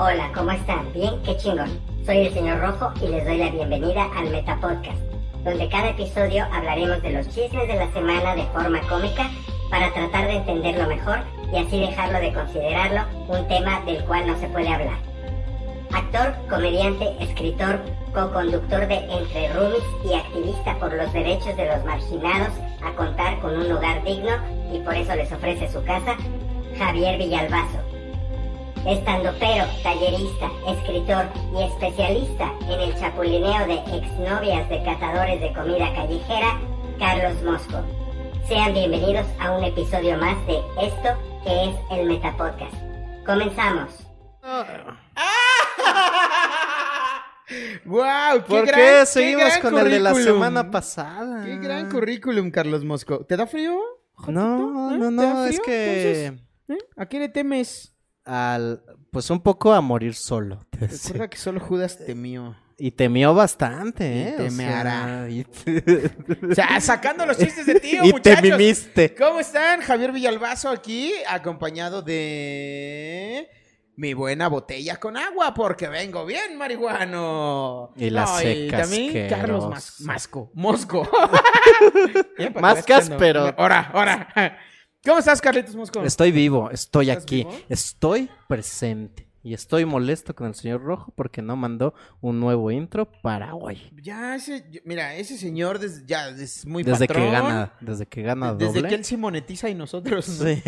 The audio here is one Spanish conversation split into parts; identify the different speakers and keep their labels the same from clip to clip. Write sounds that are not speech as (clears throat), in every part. Speaker 1: Hola, ¿cómo están? ¿Bien? ¡Qué chingón! Soy el señor Rojo y les doy la bienvenida al Metapodcast, donde cada episodio hablaremos de los chismes de la semana de forma cómica para tratar de entenderlo mejor y así dejarlo de considerarlo un tema del cual no se puede hablar. Actor, comediante, escritor, co-conductor de Entre Rumis y activista por los derechos de los marginados a contar con un lugar digno y por eso les ofrece su casa, Javier Villalbazo. Estandopero, tallerista, escritor y especialista en el chapulineo de exnovias de catadores de comida callejera, Carlos Mosco. Sean bienvenidos a un episodio más de esto que es el Metapodcast. Comenzamos.
Speaker 2: ¡Wow!
Speaker 3: ¿Por qué
Speaker 2: gran-
Speaker 3: seguimos
Speaker 2: gran
Speaker 3: con el de la
Speaker 2: currículum!
Speaker 3: semana pasada?
Speaker 2: ¡Qué gran currículum, Carlos Mosco! ¿Te da frío? Jotito?
Speaker 3: No,
Speaker 2: ¿Eh?
Speaker 3: no,
Speaker 2: ¿Te
Speaker 3: no,
Speaker 2: da
Speaker 3: es
Speaker 2: frío,
Speaker 3: que
Speaker 2: entonces? ¿Eh? ¿A qué le temes?
Speaker 3: al pues un poco a morir solo. te decía.
Speaker 2: Recuerda que solo Judas
Speaker 3: (laughs)
Speaker 2: temió.
Speaker 3: Y temió bastante,
Speaker 2: Y
Speaker 3: ¿eh?
Speaker 2: te
Speaker 3: O
Speaker 2: me
Speaker 3: sea,
Speaker 2: hará.
Speaker 3: Y te,
Speaker 2: (laughs) O sea, sacando los chistes de tío,
Speaker 3: (laughs) y te
Speaker 2: muchachos.
Speaker 3: mimiste.
Speaker 2: ¿Cómo están? Javier Villalbazo aquí, acompañado de mi buena botella con agua, porque vengo bien, marihuano.
Speaker 3: Y la
Speaker 2: No,
Speaker 3: seca
Speaker 2: también Carlos Mas-
Speaker 3: asquerosa.
Speaker 2: Masco,
Speaker 3: (laughs)
Speaker 2: Mosco. Ya, para que
Speaker 3: Mascas,
Speaker 2: veas que ando-
Speaker 3: pero-
Speaker 2: Ahora, ahora. ¿Cómo estás, Carlitos Mosco?
Speaker 3: Estoy vivo, estoy
Speaker 2: ¿Estás
Speaker 3: aquí,
Speaker 2: vivo?
Speaker 3: estoy presente. Y estoy molesto con el señor Rojo porque no mandó un nuevo intro para hoy.
Speaker 2: Ya, ese, yo- mira, ese señor des- ya es muy
Speaker 3: Desde que
Speaker 2: patrón.
Speaker 3: gana, desde que gana
Speaker 2: Desde
Speaker 3: doble.
Speaker 2: que él se monetiza y nosotros no.
Speaker 3: Sí.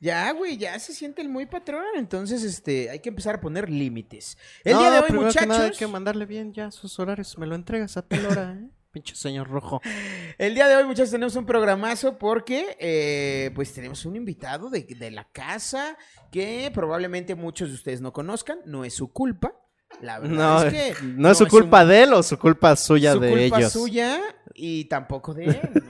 Speaker 2: Ya, güey, ya se siente el muy patrón. Entonces, este, hay que empezar a poner límites. El
Speaker 3: No,
Speaker 2: día de hoy,
Speaker 3: primero que
Speaker 2: muchachos.
Speaker 3: nada hay que mandarle bien ya sus horarios. Me lo entregas a tal hora, ¿eh? (laughs) Pinche señor Rojo.
Speaker 2: El día de hoy, muchachos, tenemos un programazo porque eh, pues tenemos un invitado de, de la casa que probablemente muchos de ustedes no conozcan. No es su culpa. La verdad
Speaker 3: No,
Speaker 2: es que.
Speaker 3: no, es su culpa de él o su culpa suya
Speaker 2: su
Speaker 3: de
Speaker 2: culpa
Speaker 3: ellos.
Speaker 2: suya y tampoco de él, ¿no?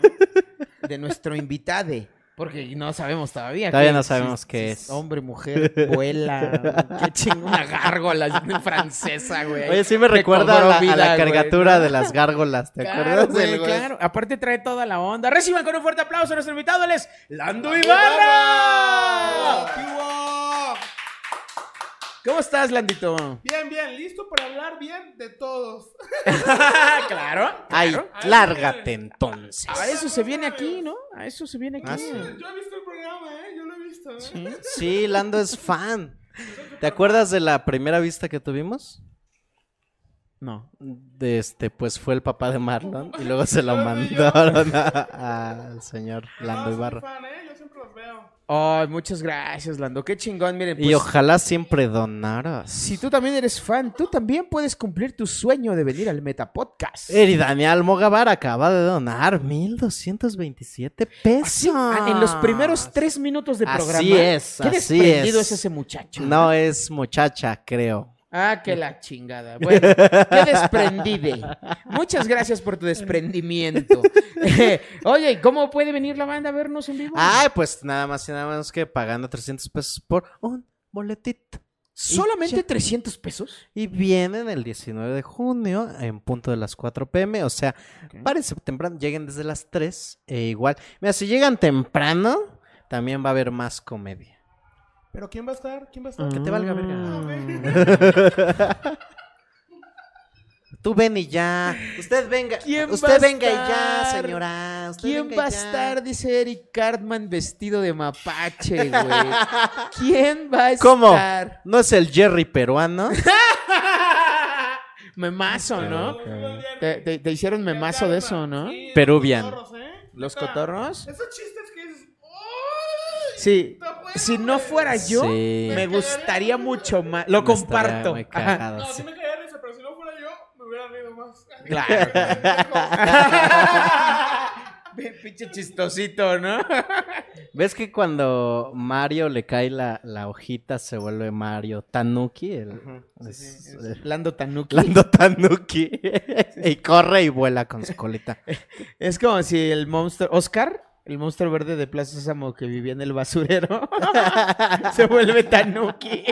Speaker 3: (laughs)
Speaker 2: de nuestro invitado. Porque no sabemos todavía.
Speaker 3: Todavía
Speaker 2: qué-
Speaker 3: no sabemos
Speaker 2: si-
Speaker 3: qué
Speaker 2: si
Speaker 3: es.
Speaker 2: Hombre, mujer,
Speaker 3: (laughs)
Speaker 2: vuela. Qué chingona gárgola es muy francesa, güey.
Speaker 3: Oye, sí me
Speaker 2: Te
Speaker 3: recuerda a
Speaker 2: cobró
Speaker 3: la, a la
Speaker 2: vida, güey,
Speaker 3: caricatura
Speaker 2: ¿no?
Speaker 3: de las gárgolas, ¿te
Speaker 2: Claro,
Speaker 3: acuerdas?
Speaker 2: güey,
Speaker 3: del güey?
Speaker 2: claro. Aparte trae toda la onda. Reciban con un fuerte aplauso a nuestro invitado, él es Lando Ibarra. ¿Cómo estás, Landito?
Speaker 4: Bien, bien, listo para hablar bien
Speaker 2: (laughs)
Speaker 4: de todos.
Speaker 2: claro.
Speaker 3: Ay, lárgate entonces.
Speaker 2: A eso se viene aquí, ¿no? A eso se viene aquí.
Speaker 3: Ah, sí.
Speaker 4: Yo he visto el programa, ¿eh? Yo lo he visto. ¿eh?
Speaker 3: Sí, Lando es fan. ¿Te acuerdas de la primera vista que tuvimos?
Speaker 2: No.
Speaker 3: De este, pues fue el papá de Marlon y luego (laughs) se lo mandaron a- al señor Lando
Speaker 4: soy
Speaker 3: Ibarra.
Speaker 4: fan, ¿eh? Yo siempre los veo.
Speaker 2: Ay, Oh, muchas gracias, Lando. Qué chingón, miren.
Speaker 3: Y
Speaker 2: pues,
Speaker 3: ojalá siempre donaras.
Speaker 2: si tú también eres fan, tú también puedes cumplir tu sueño de venir al Metapodcast.
Speaker 3: Eridani Almogavar acaba de donar 1227 pesos.
Speaker 2: Ah, en los primeros tres minutos de
Speaker 3: Así
Speaker 2: programa.
Speaker 3: es,
Speaker 2: Qué
Speaker 3: así
Speaker 2: desprendido
Speaker 3: es.
Speaker 2: es ese muchacho. ¿eh?
Speaker 3: No es muchacha, creo.
Speaker 2: Ah, que la chingada. Bueno, qué desprendide. Muchas gracias por tu desprendimiento. (laughs) Eh, Oye, ¿y ¿cómo puede venir la banda a vernos en vivo?
Speaker 3: Ay, pues nada más y nada menos que pagando 300 pesos por un boletito.
Speaker 2: ¿Solamente
Speaker 3: ya.
Speaker 2: 300 pesos?
Speaker 3: Y vienen el 19 de junio en punto de las 4 pm. O sea, párense temprano. Lleguen desde las 3. E igual. Mira, si llegan temprano, también va a haber más comedia.
Speaker 4: ¿Pero quién va a estar? ¿Quién va a estar?
Speaker 3: Que te valga verga.
Speaker 4: Ah, ok.
Speaker 3: Tú ven y ya. Usted venga.
Speaker 2: ¿Quién va a
Speaker 3: usted venga y ya,
Speaker 2: estar?
Speaker 3: señora. Usted
Speaker 2: ¿Quién
Speaker 3: venga
Speaker 2: va a
Speaker 3: y ya.
Speaker 2: estar, dice Eric Cartman, vestido de mapache,
Speaker 3: (laughs)
Speaker 2: güey? ¿Quién va a
Speaker 3: ¿Cómo?
Speaker 2: estar?
Speaker 3: ¿No es el Jerry peruano?
Speaker 2: Memazo, (laughs) ¿no?
Speaker 4: Los veo el día
Speaker 2: Te, te- te hicieron
Speaker 4: de-
Speaker 2: memazo de eso, ¿no?
Speaker 4: Sí, los
Speaker 3: Peruvian.
Speaker 4: cotorros, ¿eh?
Speaker 2: ¿Los
Speaker 4: Neta,
Speaker 2: cotorros?
Speaker 4: Esos chistes que dices. ¡Ay!
Speaker 2: Sí.
Speaker 4: Está bueno,
Speaker 2: Si no
Speaker 4: güey.
Speaker 2: fuera yo,
Speaker 3: Sí.
Speaker 2: me gustaría mucho más. Lo
Speaker 3: No estaría
Speaker 2: comparto.
Speaker 3: muy
Speaker 2: Ajá.
Speaker 3: cagado,
Speaker 4: No,
Speaker 3: sí.
Speaker 4: sí me caía de risa, pero si no fuera yo, me hubiera reído más.
Speaker 2: Claro. Pinche chistosito, ¿no?
Speaker 3: ¿Ves que cuando Mario le cae la, la hojita se vuelve Mario Tanuki? El, es- eh,
Speaker 2: Lando Tanuki.
Speaker 3: Lando
Speaker 2: (laughs)
Speaker 3: Tanuki. y corre y vuela con su colita.
Speaker 2: Es como si el monstruo. Oscar, el monstruo verde de Plaza Sésamo que vivía en el basurero, (laughs) se vuelve Tanuki.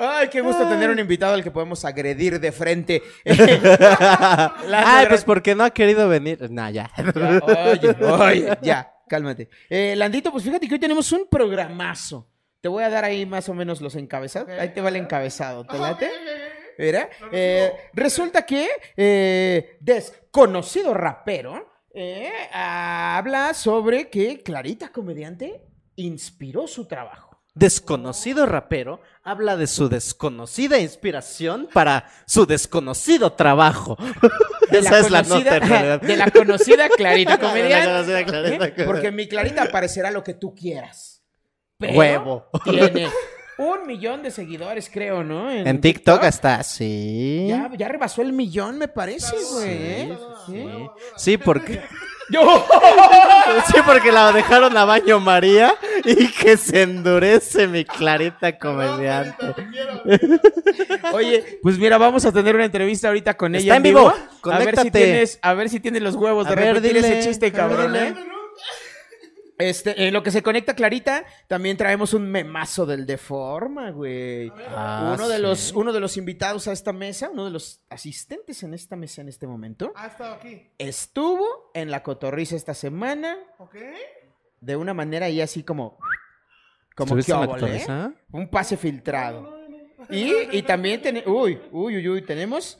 Speaker 2: Ay, qué gusto tener un invitado al que podemos agredir de frente.
Speaker 3: Ay, pues porque no ha querido venir. Nah, ya. (laughs)
Speaker 2: Ya, Oye, oye, ya, cálmate. Eh, Landito, pues fíjate que hoy tenemos un programazo. Te voy a dar ahí más o menos los encabezados. Ahí te va el encabezado, ¿te late? Mira, eh, resulta que eh, desconocido rapero eh, habla sobre que Clarita Comediante inspiró su trabajo.
Speaker 3: Desconocido rapero habla de su desconocida inspiración para su desconocido
Speaker 2: (laughs)
Speaker 3: trabajo. Esa es la nota, en realidad.
Speaker 2: de la conocida Clarita
Speaker 3: (laughs) De la
Speaker 2: Comediante.
Speaker 3: conocida Clarita
Speaker 2: ¿eh? Porque en mi Clarita parecerá lo que tú quieras. Pero
Speaker 3: Huevo.
Speaker 2: Tiene (laughs) un millón de seguidores, creo, ¿no?
Speaker 3: En TikTok está así.
Speaker 2: Ya, ya rebasó el millón, me parece, güey. ¿eh?
Speaker 3: Sí, Sí, porque (laughs)
Speaker 2: Yo-
Speaker 3: sí, porque la dejaron a baño María y que se endurece mi clarita comediante.
Speaker 2: Oye, pues mira, vamos a tener una entrevista ahorita con
Speaker 3: Está
Speaker 2: ella.
Speaker 3: en vivo.
Speaker 2: A ver si
Speaker 3: Conéctate.
Speaker 2: tienes, a ver si tienes los huevos
Speaker 3: A
Speaker 2: de
Speaker 3: ver,
Speaker 2: repetir
Speaker 3: dile,
Speaker 2: ese chiste,
Speaker 3: a ver,
Speaker 2: cabrón.
Speaker 3: dile.
Speaker 2: ¿eh? Este, en lo que se conecta Clarita, también traemos un memazo del Deforma, güey.
Speaker 3: Ah,
Speaker 2: uno, de
Speaker 3: sí.
Speaker 2: los, uno de los invitados a esta mesa, uno de los asistentes en esta mesa en este momento,
Speaker 4: Ha estado Ah, aquí.
Speaker 2: estuvo en la cotorriza esta semana
Speaker 4: ¿Ok?
Speaker 2: de una manera y así como... Como
Speaker 3: ¿Estuviste
Speaker 2: que
Speaker 3: en la
Speaker 2: óvole, ¿eh?
Speaker 3: cotorriza?
Speaker 2: Un pase filtrado. Y, y también tenemos. Uy, uy, uy, uy, tenemos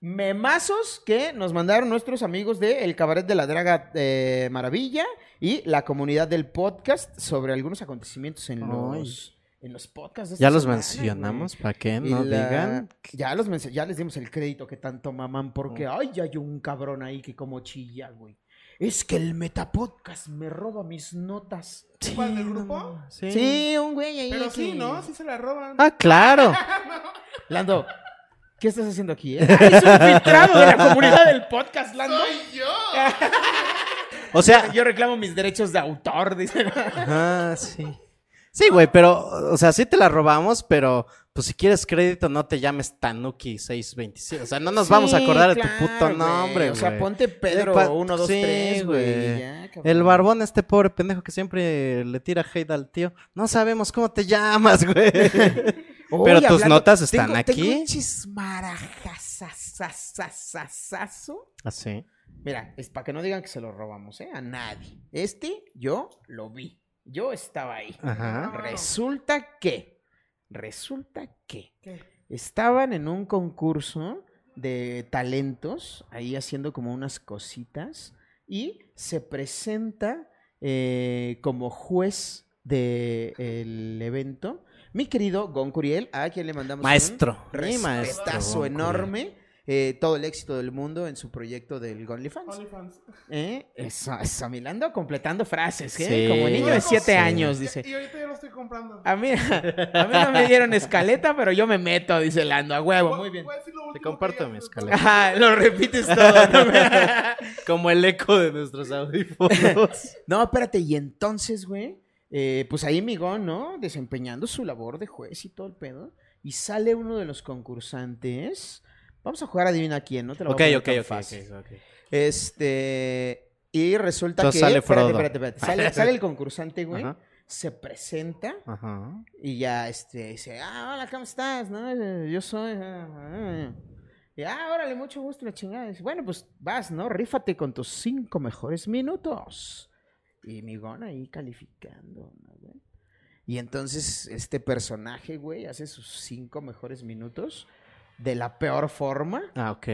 Speaker 2: memazos que nos mandaron nuestros amigos de El Cabaret de la Draga eh, Maravilla y la comunidad del podcast sobre algunos acontecimientos en los, en los podcasts. de esta
Speaker 3: Ya los
Speaker 2: semana,
Speaker 3: mencionamos,
Speaker 2: güey.
Speaker 3: ¿para que
Speaker 2: Y
Speaker 3: no
Speaker 2: la-
Speaker 3: digan?
Speaker 2: Ya los mencio- ya les dimos el crédito que tanto maman porque ay, hay un cabrón ahí que como chilla, güey. Es que el Metapodcast me roba mis notas.
Speaker 4: ¿Cuál del grupo?
Speaker 3: Sí.
Speaker 2: Sí, un güey ahí.
Speaker 4: Pero sí,
Speaker 2: que-
Speaker 4: ¿no? Sí se la roban.
Speaker 3: Ah, claro.
Speaker 2: Lando, ¿qué estás haciendo
Speaker 3: (laughs)
Speaker 2: aquí? eh? Ah, Es un filtrado (laughs) de la comunidad del podcast, Lando.
Speaker 4: ¡Soy yo!
Speaker 3: O
Speaker 2: (laughs)
Speaker 3: sea,
Speaker 2: Yo reclamo mis derechos de autor, dice.
Speaker 3: Ah, sí. Sí, güey, pero, o sea, sí te la robamos, pero pues si quieres crédito no te llames Tanuki627. O sea, no nos vamos a acordar
Speaker 2: Sí,
Speaker 3: de tu puto
Speaker 2: claro,
Speaker 3: nombre,
Speaker 2: güey. O sea,
Speaker 3: güey.
Speaker 2: ponte Pedro
Speaker 3: Pa-
Speaker 2: 1, 2,
Speaker 3: sí,
Speaker 2: 3, güey.
Speaker 3: güey.
Speaker 2: ya, cabrón.
Speaker 3: El barbón, este pobre pendejo que siempre le tira hate al tío. No sabemos cómo te llamas, (laughs) güey.
Speaker 2: Oye,
Speaker 3: Pero tus
Speaker 2: hablando-
Speaker 3: notas están
Speaker 2: tengo- Tengo
Speaker 3: aquí.
Speaker 2: un chismarajazazazazazazo.
Speaker 3: Así.
Speaker 2: Mira, es para que no digan que se lo robamos, ¿eh? A nadie. Este, yo lo vi. Yo estaba ahí.
Speaker 3: Ajá.
Speaker 2: Resulta que, resulta que estaban en un concurso de talentos, ahí haciendo como unas cositas, y se presenta eh, como juez del evento mi querido Goncuriel, a quien le mandamos un
Speaker 3: Maestro. Mi maestro.
Speaker 2: respetazo
Speaker 3: Goncuriel.
Speaker 2: enorme. eh, todo el éxito del mundo en su proyecto del OnlyFans.
Speaker 4: OnlyFans.
Speaker 2: ¿Eh? Eso, eso, Milando, completando frases, ¿eh?
Speaker 3: Sí,
Speaker 2: Como niño de siete
Speaker 3: sí.
Speaker 2: años, dice. Ah,
Speaker 4: Y, y ahorita ya lo estoy comprando.
Speaker 2: A mí, (laughs) a mí no me dieron escaleta, pero yo me meto, dice Lando, a huevo,
Speaker 4: Voy-
Speaker 2: muy bien.
Speaker 4: voy a decir lo último que
Speaker 3: comparto
Speaker 4: ya-
Speaker 3: mi escalera.
Speaker 2: Ajá, lo repites todo. ¿no?
Speaker 3: (laughs) Como el eco de nuestros (laughs) audífonos.
Speaker 2: No, espérate, y entonces, güey, eh, pues ahí Migón, ¿no? Desempeñando su labor de juez y todo el pedo. Y sale uno de los concursantes. Vamos a jugar adivina quién, ¿no? Te la voy a
Speaker 3: ok,
Speaker 2: poner
Speaker 3: ok,
Speaker 2: tan
Speaker 3: ok,
Speaker 2: fácil.
Speaker 3: ok, ok.
Speaker 2: Este. Y resulta
Speaker 3: Entonces
Speaker 2: que.
Speaker 3: sale Frodo.
Speaker 2: Espérate, espérate, espérate. Sale,
Speaker 3: (laughs)
Speaker 2: sale el concursante, güey.
Speaker 3: Ajá.
Speaker 2: Se presenta.
Speaker 3: Ajá.
Speaker 2: Y ya, este, dice, ah, hola, ¿cómo estás? ¿No? Eh, Yo soy... ah, ah". Y, ah, órale, mucho gusto, la chingada. Dice, bueno, pues vas, ¿no? Rífate con tus cinco mejores minutos. Y Migón ahí calificando, ¿no, güey? Y entonces este personaje, güey, hace sus cinco mejores minutos de la peor forma.
Speaker 3: Ah, ok.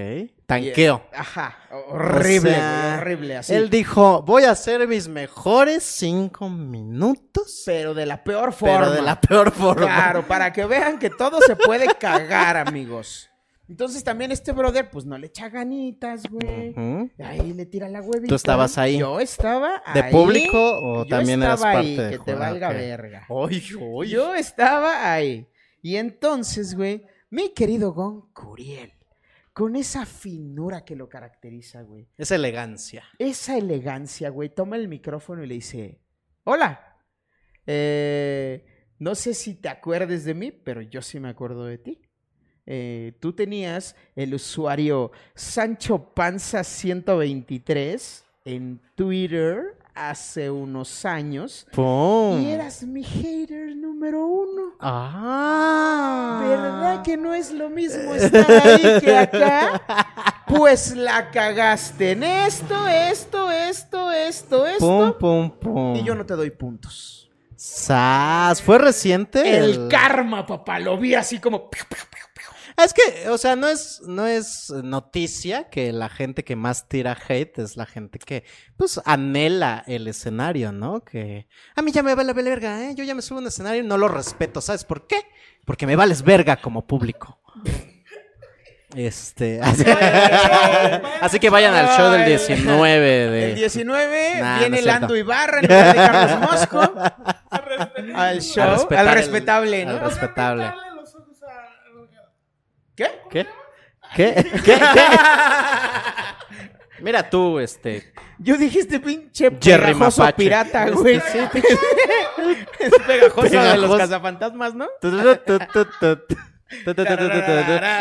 Speaker 3: Tanqueo.
Speaker 2: Ajá, horrible,
Speaker 3: O sea,
Speaker 2: güey, horrible, así.
Speaker 3: Él dijo, voy a hacer mis mejores cinco minutos,
Speaker 2: Pero de la peor forma.
Speaker 3: pero de la peor forma.
Speaker 2: Claro, para que vean que todo se puede cagar, amigos. Entonces también este brother, pues no le echa ganitas, güey.
Speaker 3: Ujú.
Speaker 2: Ahí le tira la huevita.
Speaker 3: Tú estabas ahí.
Speaker 2: Yo estaba
Speaker 3: ¿De
Speaker 2: ahí.
Speaker 3: público o
Speaker 2: Yo
Speaker 3: también eras
Speaker 2: estaba
Speaker 3: parte Ah,
Speaker 2: ahí,
Speaker 3: de
Speaker 2: que te valga verga.
Speaker 3: Oye,
Speaker 2: Yo estaba ahí. Y entonces, güey, mi querido Gon Curiel con esa finura que lo caracteriza, güey.
Speaker 3: Es elegancia.
Speaker 2: Esa elegancia, güey. Toma el micrófono y le dice, hola. Eh, no sé si te acuerdes de mí, pero yo sí me acuerdo de ti. Eh, tú tenías el usuario Sancho Panza 123 en Twitter hace unos años.
Speaker 3: ¡Pum!
Speaker 2: Y eras mi hater número uno.
Speaker 3: ¡Ah!
Speaker 2: ¿Verdad que no es lo mismo estar ahí que acá? Pues la cagaste en esto, esto, esto, esto,
Speaker 3: ¡Pum,
Speaker 2: esto.
Speaker 3: pum, pum!
Speaker 2: Y yo no te doy puntos.
Speaker 3: ¡Sas! ¿Fue reciente?
Speaker 2: El karma, papá, lo vi así como... piu, piu, piu, piu.
Speaker 3: Es que, o sea, no es, no es noticia que la gente que más tira hate es la gente que, pues, anhela el escenario, ¿no? Que a mí ya me vale verga, ¿eh? Yo ya me subo a un escenario y no lo respeto, ¿sabes por qué? Porque me vales verga como público. Este, (laughs) así, así que vayan al show del 19
Speaker 2: El
Speaker 3: de...
Speaker 2: 19
Speaker 3: Nah, no
Speaker 2: viene
Speaker 3: es cierto.
Speaker 2: Lando Ibarra en lugar de Carlos Mosco
Speaker 3: (laughs)
Speaker 2: al show, al,
Speaker 3: respetar el-
Speaker 2: respetable, ¿no?
Speaker 3: al res- respetable.
Speaker 4: Darle los ojos a-
Speaker 2: ¿Qué?
Speaker 3: ¿Qué? ¿Qué? ¿Qué? ¿Qué?
Speaker 2: (laughs)
Speaker 3: Mira tú, este...
Speaker 2: Yo dije este pinche
Speaker 3: Jerry
Speaker 2: pegajoso
Speaker 3: Mapache.
Speaker 2: pirata, güey. (laughs) es pegajoso de los
Speaker 3: Pegajoso.
Speaker 2: cazafantasmas, ¿no?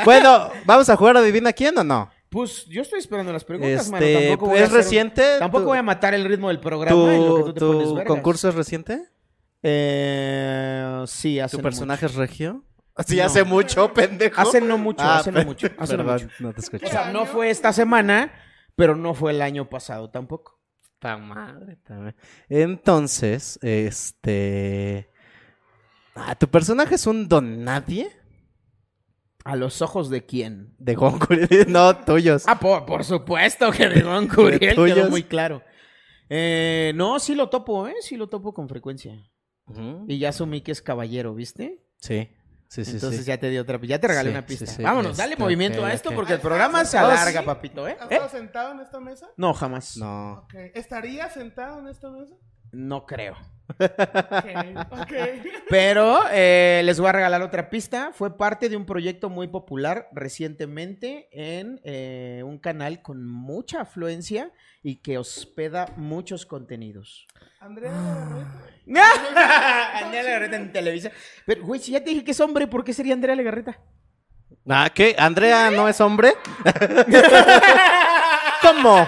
Speaker 3: Bueno, ¿vamos a jugar a Adivina quién o no?
Speaker 2: Pues yo estoy esperando las preguntas, mano.
Speaker 3: Este,
Speaker 2: Tampoco voy a
Speaker 3: ¿Es
Speaker 2: hacer-
Speaker 3: reciente?
Speaker 2: Tampoco
Speaker 3: ¿Tu-
Speaker 2: voy a matar el ritmo del programa en lo que
Speaker 3: ¿Tu,
Speaker 2: tú te
Speaker 3: tu
Speaker 2: pones vergas.
Speaker 3: concurso es reciente?
Speaker 2: Eh, sí, hace
Speaker 3: ¿Tu
Speaker 2: no
Speaker 3: personaje es regio? Ah, Sí,
Speaker 2: No.
Speaker 3: hace mucho, pendejo.
Speaker 2: mucho. Hace no mucho,
Speaker 3: Ah,
Speaker 2: hace no
Speaker 3: pe-
Speaker 2: mucho, hace no
Speaker 3: perdón,
Speaker 2: mucho.
Speaker 3: no te escuché.
Speaker 2: O sea, no fue esta semana, pero no fue el año pasado tampoco.
Speaker 3: Puta madre también. Entonces, este... ah, ¿Tu personaje es un don nadie?
Speaker 2: ¿A los ojos de quién?
Speaker 3: De Goncuriel. (laughs) No, tuyos.
Speaker 2: Ah, por, por supuesto que de Don Curiel quedó
Speaker 3: tuyos.
Speaker 2: muy claro. Eh, no, sí lo topo, ¿eh? Sí lo topo con frecuencia.
Speaker 3: Ujú.
Speaker 2: Y ya asumí que es caballero, ¿viste?
Speaker 3: Sí, sí, sí.
Speaker 2: Entonces
Speaker 3: sí.
Speaker 2: ya te di otra, ya te regalé
Speaker 3: Sí,
Speaker 2: una pista.
Speaker 3: sí, sí.
Speaker 2: Vámonos, dale
Speaker 3: Este,
Speaker 2: movimiento
Speaker 3: ok,
Speaker 2: a esto
Speaker 3: ok.
Speaker 2: porque el programa se
Speaker 4: Ah,
Speaker 2: alarga,
Speaker 4: sí.
Speaker 2: papito, ¿eh?
Speaker 4: ¿Has
Speaker 2: ¿Eh?
Speaker 4: estado sentado en esta mesa?
Speaker 2: No, jamás. No,
Speaker 3: No.
Speaker 4: Ok. ¿Estaría sentado en esta mesa?
Speaker 2: creo.
Speaker 4: Ok,
Speaker 2: (laughs)
Speaker 4: ok.
Speaker 2: Pero eh, les voy a regalar otra pista. Fue parte de un proyecto muy popular recientemente en eh, un canal con mucha afluencia y que hospeda muchos contenidos.
Speaker 4: Andrea Legarreta.
Speaker 2: (laughs) Andrea Legarreta en Televisa. Pero, güey, si ya te dije que es hombre, ¿por qué sería Andrea Legarreta?
Speaker 3: Ah, ¿qué? ¿Andrea no es
Speaker 2: (laughs)
Speaker 3: hombre? ¿Cómo?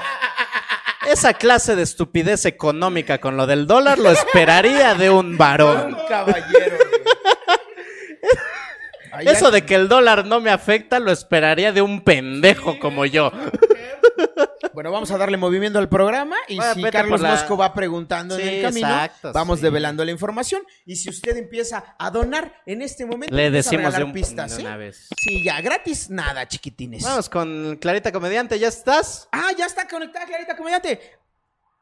Speaker 3: Esa clase de estupidez económica con lo del dólar lo esperaría de un varón.
Speaker 2: caballero,
Speaker 3: Eso de que el dólar no me afecta lo esperaría de un pendejo como yo.
Speaker 2: (laughs) Bueno, vamos a darle movimiento al programa y
Speaker 3: Bueno,
Speaker 2: si
Speaker 3: vete
Speaker 2: Carlos
Speaker 3: por la-
Speaker 2: Mosco va preguntando en
Speaker 3: Sí,
Speaker 2: el camino,
Speaker 3: exacto,
Speaker 2: vamos
Speaker 3: sí.
Speaker 2: develando la información y si usted empieza a donar en este momento,
Speaker 3: Le
Speaker 2: empieza a
Speaker 3: decimos de
Speaker 2: regalar
Speaker 3: un
Speaker 2: pistas,
Speaker 3: de
Speaker 2: ¿sí?
Speaker 3: una vez.
Speaker 2: Sí, ya gratis nada, chiquitines.
Speaker 3: Vamos con Clarita Comediante, ¿ya estás?
Speaker 2: Ah, ya está conectada Clarita comediante.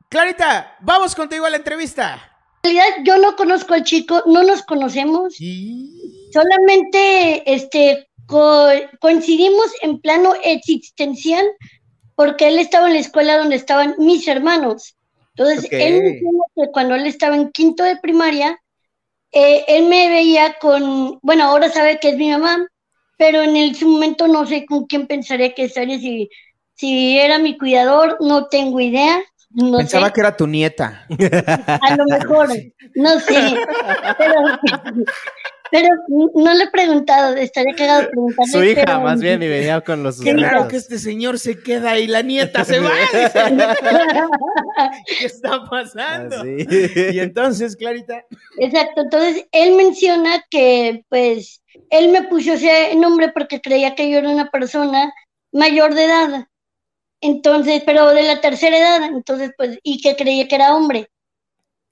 Speaker 2: Clarita, vamos contigo a la entrevista.
Speaker 5: realidad yo no conozco al chico, no nos conocemos,
Speaker 2: Sí.
Speaker 5: solamente este co- coincidimos en plano existencial porque él estaba en la escuela donde estaban mis hermanos. Entonces,
Speaker 2: Ok.
Speaker 5: él me dijo que cuando él estaba en quinto de primaria, eh, él me veía con, bueno, ahora sabe que es mi mamá, pero en el- su momento no sé con quién pensaría que estaría, si, si era mi cuidador, no tengo idea. No sé.
Speaker 2: Pensaba que era tu nieta.
Speaker 5: A lo mejor, no sé. Pero, pero no le he preguntado, estaría cagado preguntarle.
Speaker 3: Su hija,
Speaker 5: pero-
Speaker 3: más bien, y venía con los...
Speaker 5: Qué
Speaker 2: Claro
Speaker 5: Claro.
Speaker 2: que este señor se queda y la nieta se
Speaker 3: (laughs)
Speaker 2: va. dice. ¿Qué está pasando?
Speaker 3: Así.
Speaker 2: Y entonces, Clarita,
Speaker 5: Exacto, entonces él menciona que, pues, él me puso ese nombre porque creía que yo era una persona mayor de edad. Entonces, pero de la tercera edad, entonces, pues, y que creía que era hombre.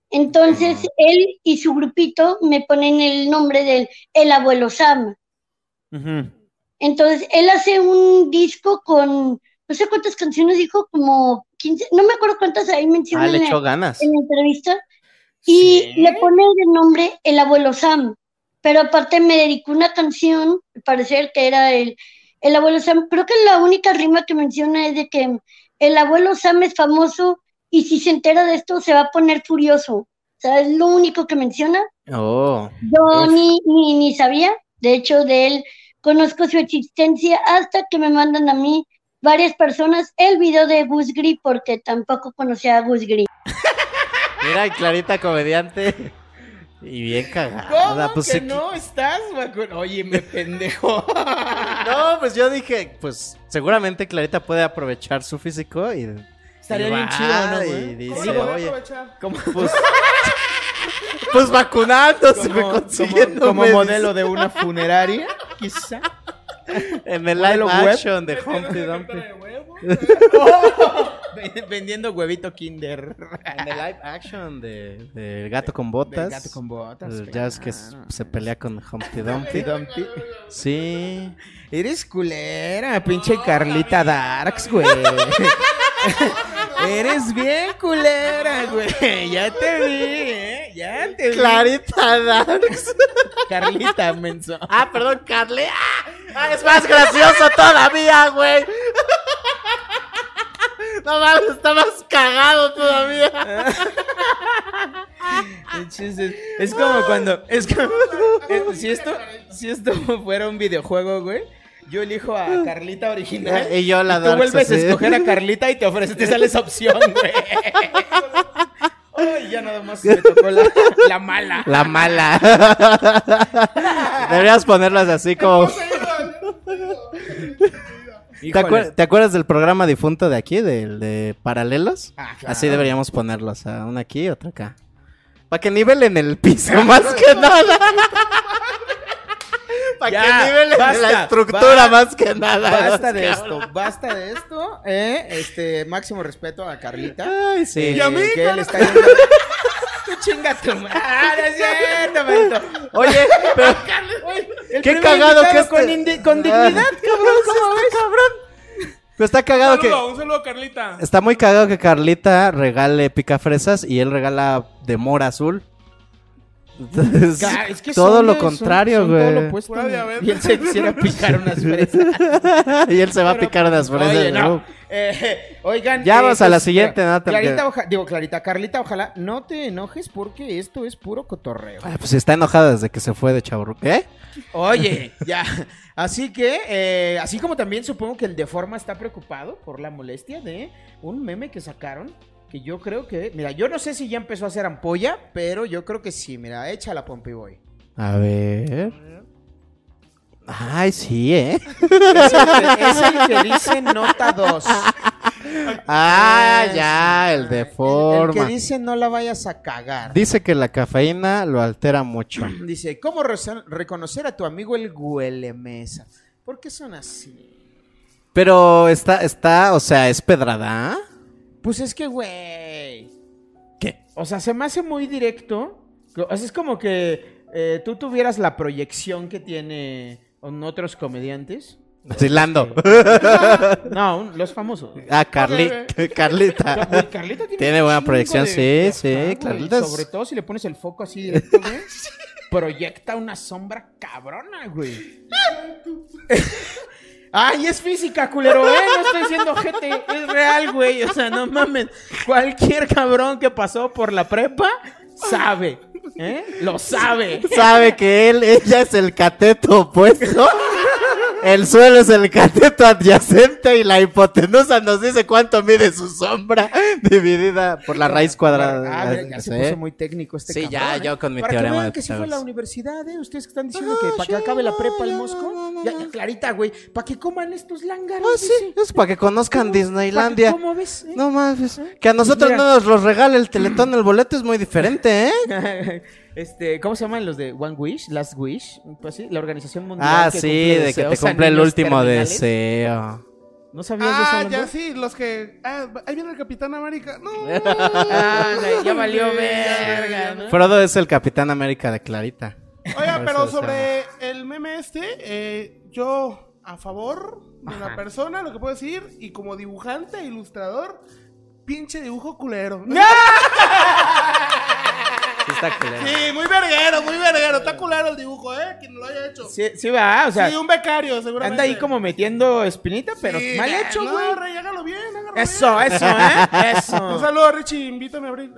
Speaker 5: Entonces, él y su grupito me ponen el nombre del el abuelo Sam. Entonces, él hace un disco con, no sé cuántas canciones dijo, como 15, no me acuerdo cuántas ahí
Speaker 3: Ah,
Speaker 5: mencionan
Speaker 3: le
Speaker 5: en,
Speaker 3: echó ganas.
Speaker 5: en la entrevista, y le pone el nombre El Abuelo Sam, pero aparte me dedicó una canción, al parecer que era el, el Abuelo Sam, creo que la única rima que menciona es de que el Abuelo Sam es famoso y si se entera de esto se va a poner furioso, o sea, es lo único que menciona.
Speaker 3: Oh.
Speaker 5: Yo ni, ni, ni sabía, de hecho, de él, Conozco su existencia hasta que me mandan a mí varias personas el video de Gus Gris porque tampoco conocía a Gus Gris.
Speaker 3: Mira, y Clarita comediante. Y bien
Speaker 2: ¿Cómo
Speaker 3: cagada. Pues,
Speaker 2: que
Speaker 3: sí que-
Speaker 2: no estás, Oye, Óyeme,
Speaker 3: (laughs)
Speaker 2: pendejo.
Speaker 3: No, pues yo dije, pues seguramente Clarita puede aprovechar su físico y.
Speaker 2: Estaría
Speaker 3: y
Speaker 2: bien
Speaker 3: va,
Speaker 2: chido, ¿no,
Speaker 3: Y
Speaker 2: güey?
Speaker 4: ¿Cómo
Speaker 3: dice,
Speaker 4: lo voy a
Speaker 3: oye.
Speaker 4: aprovechar?
Speaker 2: Como,
Speaker 3: Pues, pues vacunándose,
Speaker 2: como- como-
Speaker 3: consiguiendo
Speaker 2: como
Speaker 3: medic-
Speaker 2: modelo de una
Speaker 3: (laughs)
Speaker 2: funeraria, quizá.
Speaker 3: En el live
Speaker 2: modelo web.
Speaker 3: action de
Speaker 4: Metiéndose
Speaker 3: Humpty
Speaker 4: en
Speaker 3: Dumpty.
Speaker 4: carta de huevo.
Speaker 2: Ven- (laughs) Vendiendo huevito Kinder.
Speaker 3: En el live action de, de Gato con
Speaker 2: Del
Speaker 3: Botas.
Speaker 2: gato con botas.
Speaker 3: eh, Ya ves que s-
Speaker 2: claro.
Speaker 3: se pelea con Humpty Dumpty.
Speaker 2: Humpty Dumpty.
Speaker 3: Sí.
Speaker 2: Eres culera, pinche Carlita Darks, güey. Eres bien culera, güey. Ya te vi, ¿eh? Ya te vi.
Speaker 3: Clarita Darks.
Speaker 2: Carlita, menso.
Speaker 3: Ah, perdón, Carly. ¡Ah! ¡Ah, es más gracioso todavía, güey. No mames, está más cagado todavía.
Speaker 2: Entonces, es como cuando. Es como, eh, si, esto, si esto fuera un videojuego, güey. Yo elijo a Carlita original.
Speaker 3: Y yo la
Speaker 2: Tú
Speaker 3: Darks.
Speaker 2: vuelves a
Speaker 3: así.
Speaker 2: escoger a Carlita y te ofrece, te sale esa opción, güey. Ay, ya nada más me tocó la, la mala.
Speaker 3: La mala. Deberías ponerlas así como. ¿Te,
Speaker 2: Híjole.
Speaker 3: acuer- te acuerdas del programa difunto de aquí, del de Paralelos?
Speaker 2: Ah, claro.
Speaker 3: Así deberíamos ponerlos, a una aquí y otra acá. Para que nivelen el piso, (laughs) más que nada.
Speaker 2: (laughs)
Speaker 3: Para
Speaker 2: Ya,
Speaker 3: que nivelen
Speaker 2: basta,
Speaker 3: la estructura,
Speaker 2: ba-
Speaker 3: más que nada.
Speaker 2: Basta de esto, basta de esto. eh, este, máximo respeto a Carlita.
Speaker 3: Ay, sí.
Speaker 2: eh, que él está yendo- (laughs) Tú chingas tu madre. Ah, no es cierto, manito.
Speaker 3: Oye,
Speaker 2: (laughs)
Speaker 3: pero
Speaker 2: Oye, el
Speaker 3: qué
Speaker 2: primer
Speaker 3: cagado que
Speaker 2: invitado
Speaker 3: este-
Speaker 2: con, indi- con dignidad, cabrón. ¿Cómo ves?
Speaker 3: pero está cagado que.
Speaker 4: Saludo, un saludo, Carlita.
Speaker 3: Está muy cagado que Carlita regale pica fresas y él regala de mora azul. Entonces,
Speaker 2: Ca- es que
Speaker 3: todo
Speaker 2: son
Speaker 3: lo
Speaker 2: de- son-
Speaker 3: contrario,
Speaker 2: son todo
Speaker 3: güey.
Speaker 2: lo opuesto.
Speaker 4: Pura diabetes.
Speaker 2: Y él se quisiera picar unas fresas.
Speaker 3: (laughs) y él se va a picar unas fresas.
Speaker 2: Oye, no.
Speaker 3: ¿no?
Speaker 2: Eh, (laughs) oigan,
Speaker 3: Ya vas a la
Speaker 2: pues,
Speaker 3: siguiente, ¿no? Te-
Speaker 2: Clarita, oja- digo, Clarita, Carlita, ojalá no te enojes porque esto es puro cotorreo.
Speaker 3: Ay, pues está enojada desde que se fue de ¿eh? Chaburru. ¿Qué?
Speaker 2: Oye, (laughs) ya. Así que, eh, así como también supongo que el Deforma está preocupado por la molestia de un meme que sacaron. Que yo creo que, mira, yo no sé si ya empezó a hacer ampolla, pero yo creo que sí. Mira, échala, Pompey Boy.
Speaker 3: A ver. Ay, sí, ¿eh?
Speaker 2: Es el que, es el que dice nota 2.
Speaker 3: Ah, ya, el de
Speaker 2: Eh, El,
Speaker 3: forma.
Speaker 2: que dice no la vayas a cagar.
Speaker 3: Dice que la cafeína lo altera mucho.
Speaker 2: Dice, ¿cómo reza- reconocer a tu amigo el huelemesa? ¿Por qué son así?
Speaker 3: Pero está, está, o sea, es pedrada.
Speaker 2: Pues es que, güey.
Speaker 3: ¿Qué?
Speaker 2: O sea, se me hace muy directo. O sea, es como que eh, tú tuvieras la proyección que tiene con otros comediantes.
Speaker 3: Así, Lando.
Speaker 2: No, un- los famosos.
Speaker 3: (laughs) Ah, Carli, (laughs) Carlita.
Speaker 2: (laughs) Güey, Carlita tiene,
Speaker 3: Tiene
Speaker 2: un
Speaker 3: buena
Speaker 2: chingo
Speaker 3: proyección,
Speaker 2: de-
Speaker 3: sí,
Speaker 2: de
Speaker 3: sí,
Speaker 2: afán, güey.
Speaker 3: Carlita es-
Speaker 2: Sobre todo si le pones el foco así directo,
Speaker 3: (laughs)
Speaker 2: güey. Proyecta una sombra cabrona, güey. (laughs) Ay, es física, culero, ¿eh? No estoy diciendo gente, es real, güey. O sea, no mames. Cualquier cabrón que pasó por la prepa sabe, ¿eh? Lo sabe.
Speaker 3: Sabe que él, ella es el cateto opuesto. El suelo es el cateto adyacente y la hipotenusa nos dice cuánto mide su sombra (laughs) dividida por la raíz cuadrada.
Speaker 2: Ah, mira, ya se
Speaker 3: Sí.
Speaker 2: puso muy técnico este
Speaker 3: Sí, ya,
Speaker 2: cabrón, ¿eh?
Speaker 3: yo con mi
Speaker 2: Para
Speaker 3: teorema
Speaker 2: que vean
Speaker 3: de
Speaker 2: que sí fue
Speaker 3: Pitágoras.
Speaker 2: la universidad, ¿eh? Ustedes que están diciendo
Speaker 3: Ah,
Speaker 2: que para que
Speaker 3: sí,
Speaker 2: acabe la prepa el
Speaker 3: ya,
Speaker 2: mosco.
Speaker 3: no, no,
Speaker 2: Ya,
Speaker 3: no.
Speaker 2: ya, clarita, güey. Para que coman estos lángaros.
Speaker 3: Ah, sí,
Speaker 2: dice.
Speaker 3: es para que conozcan Disneylandia.
Speaker 2: ¿Cómo ves? eh?
Speaker 3: No mames, que a nosotros
Speaker 2: Mira.
Speaker 3: no nos los regale el teletón, el boleto es muy diferente, ¿eh?
Speaker 2: (laughs) este, ¿cómo se llaman los de One Wish, Last Wish? Pues sí, la organización mundial.
Speaker 3: Ah,
Speaker 2: que
Speaker 3: sí,
Speaker 2: cumple
Speaker 3: de que te
Speaker 2: deseos a
Speaker 3: cumple el
Speaker 2: niños
Speaker 3: último
Speaker 2: terminales.
Speaker 3: deseo.
Speaker 2: ¿No sabías de eso?
Speaker 4: Ah,
Speaker 2: Lando?
Speaker 4: ya sí, los que. Ah, ahí viene el Capitán América.
Speaker 2: (laughs)
Speaker 4: No.
Speaker 2: Ah, no, ya valió
Speaker 3: (laughs)
Speaker 4: Sí, ya,
Speaker 2: verga,
Speaker 4: ya,
Speaker 2: ¿no?
Speaker 3: Frodo es el Capitán América de Clarita.
Speaker 4: Oiga,
Speaker 3: Eso
Speaker 4: pero
Speaker 3: es
Speaker 4: sobre el meme este, eh, yo a favor de la persona, lo que puedo decir, y como dibujante, ilustrador, pinche
Speaker 2: (laughs)
Speaker 4: dibujo culero.
Speaker 3: Sí, está culero.
Speaker 4: Sí, muy verguero, muy verguero. Está culero el dibujo, ¿eh? Quien lo haya hecho. Sí,
Speaker 2: Sí, sí va, o sea,
Speaker 4: un becario, seguramente.
Speaker 2: anda ahí como metiendo espinita, pero
Speaker 4: Sí,
Speaker 2: mal
Speaker 4: ya,
Speaker 2: hecho,
Speaker 4: no,
Speaker 2: güey.
Speaker 4: rey, hágalo bien, hágalo bien.
Speaker 2: Eso, eso, ¿eh?
Speaker 3: (laughs)
Speaker 4: Un
Speaker 2: (laughs)
Speaker 3: Pues,
Speaker 2: Eso.
Speaker 4: saludo a Richie, invítame a abrir.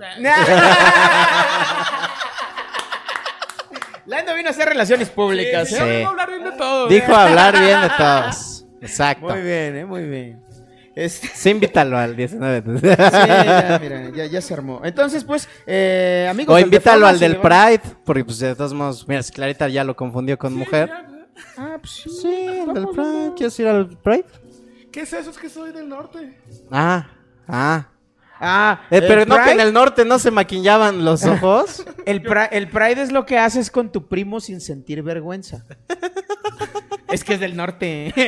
Speaker 2: Lando vino a hacer relaciones públicas,
Speaker 4: Sí,
Speaker 2: ¿eh?
Speaker 4: sí, yo
Speaker 3: ¿eh?
Speaker 2: Ah.
Speaker 4: vengo a hablar bien de todo.
Speaker 3: Dijo hablar bien de todos. Exacto.
Speaker 2: Muy bien, eh, muy
Speaker 3: (laughs)
Speaker 2: bien. Este, sí,
Speaker 3: Sí, invítalo
Speaker 2: (laughs)
Speaker 3: al 19.
Speaker 2: ya, mira, ya, ya se armó. Entonces, pues, eh, amigos.
Speaker 3: o
Speaker 2: del de
Speaker 3: invítalo
Speaker 2: Forma
Speaker 3: al
Speaker 2: se
Speaker 3: del
Speaker 2: llevaron-
Speaker 3: Pride, porque pues de todos modos, mira, si Clarita ya lo confundió con mujer.
Speaker 2: Ah, pues sí.
Speaker 3: Sí, al del Pride. ¿Quieres ir al Pride?
Speaker 4: ¿Qué es eso? Es que soy del norte.
Speaker 3: Ah, ah.
Speaker 2: Ah,
Speaker 3: Eh, pero no que
Speaker 2: Pride-
Speaker 3: en el norte no se
Speaker 2: (laughs)
Speaker 3: maquillaban los ojos.
Speaker 2: El, pri- el pride es lo que haces con tu primo sin sentir vergüenza. es que es del norte. (laughs)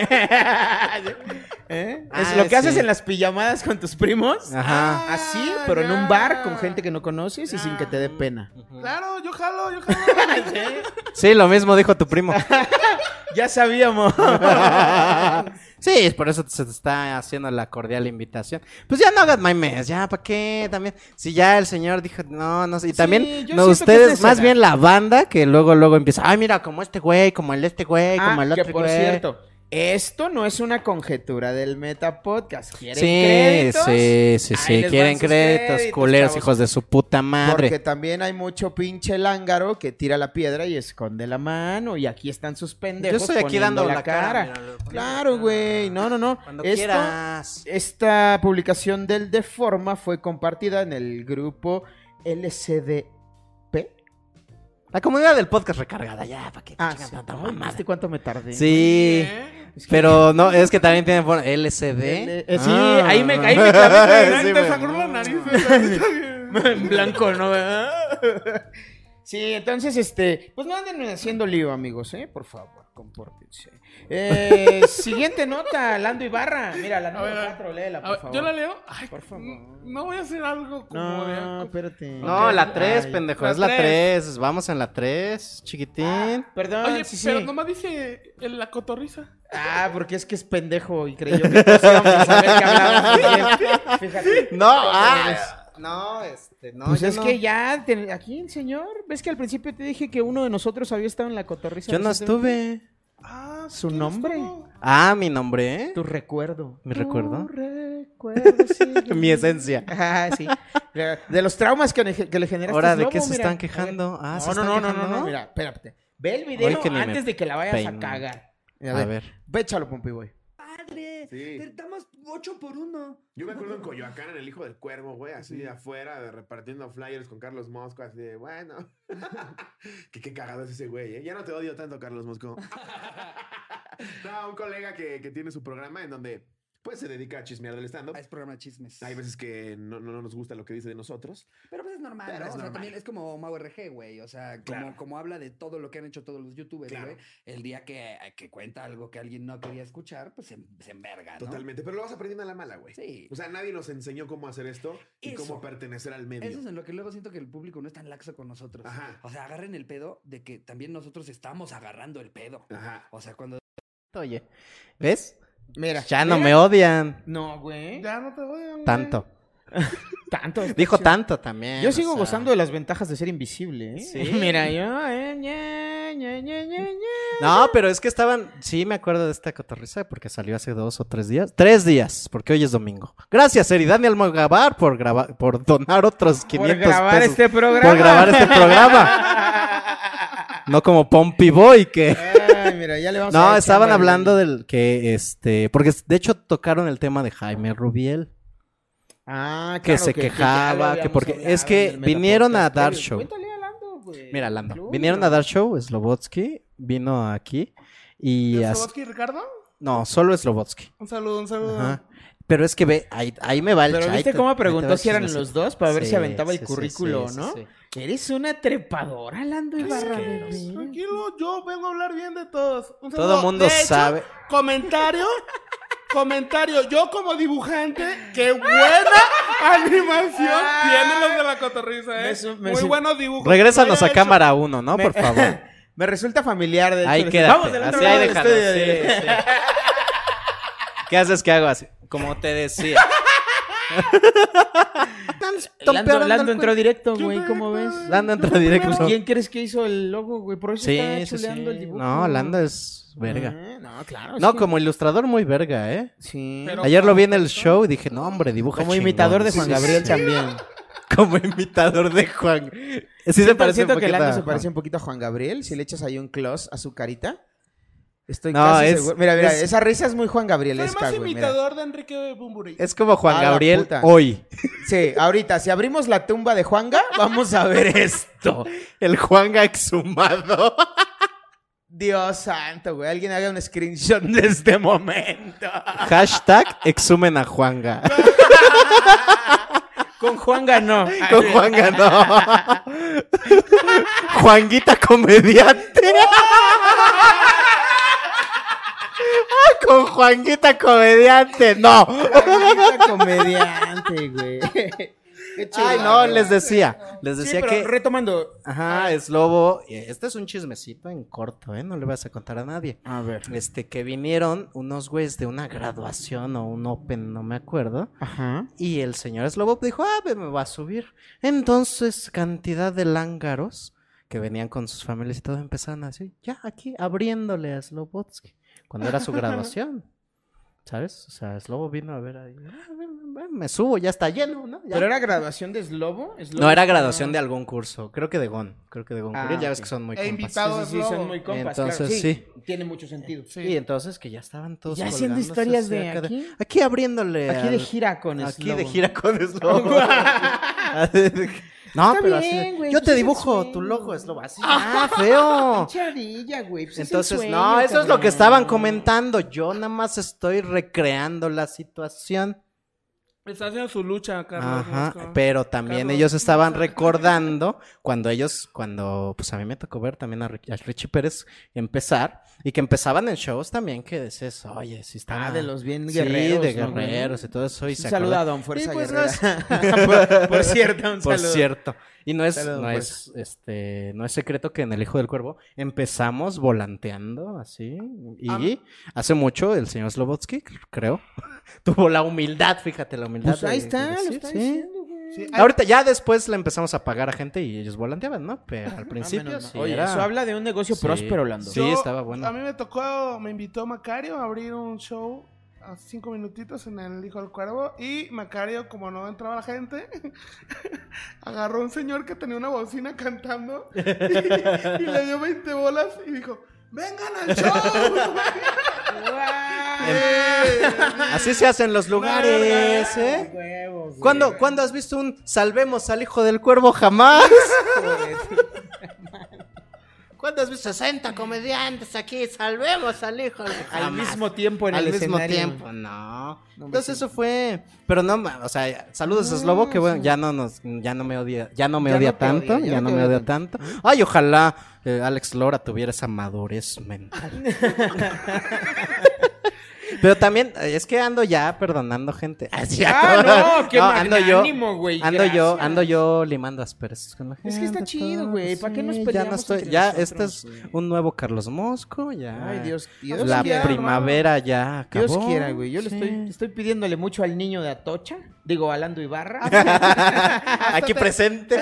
Speaker 2: ¿Eh?
Speaker 3: Ah,
Speaker 2: es lo que
Speaker 3: sí.
Speaker 2: haces en las pijamadas con tus primos.
Speaker 3: Ajá.
Speaker 2: Así,
Speaker 4: Ah,
Speaker 2: pero en un bar
Speaker 4: ya.
Speaker 2: con gente que no conoces y sin que te dé pena.
Speaker 4: Claro, yo jalo, yo (laughs) jalo.
Speaker 3: Sí, lo mismo dijo tu primo.
Speaker 2: Ya sabíamos.
Speaker 3: Sí, es por eso se te está haciendo la cordial invitación. Pues ya no hagas memes, ya, ¿para qué? También, si ya el señor dijo, no, no sé, y también,
Speaker 2: yo siento
Speaker 3: no,
Speaker 2: que
Speaker 3: ustedes,
Speaker 2: es de
Speaker 3: más
Speaker 2: cenar.
Speaker 3: bien la banda, que luego, luego empieza, ay, mira, como este güey, como el este güey, como
Speaker 2: Ah,
Speaker 3: el otro
Speaker 2: que por
Speaker 3: güey.
Speaker 2: cierto, esto no es (laughs) una conjetura del Meta Podcast. ¿Quieren
Speaker 3: Sí,
Speaker 2: créditos?
Speaker 3: sí, sí,
Speaker 2: Ahí
Speaker 3: sí,
Speaker 2: les van
Speaker 3: quieren
Speaker 2: sus
Speaker 3: créditos, culeros,
Speaker 2: chavos.
Speaker 3: hijos de su puta madre.
Speaker 2: Porque también hay mucho pinche lángaro que tira la piedra y esconde la mano. Y aquí están sus pendejos.
Speaker 3: Yo estoy aquí
Speaker 2: poniendo
Speaker 3: dando la cara, mira, lo-
Speaker 2: claro, güey. No, no, no.
Speaker 3: Cuando
Speaker 2: Esto-
Speaker 3: quieras.
Speaker 2: Esta publicación del Deforma fue compartida en el grupo LCDP.
Speaker 3: La comunidad del podcast recargada, ya, ¿para qué?
Speaker 2: Ah,
Speaker 3: chingan
Speaker 2: sí.
Speaker 3: tanta
Speaker 2: Ay,
Speaker 3: mamada?
Speaker 2: ¿viste cuánto me tardé?
Speaker 4: (laughs)
Speaker 3: Sí.
Speaker 2: Es que-
Speaker 3: Pero no, es que también tienen por- LCD.
Speaker 2: L- eh, sí,
Speaker 3: Ah.
Speaker 2: ahí me- ahí me
Speaker 3: (laughs)
Speaker 2: clavé, güey,
Speaker 3: Sí,
Speaker 4: Te
Speaker 3: me-
Speaker 4: sacó la nariz. güey.
Speaker 2: en blanco, ¿no? (laughs) Sí, entonces, este, pues no anden haciendo lío, amigos, ¿eh? Por favor, compórtense.
Speaker 4: (laughs)
Speaker 2: Eh, siguiente nota, Lando Ibarra. Mira, la
Speaker 4: ver, a
Speaker 2: número
Speaker 4: ver.
Speaker 2: 4, léela,
Speaker 4: A
Speaker 2: por
Speaker 4: ver,
Speaker 2: favor.
Speaker 4: Ah, yo la leo. Ay,
Speaker 2: Por favor.
Speaker 4: n- No voy a hacer algo como
Speaker 2: No,
Speaker 4: de.
Speaker 2: espérate.
Speaker 3: No, la 3,
Speaker 2: Ay,
Speaker 3: pendejo,
Speaker 4: La
Speaker 3: es la
Speaker 4: tres.
Speaker 3: 3. Vamos en la 3, chiquitín.
Speaker 2: Perdón,
Speaker 4: Oye,
Speaker 2: sí,
Speaker 4: pero
Speaker 2: sí.
Speaker 4: nomás dice el- la cotorriza.
Speaker 2: Ah, porque es que es pendejo y creyó que todos íbamos a saber que hablábamos bien.
Speaker 4: (laughs)
Speaker 2: Fíjate.
Speaker 3: No, ah, no, este, no.
Speaker 2: pues
Speaker 3: yo
Speaker 2: es
Speaker 3: no-
Speaker 2: que ya, te- aquí el señor, ves que al principio te dije que uno de nosotros había estado en la cotorriza.
Speaker 3: Yo no
Speaker 2: recientemente?
Speaker 3: estuve.
Speaker 4: Ah,
Speaker 2: ¿Su
Speaker 4: ¿quién
Speaker 2: nombre?
Speaker 4: estuvo?
Speaker 3: Ah, mi nombre, ¿eh?
Speaker 2: Tu recuerdo.
Speaker 3: ¿Mi
Speaker 2: Tu
Speaker 3: recuerdo?
Speaker 2: recuerdo sigue
Speaker 3: (laughs) Mi esencia.
Speaker 2: Ah, sí. De los traumas que, le- que le generaste.
Speaker 3: Ahora, ¿de
Speaker 2: Lobo,
Speaker 3: qué se
Speaker 2: mira.
Speaker 3: están quejando? Ah,
Speaker 2: no,
Speaker 3: ¿se
Speaker 2: no,
Speaker 3: están
Speaker 2: no, no,
Speaker 3: quejando?
Speaker 2: no, no, mira, espérate. Ve el video
Speaker 3: Ay, que ni me
Speaker 2: antes de que la vayas
Speaker 3: peiné.
Speaker 2: a cagar. A
Speaker 3: A
Speaker 2: ver,
Speaker 3: ver.
Speaker 2: ve, échalo, Pompi, güey.
Speaker 6: Sí.
Speaker 7: Estamos 8 por 1.
Speaker 6: Yo me acuerdo en Coyoacán, en el hijo del cuervo, güey, así afuera, de- repartiendo flyers con Carlos Mosco, así de, bueno.
Speaker 7: (laughs)
Speaker 6: que qué cagado es ese güey, ¿eh? Ya no te odio tanto, Carlos
Speaker 7: (laughs)
Speaker 6: Mosco. no, un colega que, que tiene su programa en donde, pues, se dedica a chismear del stand-up.
Speaker 7: Ah, es programa de chismes.
Speaker 8: pues,
Speaker 6: Hay veces que no, no- no nos gusta lo que dice de nosotros.
Speaker 7: Pero pues es normal,
Speaker 6: Pero
Speaker 7: ¿no?
Speaker 6: Ah, es
Speaker 7: o sea,
Speaker 6: normal.
Speaker 7: también es como Mau RG, güey. O sea, como,
Speaker 6: Claro.
Speaker 7: como habla de todo lo que han hecho todos los youtubers,
Speaker 6: Claro.
Speaker 7: güey. El día que, que cuenta algo que alguien no quería escuchar, pues se, se enverga, ¿no?
Speaker 6: Totalmente. Pero lo vas aprendiendo a la mala, güey.
Speaker 7: Sí.
Speaker 6: O sea, nadie nos enseñó cómo hacer esto y cómo
Speaker 7: Eso.
Speaker 6: pertenecer al medio.
Speaker 7: Eso es en lo que luego siento que el público no es tan laxo con nosotros.
Speaker 6: Ajá.
Speaker 7: O sea, agarren el pedo de que también nosotros estamos agarrando el pedo.
Speaker 6: Ajá.
Speaker 7: O sea, cuando
Speaker 3: Oye, ¿ves?
Speaker 2: Mira.
Speaker 3: Ya no
Speaker 2: mira.
Speaker 3: me odian
Speaker 2: No, güey.
Speaker 4: Ya no te odian. güey.
Speaker 3: tanto.
Speaker 2: Tanto.
Speaker 3: Dijo
Speaker 2: tanto.
Speaker 3: tanto también.
Speaker 2: Yo
Speaker 3: o
Speaker 2: sigo
Speaker 3: sea.
Speaker 2: gozando de las ventajas de ser invisible, ¿eh?
Speaker 3: Sí.
Speaker 2: (laughs) Mira, yo... eh, ña, ña, ña, ña, ña.
Speaker 3: No, pero es que estaban. Sí, me acuerdo de esta cotorriza porque salió hace dos o tres días. Tres días, porque hoy es domingo. Gracias, Eri Daniel Mogabar, por, grabar, por donar otros 500
Speaker 2: Por grabar
Speaker 3: pesos.
Speaker 2: este programa.
Speaker 3: Por grabar
Speaker 2: (laughs)
Speaker 3: este programa. No como Pompey Boy, que.
Speaker 2: Ay, mira, ya le vamos a
Speaker 3: No,
Speaker 2: dar
Speaker 3: estaban
Speaker 2: chamba al-
Speaker 3: hablando del que este. Porque de hecho tocaron el tema de Jaime Rubiel.
Speaker 2: Ah,
Speaker 3: que
Speaker 2: claro,
Speaker 3: se
Speaker 2: ya lo
Speaker 3: quejaba, que
Speaker 2: habíamos
Speaker 3: porque-
Speaker 2: hablado
Speaker 3: es que
Speaker 2: en el Metapodcast.
Speaker 3: vinieron a dar
Speaker 2: Oye,
Speaker 3: show.
Speaker 2: cuéntale a Lando, güey.
Speaker 3: Mira, Lando.
Speaker 2: Incluso.
Speaker 3: Vinieron a dar show, Slobotsky vino aquí y.
Speaker 4: ¿De
Speaker 3: as-
Speaker 4: Sobotsky, Ricardo?
Speaker 3: No, solo Slobotsky.
Speaker 4: Un saludo, un saludo.
Speaker 3: Ajá. Pero es que ve, ahí, ahí me va el
Speaker 2: Pero viste
Speaker 3: chaito, ahí
Speaker 2: cómo
Speaker 3: te va el
Speaker 2: preguntó si eran
Speaker 3: chismecito.
Speaker 2: los dos para ver
Speaker 3: Sí,
Speaker 2: si aventaba el
Speaker 3: sí, sí,
Speaker 2: currículo,
Speaker 3: sí,
Speaker 2: ¿no?
Speaker 3: sí, sí.
Speaker 2: Eres una trepadora, Lando Ibarra. de veras.
Speaker 4: Tranquilo, yo vengo a hablar bien de todos. Un
Speaker 3: Todo
Speaker 4: saludo.
Speaker 3: mundo
Speaker 4: De hecho,
Speaker 3: sabe.
Speaker 4: Comentario. comentario. Yo como dibujante, qué buena animación tienen los de la cotorriza, eh.
Speaker 2: Me su- me
Speaker 4: Muy
Speaker 2: su-
Speaker 4: buenos dibujos.
Speaker 3: Regrésanos
Speaker 4: Oye,
Speaker 3: a
Speaker 4: de hecho,
Speaker 3: cámara uno, ¿no? Por (laughs) favor.
Speaker 2: Me resulta familiar, de hecho.
Speaker 3: Ahí
Speaker 2: decir,
Speaker 3: quédate.
Speaker 2: Vamos del otro
Speaker 3: así
Speaker 2: lado
Speaker 3: ahí
Speaker 2: del
Speaker 3: déjalo,
Speaker 2: estudio".
Speaker 3: este, sí, sí. ¿Qué haces que hago así? Como te decía.
Speaker 2: Lando, Lando entró directo,
Speaker 4: Yo
Speaker 2: güey,
Speaker 4: me-
Speaker 2: ¿cómo ves?
Speaker 3: Lando entra directo.
Speaker 2: Pues, ¿Quién crees que hizo el logo, güey? Por eso
Speaker 3: Sí,
Speaker 2: está
Speaker 3: sí, sí.
Speaker 2: chuleando el dibujo.
Speaker 3: No, Lando es verga.
Speaker 2: Ah, No, claro. es
Speaker 3: No,
Speaker 2: que-
Speaker 3: como ilustrador muy verga, ¿eh?
Speaker 2: Sí.
Speaker 4: Pero-
Speaker 3: Ayer lo vi en el show y dije, no, hombre, dibuja
Speaker 2: como
Speaker 3: chingón.
Speaker 2: imitador de
Speaker 3: Sí,
Speaker 2: Juan
Speaker 3: sí,
Speaker 2: Gabriel
Speaker 3: sí.
Speaker 2: también.
Speaker 3: (laughs) Como imitador de Juan. Sí se
Speaker 2: siento
Speaker 3: parece un
Speaker 2: siento que
Speaker 3: poquito
Speaker 2: Lando
Speaker 3: a
Speaker 2: se
Speaker 3: Juan.
Speaker 2: parece un poquito a Juan Gabriel. Si le echas ahí un close a su carita. Estoy
Speaker 3: No,
Speaker 2: casi
Speaker 3: es-
Speaker 2: seguro. Mira, mira,
Speaker 3: es-
Speaker 2: esa risa es muy Juan
Speaker 4: Soy
Speaker 2: Gabrielesca,
Speaker 4: más
Speaker 2: güey. mira.
Speaker 4: imitador de Enrique Bumburi.
Speaker 3: Es como Juan
Speaker 2: A la
Speaker 3: Gabriel
Speaker 2: puta.
Speaker 3: hoy.
Speaker 2: Sí, ahorita, si abrimos la tumba de Juanga, (laughs) vamos a ver esto.
Speaker 3: (laughs) El
Speaker 2: (laughs)
Speaker 3: Juanga exhumado.
Speaker 2: Dios santo, güey. Alguien haga un screenshot de este momento.
Speaker 3: Hashtag exhumen
Speaker 2: (laughs)
Speaker 3: a Juanga.
Speaker 2: Con Juanga no.
Speaker 3: Con Juanga no. (laughs) Juanguita comediante. (laughs) Con Juanguita comediante, no.
Speaker 2: Juanguita comediante,
Speaker 3: (laughs)
Speaker 2: güey. Qué chido,
Speaker 3: Ay, no,
Speaker 2: güey.
Speaker 3: les decía. Les
Speaker 2: Sí, (laughs)
Speaker 3: decía
Speaker 2: pero
Speaker 3: que.
Speaker 2: retomando.
Speaker 3: Ajá, es lobo. Este es un chismecito en corto, ¿eh? No le vas a contar a nadie.
Speaker 2: A ver.
Speaker 3: Este, que vinieron unos güeyes de una graduación o un open, no me acuerdo.
Speaker 2: Ajá.
Speaker 3: Y el señor Slobo dijo, ah, me me va a subir. Entonces, cantidad de lángaros que venían con sus familias y todo empezaron así, ya aquí, abriéndole a Slobotsky, cuando
Speaker 2: (laughs)
Speaker 3: era su graduación. ¿Sabes? O sea, Slobo vino a ver ahí, "Ah, ven, ven, me subo, ya está lleno, ¿no? Ya".
Speaker 2: ¿Pero era graduación de Slobo? ¿Slobo?
Speaker 3: No, era graduación de algún curso, creo que de Gon, creo que de Gon
Speaker 2: Ah,
Speaker 3: Curiel, ya ves
Speaker 2: ok.
Speaker 3: que son muy
Speaker 4: E
Speaker 3: compas.
Speaker 4: invitado
Speaker 2: Sí, sí, sí, son muy compas, claro.
Speaker 3: Entonces,
Speaker 2: Tiene mucho sentido.
Speaker 4: Sí.
Speaker 3: Y entonces que ya estaban todos
Speaker 2: Ya haciendo
Speaker 3: colgándose
Speaker 2: historias
Speaker 3: así
Speaker 2: de
Speaker 3: acá
Speaker 2: aquí.
Speaker 3: Aquí abriéndole
Speaker 2: Aquí de
Speaker 3: al-
Speaker 2: gira con
Speaker 3: Aquí
Speaker 2: Slobo.
Speaker 3: de gira con
Speaker 2: (laughs)
Speaker 3: Slobo. (laughs) no,
Speaker 2: Está
Speaker 3: pero así.
Speaker 2: bien,
Speaker 3: de,
Speaker 2: güey,
Speaker 3: yo
Speaker 2: pues
Speaker 3: te
Speaker 2: es el
Speaker 3: dibujo
Speaker 2: sueño". (laughs)
Speaker 3: tu logo, Slobo. Así. Ah, feo.
Speaker 2: Pinche ardilla, güey. pues es el
Speaker 3: Entonces,
Speaker 2: sueño,
Speaker 3: no, eso es lo
Speaker 2: cabrón.
Speaker 3: que estaban comentando. Yo nada más estoy recreando la situación.
Speaker 4: Está haciendo su lucha, Carlos.
Speaker 3: Ajá,
Speaker 4: Mosco.
Speaker 3: pero también
Speaker 4: Carlos.
Speaker 3: ellos estaban recordando cuando ellos, cuando, pues a mí me tocó ver también a, Rich- a Richie Pérez empezar y que empezaban en shows también que decías, oye, si estaba...
Speaker 2: Ah, de los bien
Speaker 3: Sí,
Speaker 2: guerreros.
Speaker 3: de
Speaker 2: ¿no, güey?
Speaker 3: guerreros y todo eso. Y
Speaker 2: Un
Speaker 3: se
Speaker 2: saludo a (laughs)
Speaker 3: acordaba-
Speaker 2: Don Fuerza
Speaker 3: Y pues no
Speaker 2: Guerrera. (laughs)
Speaker 3: (laughs)
Speaker 2: por, por cierto, un
Speaker 3: Por
Speaker 2: saludo.
Speaker 3: cierto. Y no es,
Speaker 2: Saludo,
Speaker 3: no
Speaker 2: pues.
Speaker 3: es, este, no es secreto que en el Hijo del Cuervo empezamos volanteando así. Y hace mucho el señor Slobotsky, creo, (laughs) tuvo la humildad, fíjate, la humildad.
Speaker 2: Pues ahí
Speaker 3: de- de
Speaker 2: está, lo
Speaker 3: decir,
Speaker 2: está
Speaker 3: sí.
Speaker 2: diciendo, güey.
Speaker 4: Sí, hay-
Speaker 3: Ahorita ya después le empezamos a pagar a gente y ellos volanteaban, ¿no? Pero al
Speaker 2: Ah,
Speaker 3: principio
Speaker 2: menos mal.
Speaker 3: sí.
Speaker 2: Oye,
Speaker 3: era-
Speaker 2: eso habla de un negocio
Speaker 3: Sí.
Speaker 2: próspero, Lando.
Speaker 3: Sí, estaba bueno.
Speaker 4: pues, A mí me tocó, me invitó Macario a abrir un show a cinco minutitos en el Hijo del Cuervo. Y Macario, como no entraba la gente, (laughs) agarró a un señor que tenía una bocina cantando (laughs) y, y le dio 20 bolas y dijo: ¡Vengan al show!
Speaker 3: Así se hacen los lugares, ¿eh? ¿Cuándo, ¿Cuándo has visto un salvemos al hijo del cuervo jamás? ¿Cuándo has visto 60 comediantes aquí? Salvemos al hijo del
Speaker 2: Al
Speaker 3: jamás"?
Speaker 2: mismo tiempo en
Speaker 3: Al
Speaker 2: el
Speaker 3: mismo
Speaker 2: escenario.
Speaker 3: tiempo, no. Entonces eso fue, pero no, ma- o sea, saludos a Slobo que bueno, ya no nos ya no me odia, ya no me
Speaker 2: Ya
Speaker 3: odia
Speaker 2: no te
Speaker 3: tanto,
Speaker 2: odia,
Speaker 3: ya, no me odia
Speaker 2: tanto.
Speaker 3: tanto. Ay, ojalá eh, Alex Lora tuviera esa
Speaker 2: (laughs)
Speaker 3: madurez mental. Pero también eh, es que ando ya perdonando gente. (laughs) Ah, sí,
Speaker 2: Ah, no, qué
Speaker 3: ando yo,
Speaker 2: magnánimo, güey,
Speaker 3: ando yo,
Speaker 2: gracias.
Speaker 3: ando yo limando aspersos con la gente.
Speaker 2: Es que está chido,
Speaker 3: todo,
Speaker 2: güey, ¿para qué nos
Speaker 3: sí, Ya
Speaker 2: peleamos
Speaker 3: no estoy,
Speaker 2: entre
Speaker 3: ya
Speaker 2: nosotros,
Speaker 3: este es
Speaker 2: güey?
Speaker 3: un nuevo Carlos Mosco, ya.
Speaker 2: Ay, Dios, Dios,
Speaker 3: La
Speaker 2: quiera,
Speaker 3: primavera ya acabó.
Speaker 2: Dios quiera, güey. Yo
Speaker 3: Sí.
Speaker 2: le estoy, estoy pidiéndole mucho al niño de Atocha. Digo, a Lando Ibarra.
Speaker 3: (laughs) (laughs) Aquí presente.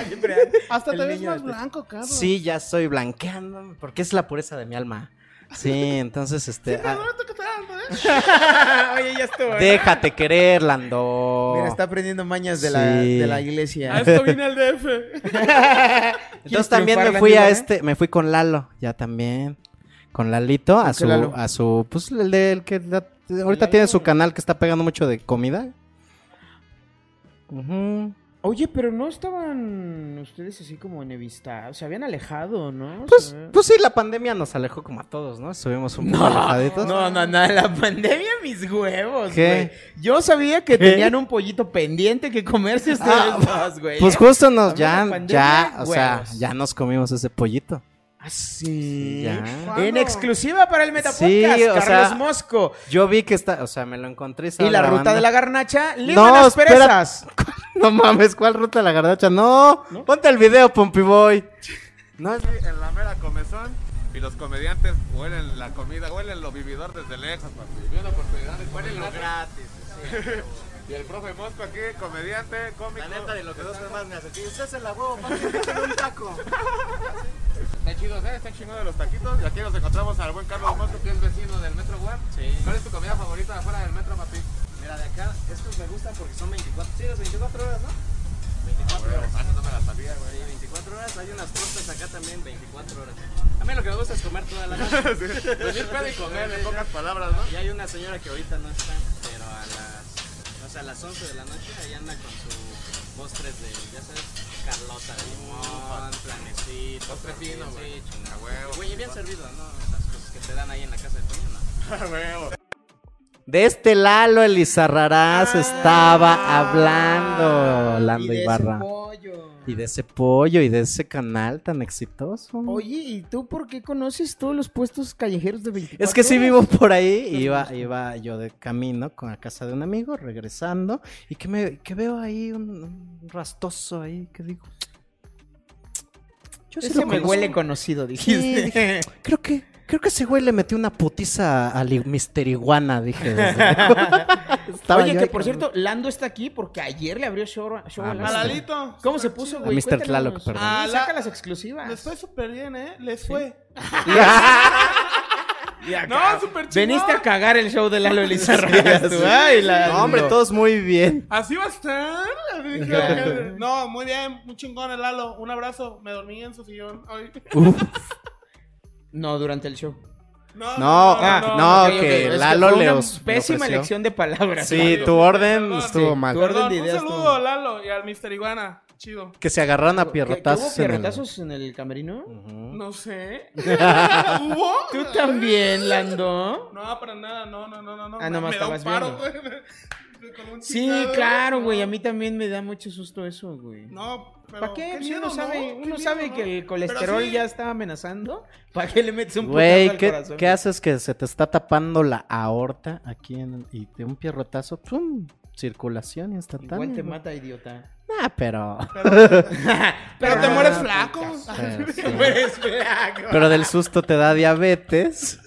Speaker 4: Hasta
Speaker 2: El
Speaker 4: te ves
Speaker 2: niño
Speaker 4: más
Speaker 2: de-
Speaker 4: blanco,
Speaker 3: (laughs)
Speaker 4: Carlos.
Speaker 3: Sí, ya estoy blanqueando, porque es la pureza de mi alma. Sí, entonces, este... ah,
Speaker 4: Perdónate que te ando, ¿eh?
Speaker 2: Oye, ya estuvo. ¿eh?
Speaker 3: déjate querer, Lando.
Speaker 2: Mira, está aprendiendo mañas de, la,
Speaker 3: Sí.
Speaker 2: de la
Speaker 4: A
Speaker 2: iglesia.
Speaker 4: esto
Speaker 2: (laughs)
Speaker 4: vine al DF.
Speaker 2: ¿Quieres
Speaker 3: Entonces también
Speaker 2: triunfar,
Speaker 3: me fui
Speaker 2: Landívar,
Speaker 3: a
Speaker 2: eh?
Speaker 3: este, me fui con Lalo, ya también. Con Lalito, a su,
Speaker 2: Lalo?
Speaker 3: a su, pues el de- el que da- ahorita tiene su canal que está pegando mucho de comida. Ujú.
Speaker 2: Oye, pero no estaban ustedes así como enevistados. Se habían alejado, ¿no?
Speaker 3: Pues,
Speaker 2: Se-
Speaker 3: pues sí, la pandemia nos alejó como a todos, ¿no? Estuvimos un poco alejaditos.
Speaker 2: No, no, no, la pandemia mis huevos, güey.
Speaker 3: ¿Qué?
Speaker 2: Yo sabía que
Speaker 3: ¿Qué?
Speaker 2: tenían un pollito pendiente que comerse ustedes
Speaker 3: (laughs) Ah,
Speaker 2: dos, güey.
Speaker 3: Pues justo nos,
Speaker 2: También
Speaker 3: ya,
Speaker 2: la pandemia,
Speaker 3: ya, o sea,
Speaker 2: huevos. Ah,
Speaker 3: ya nos comimos ese pollito.
Speaker 2: Así.
Speaker 3: Ya. Eh,
Speaker 2: En exclusiva para el Metapodcast,
Speaker 3: Sí, o
Speaker 2: Carlos
Speaker 3: sea,
Speaker 2: Mosco.
Speaker 3: Yo vi que está, o sea, me lo encontré.
Speaker 2: Y
Speaker 3: estaba
Speaker 2: la ruta
Speaker 3: grabando.
Speaker 2: de la garnacha, Lima
Speaker 3: No,
Speaker 2: las
Speaker 3: espera.
Speaker 2: perezas.
Speaker 3: (laughs) No mames, ¿cuál ruta de la garnacha? No, ponte el video, Pompey Boy. No es
Speaker 9: en la mera comezón y los comediantes huelen la comida, huelen lo vividor desde lejos, papi. Y una oportunidad de huelen lo gratis. Y el profe Mosco aquí, comediante, cómico. La neta de lo que dos hermanos me hacen. Usted se la huevo, papi, un (laughs) taco. Está chido, ¿eh? Está chingón de los taquitos. Y aquí nos encontramos al buen Carlos Mosco, que es vecino del Metro Guam. ¿Cuál es tu comida favorita de afuera del Metro, papi? Mira, de acá, estos me gustan porque son 24, sí, las 24 horas, ¿no? 24 horas. Ah, no me la sabía, güey. 24 horas, hay unas tortas acá también, 24 horas.
Speaker 10: A mí lo que me gusta es comer toda la
Speaker 9: (laughs)
Speaker 10: noche. Pues
Speaker 9: Decir pedo y comer, en pocas palabras, ¿no?
Speaker 10: Y hay una señora que ahorita no está, pero a las, o sea, a las 11 de la noche ahí anda con su postres de, ya sabes, Carlota de limón, planecito.
Speaker 9: Postre fino,
Speaker 10: tortilla,
Speaker 9: güey.
Speaker 10: sí, chingada.
Speaker 9: A huevo.
Speaker 10: Güey, y bien servido, ¿no? Esas cosas que te dan ahí en la casa de Toño, ¿no?
Speaker 9: A huevo.
Speaker 3: De este Lalo Elizarrarás estaba
Speaker 2: Ah,
Speaker 3: hablando, Lando Ibarra. Y de ese pollo y de ese canal tan exitoso.
Speaker 2: Oye, ¿y tú por qué conoces todos los puestos callejeros de 24
Speaker 3: Es que sí
Speaker 2: horas?
Speaker 3: vivo por ahí,
Speaker 2: Pues
Speaker 3: iba, iba yo de camino con la casa de un amigo, regresando, y que me que veo ahí un, un rastoso ahí, que digo. Yo sí
Speaker 2: Ese
Speaker 3: lo
Speaker 2: me
Speaker 3: conozco.
Speaker 2: huele conocido,
Speaker 3: Sí,
Speaker 2: dijiste.
Speaker 3: dije, creo que, creo que ese güey le metió una putiza a Mister misteriguana, dije.
Speaker 2: (laughs)
Speaker 3: desde luego. Estaba
Speaker 2: Oye,
Speaker 3: yo
Speaker 2: que
Speaker 3: ahí
Speaker 2: por
Speaker 3: con-
Speaker 2: cierto, Lando está aquí porque ayer le abrió show, a- show
Speaker 3: Ah,
Speaker 2: a
Speaker 4: A
Speaker 2: Lando.
Speaker 4: Lalito.
Speaker 2: ¿Cómo se puso, güey?
Speaker 3: Mr.
Speaker 2: Cuéntanos.
Speaker 3: Tlaloc, perdón.
Speaker 2: Ah,
Speaker 4: la-
Speaker 2: saca las
Speaker 4: Les
Speaker 2: exclusivas.
Speaker 4: fue súper bien, ¿eh? Les fue.
Speaker 2: No,
Speaker 4: No, súper chingón.
Speaker 2: Veniste a cagar el show de (laughs) Lalo ¿eh? Elizarra. (laughs) Ay, Lalo.
Speaker 3: No, hombre, todos muy bien.
Speaker 4: Así va a estar. Así dije,
Speaker 2: Claro.
Speaker 4: No, muy bien. Un chingón, el Lalo. Un abrazo. Me dormí en su sillón hoy.
Speaker 3: Uf.
Speaker 2: No, durante el show.
Speaker 4: No,
Speaker 3: No, ah, no,
Speaker 2: ok, ok.
Speaker 3: que
Speaker 2: Es
Speaker 3: Lalo
Speaker 2: fue
Speaker 3: le
Speaker 2: una
Speaker 3: os- le
Speaker 2: Pésima
Speaker 3: ofreció.
Speaker 2: elección de palabras.
Speaker 3: Sí,
Speaker 2: Lalo.
Speaker 3: tu orden
Speaker 4: Sí,
Speaker 3: estuvo
Speaker 4: tu
Speaker 3: mal.
Speaker 2: orden
Speaker 4: Perdón,
Speaker 2: de
Speaker 4: un
Speaker 2: ideas,
Speaker 4: saludo,
Speaker 2: tú.
Speaker 4: Lalo, y al Mr. Iguana. Chido.
Speaker 3: Que se agarraron a
Speaker 2: Ah. ¿Que- que
Speaker 3: pierrotazos.
Speaker 2: ¿Hubo
Speaker 3: en el-
Speaker 2: pierrotazos en el camerino?
Speaker 3: Ujú.
Speaker 4: No sé. ¿Hubo?
Speaker 2: Tú también, Lando.
Speaker 4: No, para nada, no, no, no, no. no.
Speaker 2: Ah, nomás
Speaker 4: Me da un
Speaker 2: estabas
Speaker 4: paro, güey. Con un
Speaker 2: Sí,
Speaker 4: chingado.
Speaker 2: claro, güey. A mí también me da mucho susto eso, güey.
Speaker 4: No, pero.
Speaker 2: ¿Para qué? Si
Speaker 4: miedo,
Speaker 2: uno
Speaker 4: ¿no?
Speaker 2: sabe,
Speaker 4: Qué
Speaker 2: uno
Speaker 4: miedo,
Speaker 2: sabe
Speaker 4: ¿no?
Speaker 2: que el
Speaker 4: Pero
Speaker 2: colesterol
Speaker 4: sí,
Speaker 2: ya está amenazando. (laughs) ¿Para qué le metes un putazo
Speaker 3: Güey,
Speaker 2: al
Speaker 3: ¿qué,
Speaker 2: corazón?
Speaker 3: ¿qué haces que se te está tapando la aorta aquí en, y de un pierrotazo, ¡pum! Circulación instantánea.
Speaker 2: Igual te
Speaker 3: güey.
Speaker 2: mata, idiota.
Speaker 3: Ah, pero.
Speaker 4: Pero te
Speaker 3: Ah,
Speaker 4: mueres
Speaker 3: puta,
Speaker 4: flaco. (laughs)
Speaker 3: pero sí.
Speaker 2: Eres flaco.
Speaker 3: Pero del susto te da diabetes.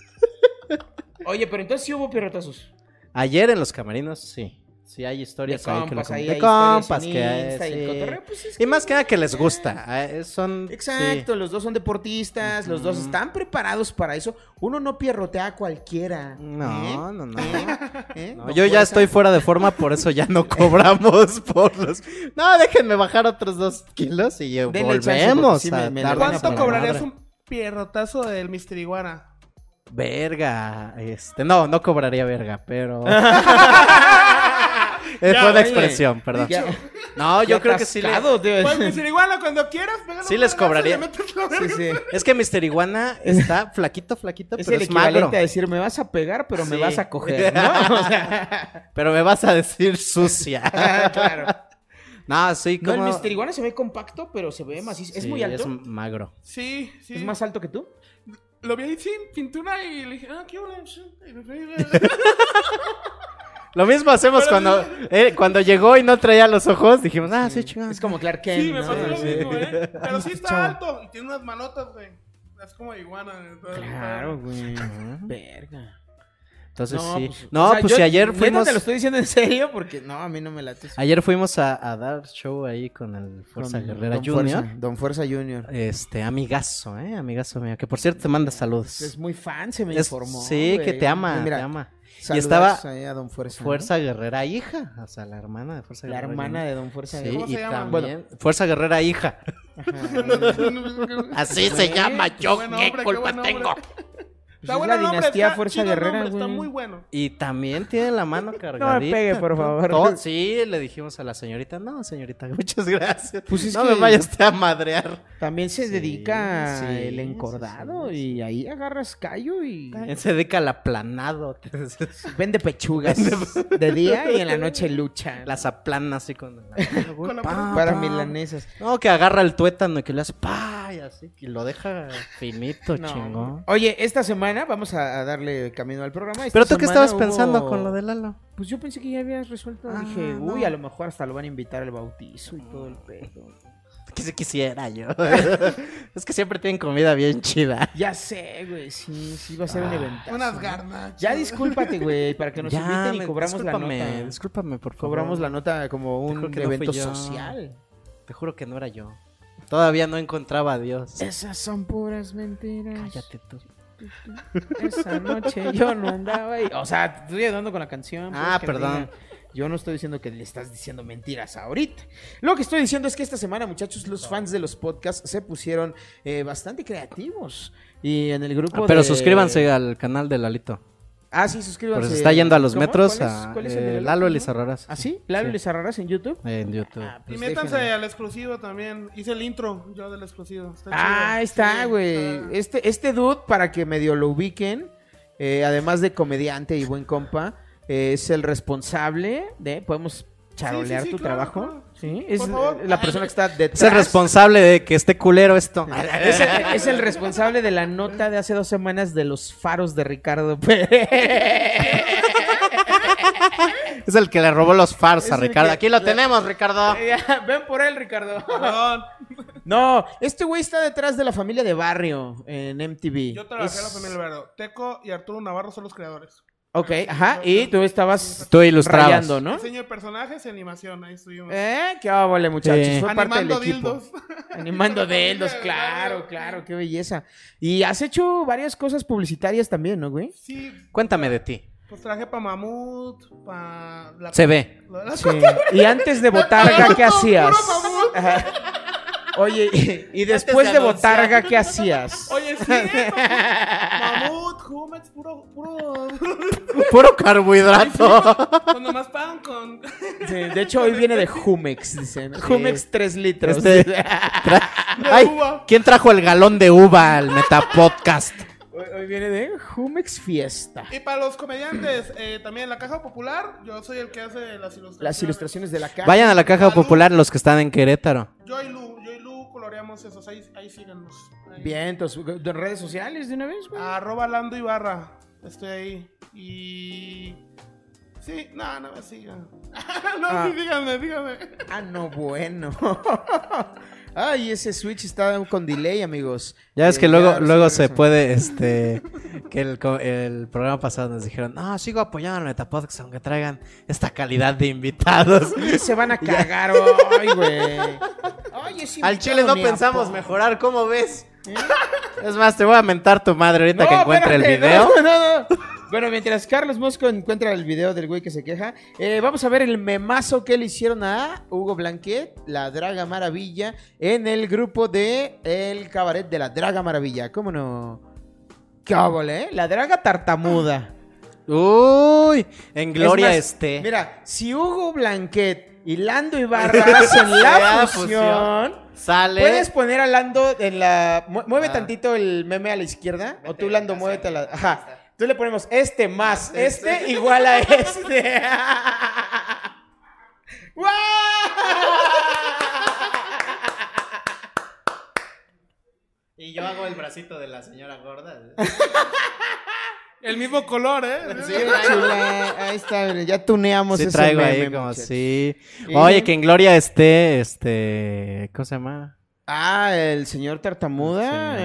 Speaker 2: Oye, pero entonces sí hubo pierrotazos.
Speaker 3: Ayer en los camerinos, sí. Sí, hay historias
Speaker 2: de
Speaker 3: Pues ahí que lo
Speaker 2: compas,
Speaker 3: com-
Speaker 2: ahí
Speaker 3: de
Speaker 2: hay
Speaker 3: compas
Speaker 2: historias en
Speaker 3: que
Speaker 2: Insta y el
Speaker 3: sí.
Speaker 2: cotorreo, pues es
Speaker 3: Y más que nada que les
Speaker 2: ya.
Speaker 3: gusta. eh, son. sí.
Speaker 2: Exacto, los dos son deportistas, los dos están preparados para eso. Uno no pierrotea a cualquiera.
Speaker 3: No, no, no.
Speaker 2: ¿eh? ¿Eh?
Speaker 3: ¿Eh? No,
Speaker 2: No
Speaker 3: yo ya
Speaker 2: fuerza.
Speaker 3: estoy fuera de forma, por eso ya no cobramos (laughs) por los. No, déjenme bajar otros dos kilos y yo
Speaker 2: Denle chance,
Speaker 3: volvemos.
Speaker 2: porque sí me-
Speaker 3: a
Speaker 2: me
Speaker 3: dar
Speaker 2: la van a
Speaker 3: nuestra
Speaker 2: poner.
Speaker 4: ¿Cuánto cobrarías
Speaker 3: madre.
Speaker 4: un pierrotazo del Mr. Iguana?
Speaker 3: Verga, este, no, no cobraría verga,
Speaker 2: (laughs)
Speaker 3: pero. (laughs) Eh, Fue
Speaker 2: oye.
Speaker 3: una expresión, perdón.
Speaker 2: Ya-
Speaker 3: No, yo
Speaker 2: ya
Speaker 3: creo que sí. le-
Speaker 2: atascado, tío.
Speaker 4: Pues Mr. Iguana, cuando quieras, pégale
Speaker 3: Sí
Speaker 4: un
Speaker 3: les
Speaker 4: vergazo y
Speaker 3: cobraría.
Speaker 4: le metes la verga.
Speaker 2: Sí, sí.
Speaker 3: Es que Mr. Iguana está flaquito, flaquito,
Speaker 2: Es
Speaker 3: pero
Speaker 2: el
Speaker 3: es
Speaker 2: equivalente
Speaker 3: magro.
Speaker 2: a decir, me vas a pegar, pero me
Speaker 3: Sí.
Speaker 2: vas a
Speaker 3: (laughs)
Speaker 2: coger, ¿no? O sea,
Speaker 3: Pero me vas a decir
Speaker 2: (laughs)
Speaker 3: sucia.
Speaker 2: Ah, claro.
Speaker 3: no, sí,
Speaker 2: No,
Speaker 3: (laughs) como.
Speaker 2: el Mr. Iguana se ve compacto, pero se ve macizo. ¿Es
Speaker 3: Sí,
Speaker 2: muy alto?
Speaker 3: Es magro.
Speaker 4: Sí, sí.
Speaker 2: ¿Es más alto que tú?
Speaker 4: Lo vi ahí sin pintura y le dije, ah, qué bueno. sí. Y me fui,
Speaker 2: (laughs)
Speaker 4: eh,
Speaker 3: Lo mismo hacemos cuando, eh, cuando llegó y no traía los ojos. Dijimos, ah, sí, chingón.
Speaker 2: Es como Clark Kent,
Speaker 4: Sí, me
Speaker 2: ¿no?
Speaker 4: pasó lo
Speaker 2: Sí.
Speaker 4: mismo, ¿eh?
Speaker 2: (laughs)
Speaker 4: Pero sí
Speaker 2: Chao.
Speaker 4: está alto y tiene unas manotas, güey. Es como iguana. güey. Está-
Speaker 2: Claro,
Speaker 4: (laughs)
Speaker 2: güey.
Speaker 3: Ajá.
Speaker 2: Verga.
Speaker 3: Entonces sí.
Speaker 2: pues,
Speaker 3: no,
Speaker 2: o sea,
Speaker 3: pues
Speaker 2: yo-
Speaker 3: si ayer
Speaker 2: neta,
Speaker 3: fuimos.
Speaker 2: te lo estoy diciendo en serio porque no, a mí no me late. eso.
Speaker 3: Ayer fuimos a, a dar show ahí con el Fuerza
Speaker 2: Don-
Speaker 3: Guerrera
Speaker 2: Don
Speaker 3: Junior.
Speaker 2: Fuerza, Don Fuerza Junior.
Speaker 3: Este, amigazo, eh, amigazo mío. Que por cierto te manda saludos.
Speaker 2: Es muy fan, se me
Speaker 3: Es-
Speaker 2: informó.
Speaker 3: sí,
Speaker 2: güey.
Speaker 3: que te ama,
Speaker 2: Mira,
Speaker 3: te ama.
Speaker 2: saludazos
Speaker 3: estaba
Speaker 2: ahí a Don Fuerza. ¿no?
Speaker 3: Fuerza Guerrera hija. O sea, la hermana de Fuerza
Speaker 2: La
Speaker 3: Guerrera.
Speaker 2: hermana de Don Fuerza.
Speaker 3: Sí,
Speaker 4: ¿Cómo
Speaker 3: y pues
Speaker 4: se llama?
Speaker 3: también. Fuerza Guerrera hija. (laughs) Así se llama yo.
Speaker 4: buen
Speaker 3: ¿Qué
Speaker 4: hombre, qué
Speaker 3: culpa
Speaker 4: buen hombre.
Speaker 3: tengo?
Speaker 4: Está
Speaker 2: Pues es
Speaker 4: bueno
Speaker 2: la
Speaker 4: el nombre,
Speaker 2: dinastía
Speaker 4: está
Speaker 2: Fuerza
Speaker 4: chido el
Speaker 2: Guerrera,
Speaker 4: nombre, Está
Speaker 2: güey.
Speaker 4: muy bueno.
Speaker 3: Y también tiene la mano
Speaker 2: (laughs)
Speaker 3: cargadita.
Speaker 2: pegue, por
Speaker 3: tú,
Speaker 2: favor. (laughs)
Speaker 3: todo. Sí, le dijimos a la señorita, no, señorita, (laughs) muchas gracias.
Speaker 2: Pues es
Speaker 3: no
Speaker 2: que-
Speaker 3: me vayas a madrear.
Speaker 2: También se
Speaker 3: Sí,
Speaker 2: dedica
Speaker 3: sí,
Speaker 2: el encordado
Speaker 3: sí, sí,
Speaker 2: y ahí agarras callo y
Speaker 3: Se dedica al
Speaker 2: (laughs)
Speaker 3: aplanado.
Speaker 2: vende pechugas de día y en
Speaker 3: (laughs)
Speaker 2: la noche lucha.
Speaker 3: Las aplana así con la,
Speaker 4: Con la
Speaker 3: Pa,
Speaker 2: para
Speaker 3: pa.
Speaker 2: milanesas.
Speaker 3: No, que agarra el tuétano y que le hace pa y así. Y lo deja finito,
Speaker 2: No.
Speaker 3: chingón.
Speaker 2: Oye, esta semana vamos a a darle camino al programa. Esta
Speaker 3: Pero tú qué
Speaker 2: semana
Speaker 3: estabas pensando
Speaker 2: hubo-
Speaker 3: con lo de Lalo.
Speaker 2: Pues yo pensé que ya habías resuelto.
Speaker 3: Ah,
Speaker 2: Dije,
Speaker 3: no.
Speaker 2: uy, a lo mejor hasta lo van a invitar al bautizo y todo el pedo.
Speaker 3: Que se quisiera yo. (laughs) es que siempre tienen comida bien chida.
Speaker 2: Ya sé, güey, sí, sí, va a ser un
Speaker 3: Ah.
Speaker 2: eventazo.
Speaker 4: Unas
Speaker 2: ¿no?
Speaker 4: garnachas.
Speaker 2: Ya discúlpate, güey, para que
Speaker 3: (laughs)
Speaker 2: nos inviten y
Speaker 3: me-
Speaker 2: cobramos la
Speaker 3: discúlpame,
Speaker 2: nota.
Speaker 3: Discúlpame, por favor.
Speaker 2: Cobramos la nota como
Speaker 3: juro
Speaker 2: un
Speaker 3: que no fui
Speaker 2: evento
Speaker 3: yo.
Speaker 2: social.
Speaker 3: Te juro que no era yo. Todavía no encontraba a Dios.
Speaker 2: (laughs) Esas son puras mentiras.
Speaker 3: Cállate tú.
Speaker 2: Esa noche yo no andaba ahí. O sea, te estoy ayudando con la canción.
Speaker 3: Ah,
Speaker 2: pues, que
Speaker 3: perdón. Ah,
Speaker 2: diga, Yo no estoy diciendo que le estás diciendo mentiras ahorita. Lo que estoy diciendo es que esta semana, muchachos, los fans de los podcasts se pusieron eh, bastante creativos. Y en el grupo.
Speaker 3: Ah, Pero
Speaker 2: de-
Speaker 3: suscríbanse al canal de Lalito.
Speaker 2: Ah, sí, suscríbanse.
Speaker 3: Porque se está yendo a los
Speaker 2: ¿Cómo?
Speaker 3: metros
Speaker 2: ¿Cuál es-
Speaker 3: a
Speaker 2: cuál es
Speaker 3: eh,
Speaker 2: el de
Speaker 3: Lalo
Speaker 2: ¿no?
Speaker 3: Elizarraras.
Speaker 2: ¿Ah, sí? ¿Lalo Elizarraras en YouTube?
Speaker 3: En YouTube.
Speaker 2: Ah,
Speaker 4: Y
Speaker 2: pues
Speaker 4: métanse
Speaker 2: déjenlo.
Speaker 4: al exclusivo también. Hice el intro yo del exclusivo. Está
Speaker 2: Ah,
Speaker 4: chido.
Speaker 2: ahí está,
Speaker 4: Sí,
Speaker 2: güey.
Speaker 4: está-
Speaker 2: Este, este dude, para que medio lo ubiquen, eh, además de comediante y buen compa, eh, es el responsable de. ¿Podemos charolear
Speaker 4: sí,
Speaker 2: tu
Speaker 4: claro,
Speaker 2: trabajo?
Speaker 4: claro.
Speaker 2: Sí, es
Speaker 4: Por favor.
Speaker 2: la persona que está detrás.
Speaker 3: Es el responsable de que esté culero esto.
Speaker 2: Es el, es el responsable de la nota de hace dos semanas de los faros de Ricardo
Speaker 4: (laughs)
Speaker 2: Pérez.
Speaker 3: (laughs) Es el que le robó los fars a
Speaker 2: Es el
Speaker 3: Ricardo.
Speaker 2: que-
Speaker 3: Aquí lo tenemos, Ricardo.
Speaker 2: Ven por él, Ricardo.
Speaker 4: Perdón.
Speaker 2: No, este güey está detrás de la familia de Barrio en MTV.
Speaker 4: Yo trabajé en la
Speaker 2: Es-
Speaker 4: familia Alvaro. Teco y Arturo Navarro son los creadores.
Speaker 2: Ok, ajá, y tú estabas
Speaker 3: Tú ilustrabas.
Speaker 2: rayando, ¿no?
Speaker 4: Diseño de personajes y animación. Ahí estuvimos.
Speaker 2: ¿Eh? Qué óvole, muchachos.
Speaker 3: Sí.
Speaker 2: Fue parte del
Speaker 4: Animando
Speaker 2: equipo.
Speaker 4: dildos.
Speaker 2: Animando dildos, claro, claro, qué belleza. Y has hecho varias cosas publicitarias también, ¿no, güey?
Speaker 4: (laughs) Sí,
Speaker 3: Cuéntame de ti.
Speaker 4: pues traje para Mamut, para... La...
Speaker 3: Se ve. (laughs)
Speaker 4: lo de (laughs) la-
Speaker 2: Sí. Y antes de Botarga, ¿qué hacías?
Speaker 4: Puro
Speaker 2: (laughs)
Speaker 4: mamut.
Speaker 2: Ajá. Oye, y- y después de Botarga, ¿qué
Speaker 4: (laughs)
Speaker 2: hacías?
Speaker 4: Oye, sí, eh, Mamut, Jumex, puro,
Speaker 2: (laughs)
Speaker 4: puro...
Speaker 3: Puro carbohidrato.
Speaker 4: Cuando más pagan con... (laughs)
Speaker 2: Sí, de hecho, hoy viene de Jumex, dicen. Jumex 3 litros. (laughs)
Speaker 3: Este- Tra- Ay,
Speaker 4: uva.
Speaker 3: ¿quién trajo el galón de
Speaker 2: (laughs)
Speaker 3: uva al Metapodcast?
Speaker 2: Hoy, hoy viene de Jumex Fiesta.
Speaker 4: Y para los comediantes, eh, también la Caja Popular, yo soy el que hace las ilustraciones.
Speaker 2: Las ilustraciones de la caja.
Speaker 3: Vayan a la caja popular los que están en Querétaro.
Speaker 4: Yo y Lu, yo y Lu coloreamos esos, ahí, ahí síganos. Ahí.
Speaker 2: Bien, entonces, ¿de redes sociales de una vez, güey?
Speaker 4: Arroba Lando Ibarra, estoy ahí. Y... Sí, no, (laughs) no me sigan. no,
Speaker 2: Ah.
Speaker 4: sí, díganme, díganme.
Speaker 2: Ah, no, bueno. (laughs) Ay, ese Switch está con delay, amigos.
Speaker 3: Ya ves
Speaker 2: Eh,
Speaker 3: que luego,
Speaker 2: ya,
Speaker 3: luego se
Speaker 2: regresa. (laughs)
Speaker 3: puede, este, que el, co- el programa pasado nos dijeron, no, sigo apoyando al Metapodcast aunque traigan esta calidad
Speaker 2: (laughs)
Speaker 3: de invitados.
Speaker 2: Y Se
Speaker 3: (laughs)
Speaker 2: van a cagar hoy, güey. Ay, ese
Speaker 3: Al
Speaker 2: invitado
Speaker 3: Chile no
Speaker 2: ni
Speaker 3: pensamos
Speaker 2: apo-
Speaker 3: mejorar, ¿cómo ves? (laughs) Es más, te voy a mentar tu madre ahorita
Speaker 2: ¿Eh? No,
Speaker 3: que encuentre el
Speaker 2: espérate,
Speaker 3: video.
Speaker 2: no, no, no. Bueno, mientras Carlos Mosco encuentra el video del güey que se queja, eh, vamos a ver el memazo que le hicieron a Hugo Blanquet, la Draga Maravilla, en el grupo de El Cabaret de la Draga Maravilla. ¿Cómo no? ¡Qué óvole, eh? La Draga Tartamuda.
Speaker 3: Uy, en gloria este.
Speaker 2: Es más,
Speaker 3: esté.
Speaker 2: Mira, si Hugo Blanquet y
Speaker 3: (laughs)
Speaker 2: Lando Ibarra hacen la
Speaker 3: La
Speaker 2: fusión,
Speaker 3: Sale.
Speaker 2: puedes poner a Lando en la. mu- Mueve
Speaker 3: Ah.
Speaker 2: tantito el meme a la izquierda. o tú,
Speaker 3: Vete
Speaker 2: Lando,
Speaker 3: hacia
Speaker 2: muévete a la.
Speaker 3: arriba, ahí
Speaker 2: Ajá.
Speaker 3: está.
Speaker 2: Entonces le ponemos este más este igual a este. (laughs) ¡Guau!
Speaker 3: Y yo hago el bracito de la señora gorda.
Speaker 4: El mismo color, ¿eh?
Speaker 2: Qué chula. Ahí está, miren, ya tuneamos
Speaker 3: Sí,
Speaker 2: ese
Speaker 3: traigo ahí
Speaker 2: meme,
Speaker 3: como
Speaker 2: muchachos.
Speaker 3: así.
Speaker 2: Y-
Speaker 3: Oye, que en gloria esté, este, ¿cómo se llama?
Speaker 2: Ah, el señor Tartamuda.
Speaker 3: Sí,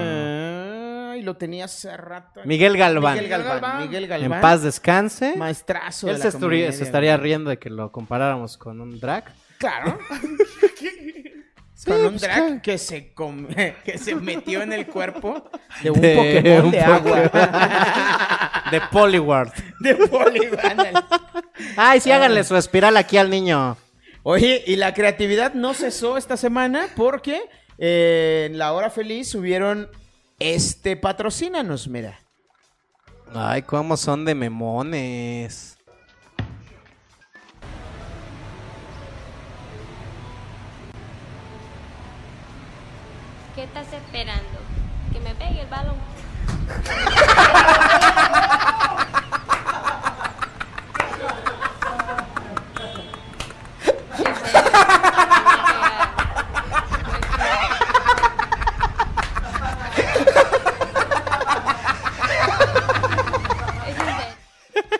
Speaker 2: Ay, lo tenía hace rato.
Speaker 3: Miguel Galván.
Speaker 2: Miguel Galván. Miguel Galván.
Speaker 3: En paz descanse.
Speaker 2: Maestrazo. de
Speaker 3: Él
Speaker 2: la
Speaker 3: se, estuvi-
Speaker 2: comedia,
Speaker 3: se estaría riendo de que lo comparáramos con un drag.
Speaker 2: Claro.
Speaker 3: (laughs) Sí,
Speaker 2: Con un
Speaker 3: pues,
Speaker 2: drag
Speaker 3: claro.
Speaker 2: que se, com- (laughs) que se metió en el cuerpo de un
Speaker 3: De
Speaker 2: Pokémon
Speaker 3: un
Speaker 2: de
Speaker 3: Pokémon. (laughs)
Speaker 2: agua.
Speaker 3: De Polyward.
Speaker 2: de Polygon, ándale.
Speaker 3: (laughs) Ay, sí, háganle su espiral aquí al niño.
Speaker 2: Oye, y la creatividad no cesó esta semana porque eh, en La Hora Feliz subieron este patrocínanos, mira.
Speaker 3: Ay, cómo son de memones.
Speaker 11: ¿Qué estás esperando? Que me pegue el balón.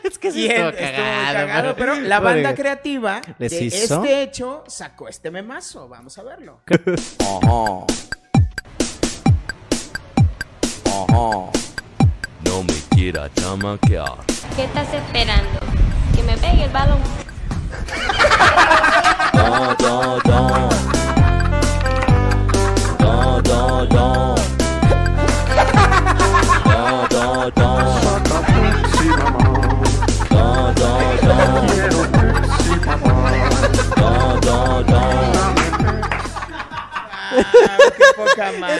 Speaker 3: Es que
Speaker 2: Y en- estuvo muy cagado, pero la banda creativa
Speaker 3: ¿Les
Speaker 2: de
Speaker 3: hizo?
Speaker 2: este hecho sacó este memazo. Vamos a verlo.
Speaker 12: No me quiera chamaquear.
Speaker 11: ¿Qué estás esperando? Que me pegue el balón.
Speaker 12: Da, da, da. Da, da, da. Da, da, da. Da, da, da.
Speaker 2: ma-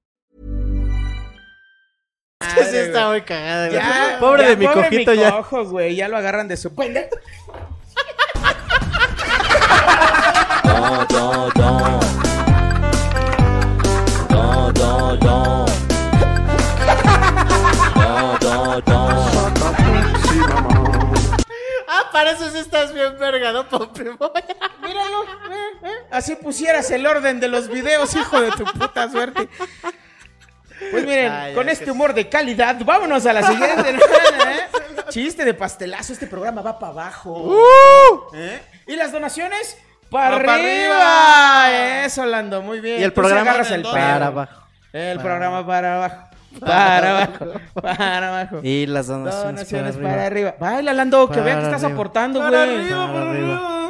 Speaker 3: Sí, está muy cagada, güey.
Speaker 2: Ya,
Speaker 3: Pobre
Speaker 2: ya,
Speaker 3: de mi
Speaker 2: pobre
Speaker 3: cojito ya.
Speaker 2: cojo, güey, ya lo agarran de su pendejo.
Speaker 12: Da, da, da. Da, da, da. Da, da, da.
Speaker 3: Ah, para eso sí estás bien verga, (laughs) ¿no, Pope?
Speaker 2: Míralo. Así pusieras el orden de los videos, hijo de tu puta suerte. Pues miren,
Speaker 3: Ay,
Speaker 2: con
Speaker 3: ay,
Speaker 2: este humor de calidad, vámonos a la
Speaker 3: (laughs)
Speaker 2: siguiente. ¿eh? Chiste de pastelazo, este programa va para abajo.
Speaker 3: ¡Uh!
Speaker 2: ¿Eh? ¿Y las donaciones? Para
Speaker 3: Va pa'
Speaker 2: arriba. Eso, Lando, muy bien.
Speaker 3: Y el
Speaker 2: Tú sí
Speaker 3: programa
Speaker 2: agarras el
Speaker 3: para
Speaker 2: pedo.
Speaker 3: abajo.
Speaker 2: El
Speaker 3: Para
Speaker 2: programa para abajo. Para abajo. Para abajo.
Speaker 3: Y las donaciones,
Speaker 2: Donaciones para,
Speaker 3: para arriba.
Speaker 2: arriba. Baila, Lando, que
Speaker 3: Para
Speaker 2: vean que estás
Speaker 3: arriba.
Speaker 2: aportando, güey.
Speaker 3: Para arriba, para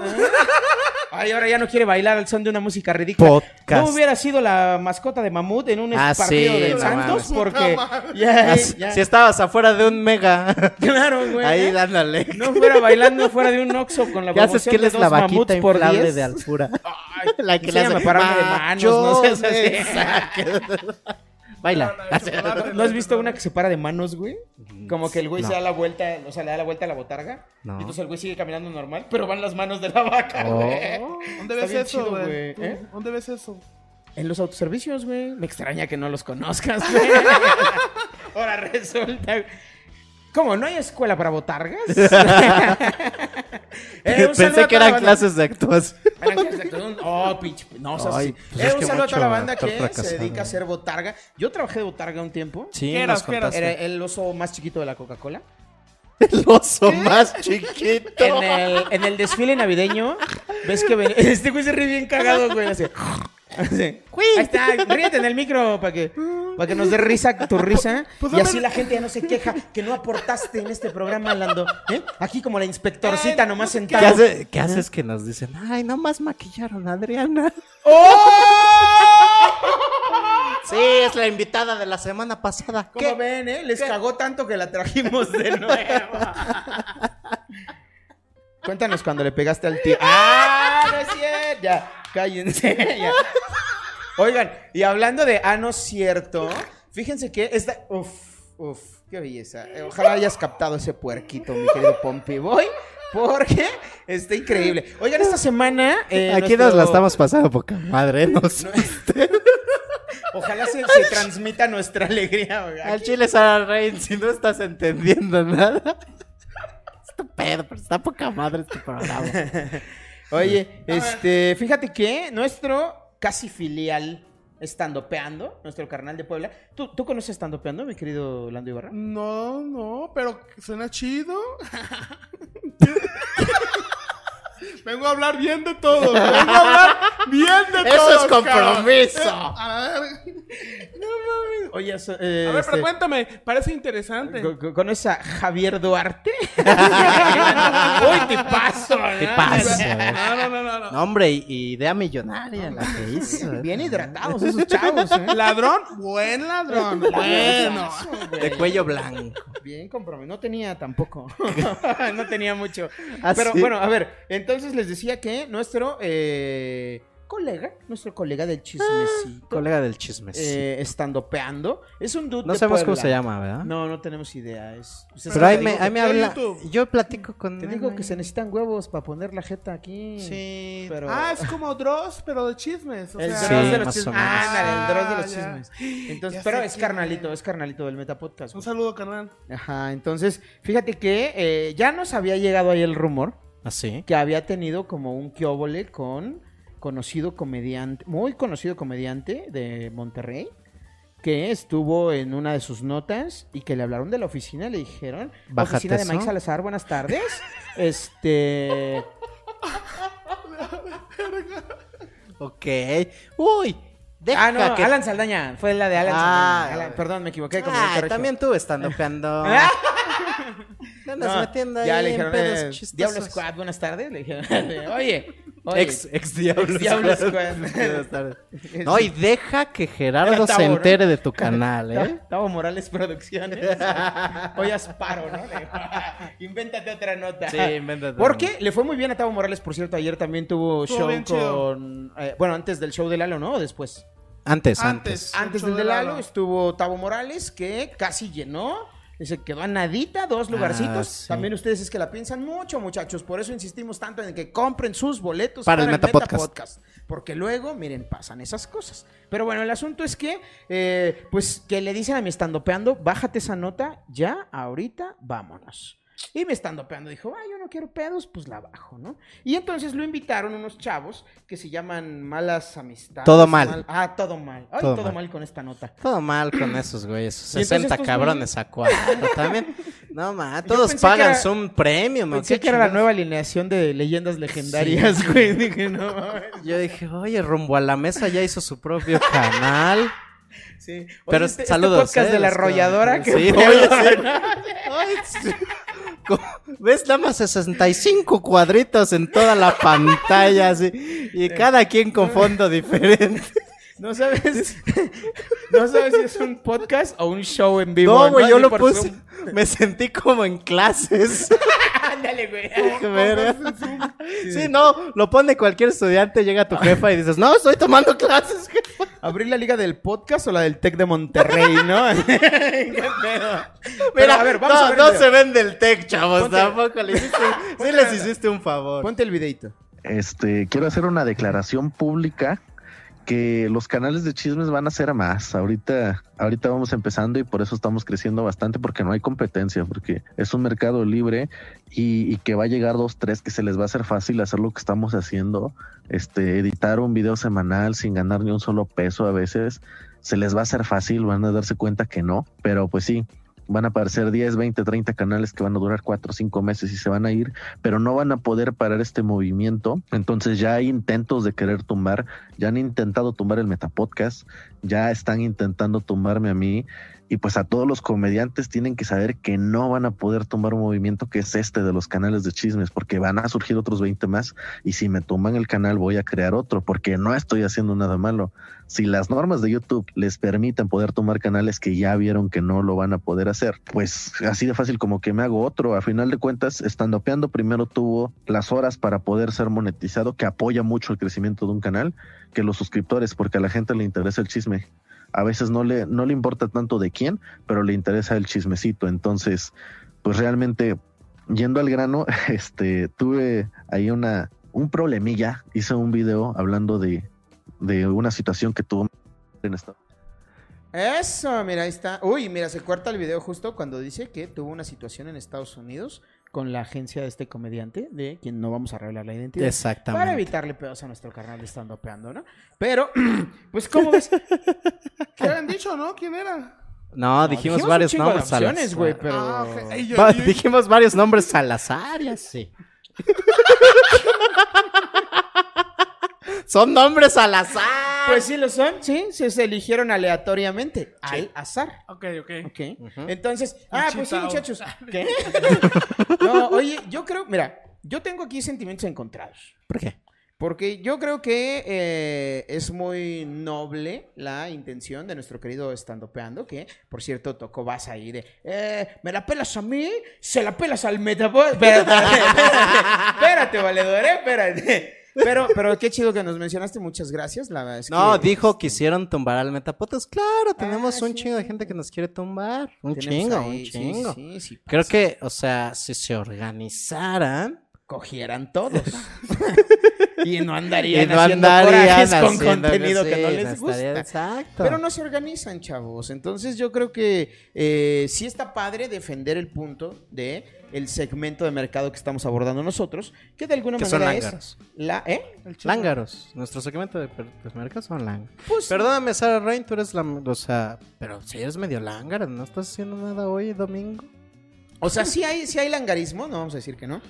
Speaker 2: Ay, ahora ya no quiere bailar al son de una música ridícula.
Speaker 3: Podcast.
Speaker 2: No hubiera sido la mascota de Mamut en un
Speaker 3: Ah,
Speaker 2: partido
Speaker 3: sí,
Speaker 2: de
Speaker 3: no
Speaker 2: Santos
Speaker 3: mames.
Speaker 2: porque
Speaker 3: (laughs) Ah,
Speaker 2: ya,
Speaker 3: si-
Speaker 2: ya.
Speaker 3: Si estabas afuera de
Speaker 2: (laughs)
Speaker 3: un mega.
Speaker 2: Claro, güey.
Speaker 3: Ahí dándole.
Speaker 2: no fuera bailando fuera de un Oxxo con la
Speaker 3: Ya sabes
Speaker 2: ¿eh? promoción
Speaker 3: quién
Speaker 2: de
Speaker 3: es la
Speaker 2: dos mamuts
Speaker 3: vaquita
Speaker 2: por
Speaker 3: inflable
Speaker 2: 10. (laughs)
Speaker 3: de altura. la que
Speaker 2: Sí,
Speaker 3: le hace
Speaker 2: me pararon de manos, no seas así.
Speaker 3: (laughs) Baila. (laughs)
Speaker 2: ¿No has visto una que se para de manos, güey? Como que el güey
Speaker 3: No.
Speaker 2: se da la vuelta, o sea, le da la vuelta a la botarga.
Speaker 3: No.
Speaker 2: Y entonces el güey sigue caminando normal, pero van las manos de la vaca,
Speaker 3: Oh.
Speaker 2: güey.
Speaker 4: ¿Dónde
Speaker 2: Está
Speaker 4: ves
Speaker 2: bien
Speaker 4: eso,
Speaker 2: chido,
Speaker 4: güey?
Speaker 2: güey, ¿eh?
Speaker 4: ¿Tú? ¿Dónde ves eso?
Speaker 2: En los autoservicios, güey. Me extraña que no los conozcas,
Speaker 4: (laughs)
Speaker 2: güey. Ahora resulta. ¿Cómo? ¿No hay escuela para
Speaker 3: (laughs)
Speaker 2: botargas? Eh, un saludo
Speaker 3: Pensé
Speaker 2: a
Speaker 3: que
Speaker 2: toda la
Speaker 3: eran
Speaker 2: banda.
Speaker 3: clases de actuación. (laughs)
Speaker 2: Eran clases de actuación. Oh, pinche. No, o sea,
Speaker 3: Ay,
Speaker 2: sí.
Speaker 3: pues
Speaker 2: Eh,
Speaker 3: es
Speaker 2: un
Speaker 3: que
Speaker 2: saludo a toda la
Speaker 3: mucho
Speaker 2: banda
Speaker 3: actor
Speaker 2: que se
Speaker 3: fracasado.
Speaker 2: dedica a hacer botarga. Yo trabajé de botarga un tiempo.
Speaker 3: Sí,
Speaker 4: ¿Qué
Speaker 3: nos
Speaker 4: eras, qué eras?
Speaker 2: Era
Speaker 3: contaste.
Speaker 2: el oso más chiquito de la Coca-Cola.
Speaker 3: El oso más chiquito.
Speaker 2: En el, en el desfile navideño, ves que ven- (laughs) Este güey se ríe bien cagado, güey. Así. Así. Ahí está, ríete en el micro para que, para que nos dé risa tu risa.
Speaker 4: Pues,
Speaker 2: y así
Speaker 4: dame-
Speaker 2: la gente ya no se queja que no aportaste en este programa, Lando. ¿Eh? Aquí como la inspectorcita nomás
Speaker 3: ¿Qué,
Speaker 2: sentada.
Speaker 3: hace- qué haces que nos dicen? Ay, nomás maquillaron
Speaker 2: (laughs)
Speaker 3: a Adriana.
Speaker 2: ¡Oh!
Speaker 3: Sí, es la invitada de la semana pasada.
Speaker 2: ¿Cómo ven, eh? Les cagó tanto que la trajimos de nuevo. Cuéntanos cuando le pegaste al tío. ¡Ah! No es cierto. Ya, cállense. (laughs) ya. Oigan, y hablando de ah, no es cierto, fíjense que esta. Uf, uf, qué belleza. Eh, Ojalá hayas captado ese puerquito, mi querido Pompi Boy. Porque está increíble. Oigan, esta semana. eh,
Speaker 3: Aquí nos la
Speaker 2: nuestro-
Speaker 3: estamos pasando poca
Speaker 2: (laughs)
Speaker 3: madre. Nos...
Speaker 2: Ojalá se, se transmita nuestra alegría. oigan.
Speaker 3: Al chile Sara Rein, si no estás entendiendo nada. (laughs) Estupendo, pero está poca madre este programa.
Speaker 4: (laughs)
Speaker 2: Oye, este, fíjate que nuestro casi filial estandopeando, nuestro carnal de Puebla. ¿Tú, tú conoces estandopeando, mi querido Lando Ibarra?
Speaker 4: No, no, pero suena chido. Pues Vengo a hablar bien de todo. Vengo a hablar
Speaker 2: (laughs)
Speaker 4: bien de
Speaker 3: Eso
Speaker 4: todo.
Speaker 3: es compromiso.
Speaker 4: A ver,
Speaker 2: Oye, so- eh,
Speaker 4: a ver,
Speaker 2: este,
Speaker 4: pero cuéntame, parece interesante.
Speaker 2: co- co- ¿conoces a Javier
Speaker 4: (laughs)
Speaker 2: Duarte? Uy, te paso.
Speaker 3: Te paso.
Speaker 4: No, no, no, no. no.
Speaker 3: Ah, No, hombre, y- y idea millonaria la que hizo. ¿eh?
Speaker 2: Bien hidratados esos chavos, ¿eh?
Speaker 4: Ladrón, buen ladrón. Bueno.
Speaker 3: De cuello blanco.
Speaker 2: Bien compromiso. No tenía
Speaker 3: (laughs)
Speaker 2: tampoco. (laughs) no tenía mucho.
Speaker 3: ¿Ah,
Speaker 2: Pero
Speaker 3: sí?
Speaker 2: bueno, a ver, entonces les decía que nuestro eh, colega, nuestro colega del chismecito,
Speaker 3: Ah, Colega del chisme. sí.
Speaker 2: eh, estandopeando, es un dude
Speaker 3: no
Speaker 2: de
Speaker 3: sabemos cómo
Speaker 2: Puebla.
Speaker 3: se llama, ¿verdad?
Speaker 2: No, no tenemos idea. Es, pues es
Speaker 3: Pero
Speaker 2: que
Speaker 3: ahí
Speaker 2: te
Speaker 3: me,
Speaker 2: digo
Speaker 3: ahí
Speaker 2: que-
Speaker 3: me
Speaker 4: veo
Speaker 3: habla.
Speaker 4: YouTube.
Speaker 3: Yo platico con.
Speaker 2: Te
Speaker 3: él
Speaker 2: digo que
Speaker 3: ahí.
Speaker 2: se necesitan huevos para poner la jeta aquí.
Speaker 3: Sí.
Speaker 2: Pero...
Speaker 4: Ah, es como Dross, pero de chismes. O
Speaker 2: El
Speaker 4: sea,
Speaker 3: Sí,
Speaker 2: Dross de los
Speaker 3: más o
Speaker 2: chismes.
Speaker 3: menos.
Speaker 2: Ándale, el Dross de los
Speaker 4: Ah, ya.
Speaker 2: chismes. Entonces,
Speaker 4: Ya
Speaker 2: pero
Speaker 4: sé
Speaker 2: es
Speaker 4: quién
Speaker 2: carnalito,
Speaker 4: es.
Speaker 2: es carnalito del Metapodcast.
Speaker 4: Un
Speaker 2: güey.
Speaker 4: saludo, carnal.
Speaker 2: Ajá, entonces, fíjate que eh, ya nos había llegado ahí el rumor
Speaker 3: ¿Ah, sí?
Speaker 2: que había tenido como un quióbole con conocido comediante, muy conocido comediante de Monterrey, que estuvo en una de sus notas y que le hablaron de la oficina, le dijeron,
Speaker 3: Bájate
Speaker 2: oficina de
Speaker 3: eso.
Speaker 2: Mike Salazar, buenas tardes. (laughs) este...
Speaker 3: Ok. Uy. Deja
Speaker 2: ah, no,
Speaker 3: que...
Speaker 2: Alan Saldaña. Fue la de Alan
Speaker 3: Ah,
Speaker 2: Saldaña. Alan- perdón, me equivoqué. Con
Speaker 3: Ah, también tú estando
Speaker 2: (laughs)
Speaker 3: peando.
Speaker 2: Ah. No,
Speaker 3: andas metiendo
Speaker 2: ya
Speaker 3: ahí
Speaker 2: le
Speaker 3: en
Speaker 2: dijeron,
Speaker 3: pedos
Speaker 2: eh,
Speaker 3: chistosos.
Speaker 2: Diablo Squad, buenas tardes. Le dijeron, (laughs) oye, oye.
Speaker 3: Ex, ex Diablo
Speaker 2: Diablo
Speaker 3: Squad. (laughs) Buenas tardes. No, y deja que
Speaker 2: Era ¿eh? (laughs)
Speaker 3: Gerardo
Speaker 2: Tavo,
Speaker 3: se
Speaker 2: ¿no?
Speaker 3: entere de tu canal,
Speaker 2: Tavo-
Speaker 3: ¿eh?
Speaker 2: Tavo Morales Producciones. Hoy asparo, ¿no? De- (laughs) invéntate otra nota.
Speaker 3: Sí, invéntate otra
Speaker 2: Porque le fue muy bien a Tavo Morales, por cierto. Ayer también tuvo
Speaker 4: Estuvo
Speaker 2: show
Speaker 4: bien chido.
Speaker 2: con. eh, bueno, antes del show de Lalo, ¿no? ¿O después?
Speaker 3: Antes, antes.
Speaker 4: Antes.
Speaker 2: Antes
Speaker 4: el
Speaker 2: del
Speaker 4: show de
Speaker 2: de Lalo
Speaker 4: Lalo.
Speaker 2: estuvo Tavo Morales, que casi llenó. y Se quedó a nadita, dos lugarcitos.
Speaker 3: Ah, sí.
Speaker 2: También ustedes es que la piensan mucho, muchachos. Por eso insistimos tanto en que compren sus boletos
Speaker 3: Para el Metapodcast.
Speaker 2: Porque luego, miren, pasan esas cosas. Pero bueno, el asunto es que, eh, pues, que le dicen a mi estandopeando, bájate esa nota, ya, ahorita, vámonos. Y mi estandopeando dijo, ay, yo no quiero pedos, pues la bajo, ¿no? Y entonces lo invitaron unos chavos que se llaman Malas Amistades.
Speaker 3: Todo mal.
Speaker 2: ah, todo mal. Ay,
Speaker 3: Todo
Speaker 2: todo,
Speaker 3: mal.
Speaker 2: mal. con esta nota.
Speaker 3: Todo mal con esos güeyes.
Speaker 2: Y entonces
Speaker 3: 60
Speaker 2: estos
Speaker 3: cabrones a cuatro también. No, ma,
Speaker 2: Yo
Speaker 3: todos
Speaker 2: pensé que
Speaker 3: pagan
Speaker 2: era-
Speaker 3: un premium. ¿o
Speaker 2: Pensé
Speaker 3: qué
Speaker 2: que era la
Speaker 3: chingados?
Speaker 2: nueva alineación de leyendas legendarias, güey. Dije, no mames.
Speaker 3: Yo dije, oye, rumbo a la mesa ya hizo su propio canal.
Speaker 2: Sí. Oye,
Speaker 3: Pero
Speaker 2: este- este
Speaker 3: saludos.
Speaker 2: podcast
Speaker 3: ¿eh?
Speaker 2: de la
Speaker 3: Los-
Speaker 2: arrolladora.
Speaker 3: Sí,
Speaker 2: que
Speaker 3: oye, sí. (laughs) Como- ¿Ves? Nada más 65 cuadritos en toda la pantalla, así. Y cada quien con fondo (laughs) diferente.
Speaker 2: No sabes, (laughs) no sabes si es un podcast o un show en vivo.
Speaker 3: No, güey, yo
Speaker 2: Ni
Speaker 3: lo
Speaker 2: por
Speaker 3: puse.
Speaker 2: Zoom.
Speaker 3: Me sentí como en (laughs) clases.
Speaker 2: Ándale, güey.
Speaker 3: Qué verga. Sí, no, lo pone cualquier estudiante, llega tu jefa y dices, no, estoy tomando clases.
Speaker 2: Abrir la liga del podcast o la del Tec de Monterrey, ¿no? (laughs)
Speaker 3: Mira,
Speaker 2: a ver, vamos
Speaker 3: no,
Speaker 2: a ver
Speaker 3: no
Speaker 2: el video.
Speaker 3: se vende el tech, chavos,
Speaker 2: Ponte-
Speaker 3: tampoco
Speaker 2: (laughs)
Speaker 3: le hiciste, sí les hiciste un favor.
Speaker 2: Ponte el videito.
Speaker 13: Este, quiero hacer una declaración pública que los canales de chismes van a ser a más. Ahorita, ahorita vamos empezando y por eso estamos creciendo bastante porque no hay competencia, porque es un mercado libre y, y que va a llegar dos, tres, que se les va a hacer fácil hacer lo que estamos haciendo. Este, editar un video semanal sin ganar ni un solo peso a veces, se les va a hacer fácil, van a darse cuenta que no, pero pues sí, van a aparecer 10, 20, 30 canales que van a durar 4 o 5 meses y se van a ir, pero no van a poder parar este movimiento. Entonces ya hay intentos de querer tumbar, ya han intentado tumbar el Metapodcast, ya están intentando tumbarme a mí y pues a todos los comediantes tienen que saber que no van a poder tumbar un movimiento que es este de los canales de chismes, porque van a surgir otros 20 más y si me tumban el canal voy a crear otro, porque no estoy haciendo nada malo. Si las normas de YouTube les permiten poder tomar canales que ya vieron que no lo van a poder hacer, pues así de fácil como que me hago otro. A final de cuentas, estandopeando primero tuvo las horas para poder ser monetizado, que apoya mucho el crecimiento de un canal, que los suscriptores, porque a la gente le interesa el chisme a veces no le, no le importa tanto de quién, pero le interesa el chismecito. Entonces, pues realmente, yendo al grano, (laughs) este, tuve ahí una, un problemilla. Hice un video hablando de, de una situación que tuvo en Estados
Speaker 2: Eso, mira, ahí está. Uy, mira, se corta el video justo cuando dice que tuvo una situación en Estados Unidos con la agencia de este comediante, de quien no vamos a revelar la identidad.
Speaker 3: Exactamente.
Speaker 2: Para evitarle pedos a nuestro carnal de estando peando, ¿no? Pero, (clears throat) pues, ¿cómo
Speaker 3: (laughs)
Speaker 2: ves?
Speaker 4: ¿Qué habían dicho, no? ¿Quién era?
Speaker 3: No, dijimos, varios
Speaker 2: un chingo de
Speaker 3: nombres al
Speaker 2: opciones, güey,
Speaker 3: azar.
Speaker 2: pero...
Speaker 4: Ah, ok. Ey, yo-
Speaker 3: Va-
Speaker 4: yo-
Speaker 3: Dijimos varios nombres al azar,
Speaker 2: (laughs)
Speaker 3: ya sé. Son nombres al azar.
Speaker 2: Pues sí lo son, sí, sí, se eligieron aleatoriamente, al azar.
Speaker 4: Ok, ok.
Speaker 2: Ok. Entonces, ah, pues sí,
Speaker 4: Chitao.
Speaker 2: muchachos. (laughs) ¿Qué? no, oye, yo creo, mira, yo tengo aquí sentimientos encontrados.
Speaker 3: ¿Por qué?
Speaker 2: Porque yo creo que eh, es muy noble la intención de nuestro querido Estandopeando, que por cierto tocó vas ahí de, eh, me la pelas a mí, se la pelas al metapo. (laughs) Espérate, espérate, espérate, valedor, eh, espérate. Pero, pero qué chido que nos mencionaste, muchas gracias. La verdad es
Speaker 3: No,
Speaker 2: que- este. Ah,
Speaker 3: dijo que hicieron tumbar al Metapotas. Claro, tenemos un chingo de gente que nos quiere tumbar. Un
Speaker 2: Tenemos
Speaker 3: chingo,
Speaker 2: ahí,
Speaker 3: un
Speaker 2: sí,
Speaker 3: chingo.
Speaker 2: sí, sí
Speaker 3: Creo que, o sea, si se organizaran.
Speaker 2: Cogieran
Speaker 3: (laughs)
Speaker 2: todos. y no andarían
Speaker 3: Y no
Speaker 2: haciendo
Speaker 3: andarían
Speaker 2: corajes con
Speaker 3: haciendo-
Speaker 2: contenido que no
Speaker 3: sí,
Speaker 2: les gusta.
Speaker 3: estaría- exacto.
Speaker 2: Pero no se organizan, chavos. Entonces yo creo que eh, sí está padre defender el punto de el segmento de mercado que estamos abordando nosotros, que de alguna
Speaker 3: Que son
Speaker 2: manera es
Speaker 3: lángaros.
Speaker 2: la ¿eh?
Speaker 3: Lángaros. Nuestro segmento de, per- de mercado son lángaros.
Speaker 2: Pues-
Speaker 3: Perdóname, Sara Rain, tú eres la. O sea, pero si eres medio lángara, ¿no estás haciendo nada hoy, domingo?
Speaker 2: O sea, sí hay, sí hay langarismo, no vamos a decir que no.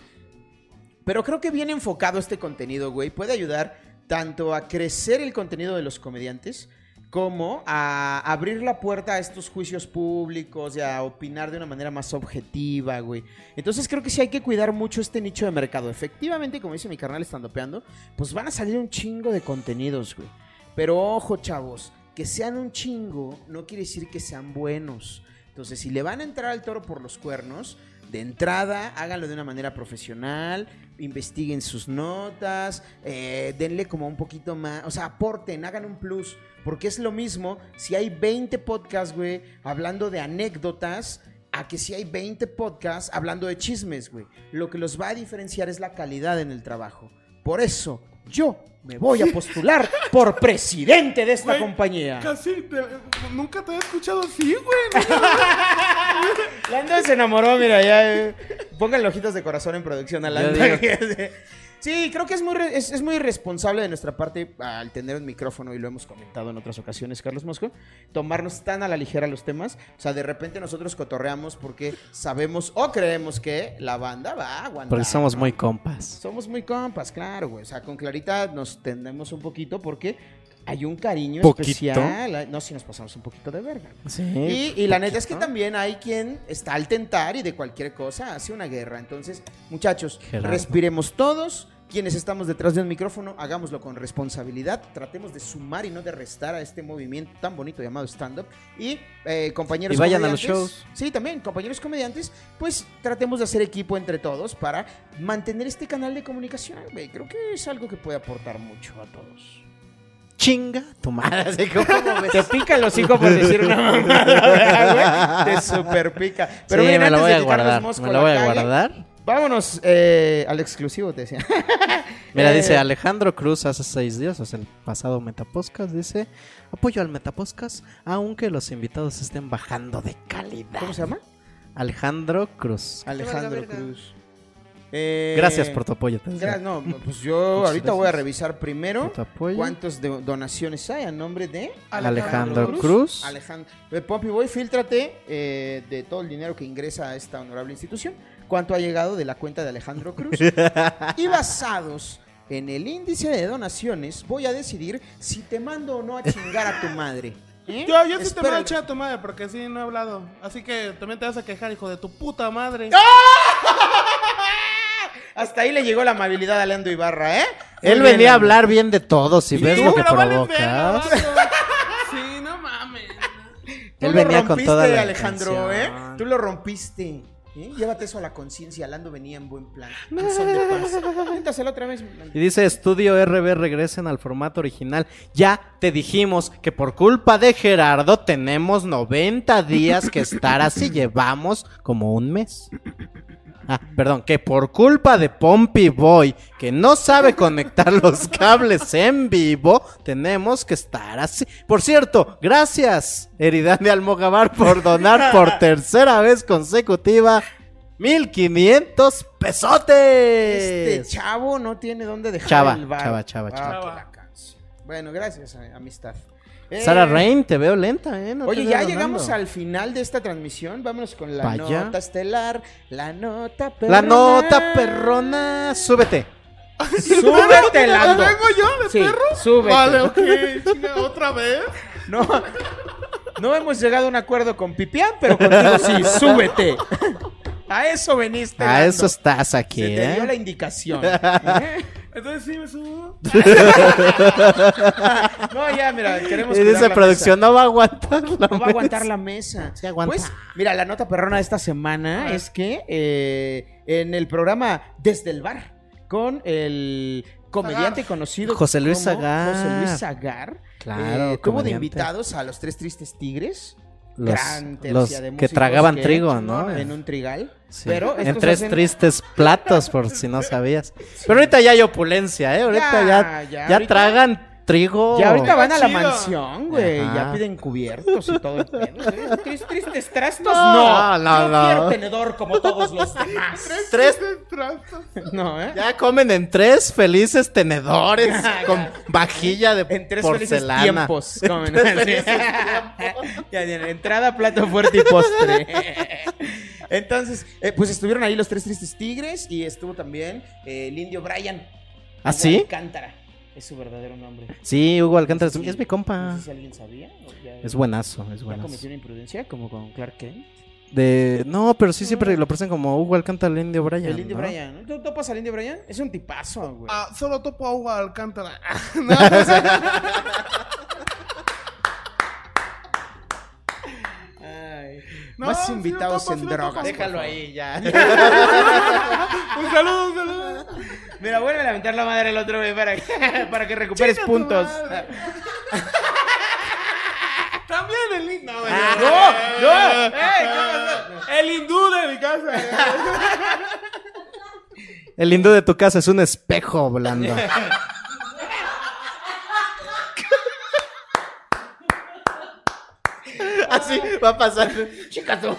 Speaker 2: Pero creo que bien enfocado este contenido, güey, puede ayudar tanto a crecer el contenido de los comediantes como a abrir la puerta a estos juicios públicos y a opinar de una manera más objetiva, güey. Entonces creo que sí hay que cuidar mucho este nicho de mercado. Efectivamente, como dice mi carnal estandopeando, pues van a salir un chingo de contenidos, güey. Pero ojo, chavos, que sean un chingo no quiere decir que sean buenos. Entonces, si le van a entrar al toro por los cuernos, de entrada, háganlo de una manera profesional, investiguen sus notas, eh, denle como un poquito más, o sea, aporten, hagan un plus, porque es lo mismo si hay 20 podcasts, güey, hablando de anécdotas, a que si hay 20 podcasts hablando de chismes, güey. Lo que los va a diferenciar es la calidad en el trabajo. Por eso, yo me voy a postular por presidente de esta
Speaker 4: Güey,
Speaker 2: compañía.
Speaker 4: Casi, te- nunca te había escuchado así, güey.
Speaker 2: Landa se enamoró, mira, ya. eh. Pónganle hojitas de corazón en producción a (laughs) Landa. Sí, creo que es muy, re- es, es muy irresponsable de nuestra parte al tener un micrófono, y lo hemos comentado en otras ocasiones, Carlos Mosco, tomarnos tan a la ligera los temas. O sea, de repente nosotros cotorreamos porque sabemos o creemos que la banda va a aguantar.
Speaker 3: Porque somos
Speaker 2: ¿no?
Speaker 3: muy compas.
Speaker 2: Somos muy compas, claro, güey. O sea, con Clarita nos tendemos un poquito porque hay un cariño
Speaker 3: Poquito.
Speaker 2: especial. Ay, No, si nos pasamos un poquito de verga. güey.
Speaker 3: Sí,
Speaker 2: y, y la neta es que
Speaker 3: poquito.
Speaker 2: también hay quien está al tentar y de cualquier cosa hace una guerra. Entonces, muchachos,
Speaker 3: Gerardo.
Speaker 2: respiremos todos. Quienes estamos detrás de un micrófono, hagámoslo con responsabilidad. Tratemos de sumar y no de restar a este movimiento tan bonito llamado stand-up. Y eh, compañeros
Speaker 3: Y vayan a los
Speaker 2: comediantes,
Speaker 3: shows.
Speaker 2: Sí, también, compañeros comediantes, pues tratemos de hacer equipo entre todos para mantener este canal de comunicación, güey. Creo que es algo que puede aportar mucho a todos.
Speaker 3: Chinga tu madre. así (laughs) como, ¿cómo ves?
Speaker 2: Te pica el hocico por decir (laughs) una mamada, güey. Te super pica. Pero
Speaker 3: Sí,
Speaker 2: miren,
Speaker 3: me lo
Speaker 2: antes
Speaker 3: voy
Speaker 2: de
Speaker 3: a
Speaker 2: que
Speaker 3: guardar.
Speaker 2: Carlos Mosco
Speaker 3: Me lo voy a
Speaker 2: la cague,
Speaker 3: guardar.
Speaker 2: Vámonos eh, al exclusivo, te decía.
Speaker 3: Mira,
Speaker 2: Eh,
Speaker 3: dice Alejandro Cruz hace seis días, o sea, el pasado Metapodcast, dice, apoyo al Metapodcast, aunque los invitados estén bajando de calidad.
Speaker 2: ¿Cómo se llama?
Speaker 3: Alejandro Cruz.
Speaker 2: Alejandro Cruz. Eh,
Speaker 3: Gracias por tu apoyo, te decía.
Speaker 2: gra- no, pues yo
Speaker 3: Muchas
Speaker 2: ahorita voy a
Speaker 3: gracias.
Speaker 2: revisar primero
Speaker 3: Por tu apoyo.
Speaker 2: cuántas do- donaciones hay a nombre de
Speaker 3: Alejandro Cruz.
Speaker 2: Alejandro. Eh, Pompey Boy, fíltrate eh, de todo el dinero que ingresa a esta honorable institución. ¿Cuánto ha llegado de la cuenta de Alejandro
Speaker 3: (laughs)
Speaker 2: Cruz? y basados en el índice de donaciones, voy a decidir si te mando o no a chingar a tu madre. ¿Eh?
Speaker 4: (laughs) Yo, yo sí te
Speaker 2: Espéralo.
Speaker 4: mando a tu madre porque sí no he hablado. Así que también te vas a quejar, hijo de tu puta madre.
Speaker 2: Hasta ahí le llegó la amabilidad a Leandro Ibarra, ¿eh?
Speaker 3: Él
Speaker 2: Muy bien,
Speaker 3: venía a
Speaker 2: Leandro.
Speaker 3: hablar bien de todos si
Speaker 2: ¿Y
Speaker 3: ves
Speaker 2: tú?
Speaker 3: lo que
Speaker 2: Pero vale verga,
Speaker 3: provocas.
Speaker 4: Sí, no mames.
Speaker 2: Tú
Speaker 3: Él
Speaker 2: lo
Speaker 3: venía con
Speaker 2: rompiste,
Speaker 3: toda la
Speaker 2: Alejandro,
Speaker 3: intención.
Speaker 2: ¿eh? Tú lo rompiste. ¿eh? Llévate eso a la conciencia. Lando venía en buen plan. En son de paz. Cuéntaselo otra vez. Lando.
Speaker 3: Y dice, estudio RB, regresen al formato original. Ya te dijimos que por culpa de Gerardo tenemos 90 días que estar así. Llevamos como un mes. Ah, perdón, que por culpa de Pompey Boy, que no sabe conectar los cables en vivo, tenemos que estar así. Por cierto, gracias, Heridad de Almogabar, por donar por tercera vez consecutiva 1500 pesotes.
Speaker 2: Este chavo no tiene dónde dejar
Speaker 3: Chava,
Speaker 2: el bar.
Speaker 3: chava, chava,
Speaker 2: Ah,
Speaker 3: chava.
Speaker 2: que la canción. Bueno, gracias, eh, amistad. Eh,
Speaker 3: Sara Rain, te veo lenta, ¿eh? No te
Speaker 2: Oye,
Speaker 3: veo
Speaker 2: ya
Speaker 3: donando.
Speaker 2: llegamos al final de esta transmisión. Vámonos con la
Speaker 3: Vaya.
Speaker 2: nota estelar, la nota
Speaker 3: La
Speaker 2: perrona.
Speaker 3: nota perrona, súbete.
Speaker 2: (laughs) Súbete,
Speaker 4: ¿La
Speaker 2: Lando.
Speaker 4: tengo yo de
Speaker 2: Sí,
Speaker 4: perro?
Speaker 2: súbete.
Speaker 4: Vale, ok. chinga, ¿Otra vez?
Speaker 2: No, no hemos llegado a un acuerdo con Pipián, pero contigo sí, súbete. A eso veniste.
Speaker 3: A
Speaker 2: Lando.
Speaker 3: eso estás aquí,
Speaker 2: Se te dio la
Speaker 3: ¿eh?
Speaker 2: indicación.
Speaker 4: (laughs) Entonces sí me subo.
Speaker 2: (laughs) No, ya, mira, queremos
Speaker 3: Y
Speaker 2: cuidar
Speaker 3: dice
Speaker 2: la
Speaker 3: producción,
Speaker 2: mesa.
Speaker 3: no va a aguantar la
Speaker 2: No va a aguantar
Speaker 3: mesa.
Speaker 2: la mesa.
Speaker 3: aguanta.
Speaker 2: Pues, mira, la nota perrona de esta semana es que eh, en el programa Desde el Bar, con el comediante conocido
Speaker 3: José Luis
Speaker 2: como
Speaker 3: Zagar.
Speaker 2: José Luis Zagar.
Speaker 3: Claro,
Speaker 2: eh, tuvo de
Speaker 3: comediante.
Speaker 2: invitados a los tres tristes tigres.
Speaker 3: Los-
Speaker 2: gran tercia
Speaker 3: los
Speaker 2: de
Speaker 3: que
Speaker 2: músicos
Speaker 3: tragaban trigo, ¿no?
Speaker 2: En un trigal.
Speaker 3: Sí,
Speaker 2: Pero
Speaker 3: en
Speaker 2: estos
Speaker 3: tres
Speaker 2: hacen-
Speaker 3: tristes platos, por si no sabías. Pero ahorita ya hay opulencia, ¿eh? Ahorita
Speaker 2: Ya,
Speaker 3: ya,
Speaker 2: ya,
Speaker 3: ya,
Speaker 2: ahorita-
Speaker 3: tragan trigo.
Speaker 2: Ya ahorita van a la
Speaker 4: Chido.
Speaker 2: mansión, güey. Ya
Speaker 3: Ajá.
Speaker 2: piden cubiertos y todo el pedo. Tris- Tristes trastos, no.
Speaker 3: No, no,
Speaker 2: Yo quiero
Speaker 3: no.
Speaker 2: tenedor como todos los demás.
Speaker 3: Tres,
Speaker 4: Trastos.
Speaker 3: (laughs)
Speaker 2: No, ¿eh?
Speaker 3: ya comen en tres felices
Speaker 2: (laughs)
Speaker 3: tenedores con vajilla de
Speaker 2: En tres
Speaker 3: porcelana.
Speaker 2: felices tiempos. comen.
Speaker 3: En tres
Speaker 2: (laughs)
Speaker 3: felices
Speaker 2: ya tienen entrada, plato fuerte y postre. (laughs) Entonces, eh, pues estuvieron ahí los tres tristes tigres y estuvo también eh, el indio Brian.
Speaker 3: (laughs) ¿Ah, sí?
Speaker 2: Cántara. Es su verdadero nombre.
Speaker 3: Sí, Hugo Alcántara
Speaker 2: No sé
Speaker 3: es- es mi compa.
Speaker 2: No sé si alguien sabía. o ya-
Speaker 3: Es buenazo, es
Speaker 2: ¿Ya
Speaker 3: buenazo.
Speaker 2: cometió una imprudencia como con Clark Kent?
Speaker 3: De... No, pero sí siempre lo presentan como Hugo Alcántara, el Indio Bryan.
Speaker 2: el Indio
Speaker 3: ¿no?
Speaker 2: Bryan. ¿no? ¿Tú topas al Indio Bryan? Es un tipazo, güey.
Speaker 4: Ah, solo topo agua de Alcántara. (laughs) No, no (laughs) sé.
Speaker 2: Ay.
Speaker 4: No,
Speaker 2: Más
Speaker 4: Ah, sí lo
Speaker 2: invitados
Speaker 4: topo,
Speaker 2: en
Speaker 4: sí lo
Speaker 2: drogas.
Speaker 4: topo.
Speaker 2: Déjalo ahí, ya. (laughs)
Speaker 4: un saludo, un saludo.
Speaker 2: Mira, vuelve a aventar la madre al otro, güey, para que, (laughs) para que recuperes
Speaker 4: Chinga tu
Speaker 2: puntos. (laughs)
Speaker 4: madre. También el lindo. No,
Speaker 2: Ah. no, Ah. no. Ey,
Speaker 4: El hindú de mi casa.
Speaker 3: El hindú de tu casa es un espejo volando.
Speaker 2: Así va a pasar. Chica, tú.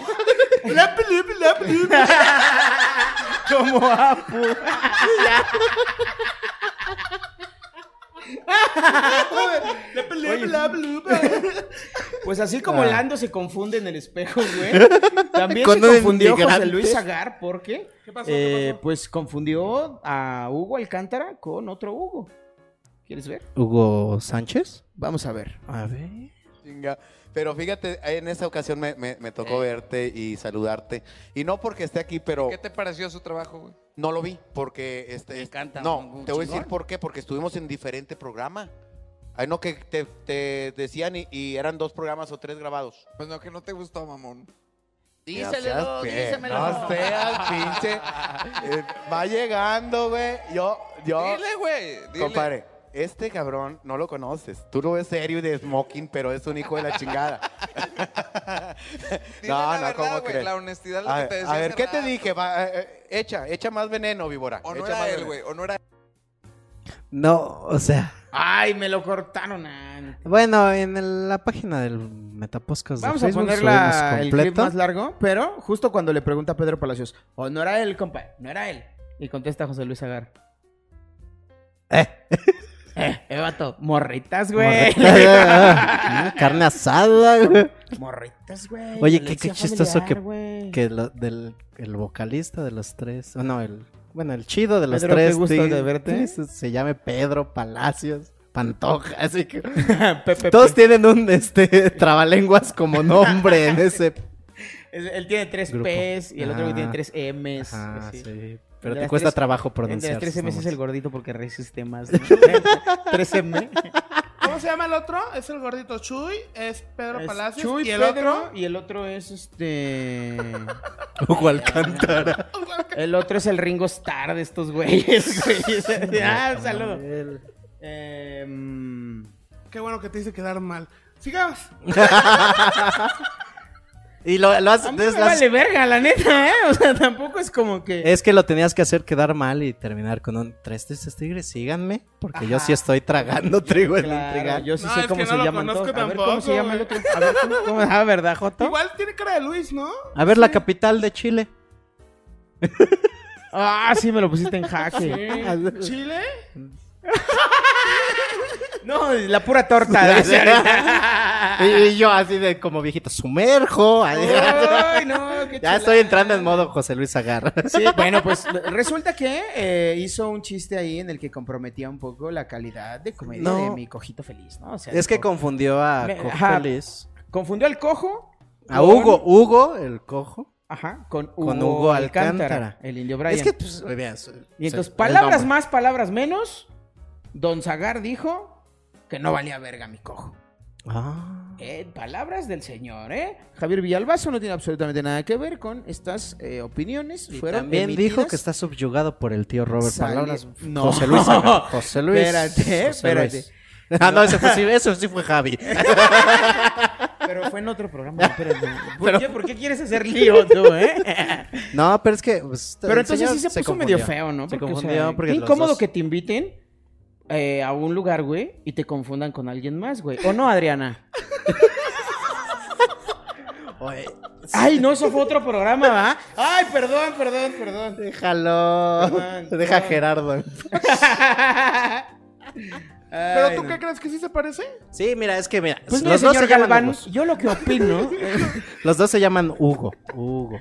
Speaker 2: Como Apu. Oye. Pues así como
Speaker 3: Ah.
Speaker 2: Lando se confunde en el espejo,
Speaker 4: (laughs)
Speaker 2: güey. También se
Speaker 3: Con un
Speaker 2: confundió José
Speaker 3: inmigrante.
Speaker 2: Luis Agar porque
Speaker 4: ¿Qué pasó?
Speaker 2: eh, pues confundió a Hugo Alcántara con otro Hugo. ¿Quieres ver?
Speaker 3: (laughs) Hugo Sánchez.
Speaker 2: Vamos a ver.
Speaker 3: A ver.
Speaker 8: Chinga. Pero fíjate, en esta ocasión me, me- me tocó verte y saludarte. Y no porque esté aquí, pero
Speaker 14: Eh. ¿Qué te pareció su trabajo, güey?
Speaker 8: no lo vi. Porque este.
Speaker 14: Me encanta,
Speaker 8: No,
Speaker 14: un
Speaker 8: te voy a decir
Speaker 14: chingón.
Speaker 8: por qué. Porque estuvimos en diferente programa. Ay, no, que te, te decían y, y eran dos programas o tres grabados.
Speaker 14: Pues no, que no te gustó, mamón.
Speaker 8: Díselo,
Speaker 14: dísemelo.
Speaker 8: No seas pinche. Eh, va llegando, güey. Yo, yo.
Speaker 14: Dile, güey. dile.
Speaker 8: Compadre, este cabrón no lo conoces. Tú lo ves serio y de smoking, pero es un hijo de la chingada.
Speaker 14: Dile la verdad, güey, la honestidad es lo
Speaker 8: a,
Speaker 14: que
Speaker 8: ver,
Speaker 14: te decía
Speaker 8: a ver,
Speaker 14: hace
Speaker 8: ¿qué te
Speaker 14: rato.
Speaker 8: dije? Va, eh, eh, echa, echa más veneno, víbora.
Speaker 14: O no
Speaker 8: Echa
Speaker 14: era
Speaker 8: más
Speaker 14: él,
Speaker 8: veneno.
Speaker 14: güey. O no era
Speaker 3: No, o sea.
Speaker 2: Ay, me lo cortaron. ah.
Speaker 3: Bueno, en el- la página del Metapodcast de
Speaker 2: Vamos a
Speaker 3: Facebook
Speaker 2: poner
Speaker 3: subimos
Speaker 2: la- el clip
Speaker 3: completo.
Speaker 2: más largo, pero justo cuando le pregunta a Pedro Palacios, o no era él, compa, no era él. Y contesta José Luis Agar. Eh, eh, vato, morritas, güey.
Speaker 3: (laughs) Morrita. ah, Carne asada, güey.
Speaker 2: (laughs) Morritas, güey.
Speaker 3: Oye, qué, qué
Speaker 2: violencia
Speaker 3: chistoso
Speaker 2: familiar,
Speaker 3: que,
Speaker 2: güey.
Speaker 3: que lo- del, el vocalista de los tres. No, el, bueno, el chido de los
Speaker 2: Pedro, qué
Speaker 3: tres.
Speaker 2: gusto
Speaker 3: tigres,
Speaker 2: de verte.
Speaker 3: se, se llame Pedro Palacios Pantoja. Así que.
Speaker 2: (laughs)
Speaker 3: (laughs)
Speaker 2: Pepe,
Speaker 3: Todos tienen un este, (laughs) trabalenguas como
Speaker 2: (laughs)
Speaker 3: nombre en ese.
Speaker 2: Es- Él tiene tres
Speaker 3: Grupo.
Speaker 2: P's y el otro
Speaker 3: Ah.
Speaker 2: güey tiene tres M's.
Speaker 3: Ajá,
Speaker 2: así.
Speaker 3: Ah, sí.
Speaker 2: El
Speaker 3: Pero
Speaker 2: de
Speaker 3: te
Speaker 2: las
Speaker 3: cuesta
Speaker 2: tres-
Speaker 3: trabajo
Speaker 2: El
Speaker 3: pronunciar
Speaker 2: de las
Speaker 3: sus
Speaker 2: tres M's es
Speaker 3: nombres.
Speaker 2: el gordito porque resiste más.
Speaker 3: (laughs)
Speaker 2: 3M.
Speaker 4: ¿Cómo se llama el otro? Es el gordito Chuy, es Pedro
Speaker 2: Es
Speaker 4: Palacios.
Speaker 2: Chuy
Speaker 4: y el
Speaker 2: Pedro,
Speaker 4: otro.
Speaker 2: Y el otro es este.
Speaker 3: (laughs) Hugo Alcántara.
Speaker 2: El otro es el Ringo Starr de estos
Speaker 3: (laughs)
Speaker 2: güeyes. güey. (laughs) ah, un saludo. Em,
Speaker 4: Qué bueno que te hice quedar mal. Sigamos.
Speaker 3: Y lo, lo haces-
Speaker 2: a mí me
Speaker 3: es las-
Speaker 2: vale verga, la neta, ¿eh? O sea, tampoco es como que.
Speaker 3: Es que lo tenías que hacer quedar mal y terminar con un tres tristes tigres. Síganme, porque yo sí estoy tragando trigo en un
Speaker 2: Claro,
Speaker 3: trigal.
Speaker 2: Yo sí
Speaker 4: No,
Speaker 2: sé
Speaker 4: es
Speaker 2: cómo
Speaker 4: que no
Speaker 2: se
Speaker 4: lo
Speaker 2: llaman
Speaker 4: conozco
Speaker 2: todos. A ver cómo
Speaker 4: tampoco,
Speaker 2: se llama el otro.
Speaker 4: güey.
Speaker 2: A ver cómo, cómo- ah, ¿verdad, Joto?
Speaker 4: Igual tiene cara de Luis, ¿no?
Speaker 3: A ver, la capital
Speaker 2: (laughs)
Speaker 3: de Chile.
Speaker 2: Ah, sí, me lo pusiste en jaque. A (laughs) ver.
Speaker 4: ¿Chile?
Speaker 2: No, la pura torta. debe ser ahorita.
Speaker 3: (laughs) y, y yo así de como viejito, sumerjo. Ay, (laughs)
Speaker 2: Ay, no, qué
Speaker 3: ya estoy entrando en modo José Luis
Speaker 2: (laughs)
Speaker 3: Agarra.
Speaker 2: Sí, bueno, pues resulta que eh, hizo un chiste ahí en el que comprometía un poco la calidad de comedia
Speaker 3: No.
Speaker 2: de mi cojito feliz, ¿no? O sea,
Speaker 3: es que
Speaker 2: co-
Speaker 3: confundió a
Speaker 2: Me-
Speaker 3: Cojo
Speaker 2: ajá.
Speaker 3: Feliz.
Speaker 2: confundió al cojo.
Speaker 3: A
Speaker 2: con-
Speaker 3: Hugo, Hugo, el cojo.
Speaker 2: Ajá, con Hugo,
Speaker 3: Con Hugo
Speaker 2: Alcántara,
Speaker 3: Alcántara.
Speaker 2: el indio Brian.
Speaker 3: Es que, pues, vean, su-
Speaker 2: y entonces,
Speaker 3: el
Speaker 2: palabras
Speaker 3: nombre.
Speaker 2: más, palabras menos, Don Zagar dijo que no valía verga mi cojo.
Speaker 3: Ah.
Speaker 2: Eh, palabras del señor, ¿eh? Javier Villalbazo no tiene absolutamente nada que ver con estas eh, opiniones.
Speaker 3: Y
Speaker 2: Fueron
Speaker 3: también dijo
Speaker 2: emitidas-
Speaker 3: que está subyugado por el tío Robert.
Speaker 2: Sale-
Speaker 3: Palabras.
Speaker 2: No. (laughs)
Speaker 3: José Luis. Agar- José Luis.
Speaker 2: Espérate,
Speaker 3: José
Speaker 2: espérate.
Speaker 3: Luis. (laughs) Ah, no, ese fue, sí- eso sí
Speaker 2: (laughs)
Speaker 3: fue Javi.
Speaker 2: Pero fue en otro programa. (laughs) espérate. ¿Por,
Speaker 3: Pero-
Speaker 2: qué, por qué quieres hacer lío tú,
Speaker 3: (laughs)
Speaker 2: eh?
Speaker 3: No, pero es que. pues,
Speaker 2: Pero
Speaker 3: el
Speaker 2: entonces
Speaker 3: señor
Speaker 2: sí se, puso
Speaker 3: confundió.
Speaker 2: medio feo, ¿no?
Speaker 3: Se
Speaker 2: Porque, o
Speaker 3: confundió
Speaker 2: sea,
Speaker 3: porque
Speaker 2: qué
Speaker 3: los
Speaker 2: incómodo
Speaker 3: dos-
Speaker 2: que te inviten eh, a un lugar, güey, y te confundan con alguien más, güey. ¿O no,
Speaker 3: (laughs)
Speaker 2: Adriana?
Speaker 3: Oye,
Speaker 2: Ay, no, eso fue otro programa, ¿va? Ay, perdón, perdón, perdón.
Speaker 3: Déjalo.
Speaker 2: Perdón,
Speaker 3: Deja a
Speaker 2: perdón.
Speaker 3: Gerardo. en
Speaker 4: ¿Pero
Speaker 2: Ay,
Speaker 4: tú
Speaker 2: no.
Speaker 4: qué crees que sí se parece?
Speaker 3: Sí, mira, es que mira,
Speaker 2: Pues mire,
Speaker 3: los, dos
Speaker 2: señor
Speaker 3: se llaman
Speaker 2: Galván,
Speaker 3: Hugos.
Speaker 2: yo lo que opino... eh,
Speaker 3: los dos se llaman Hugo. Hugo.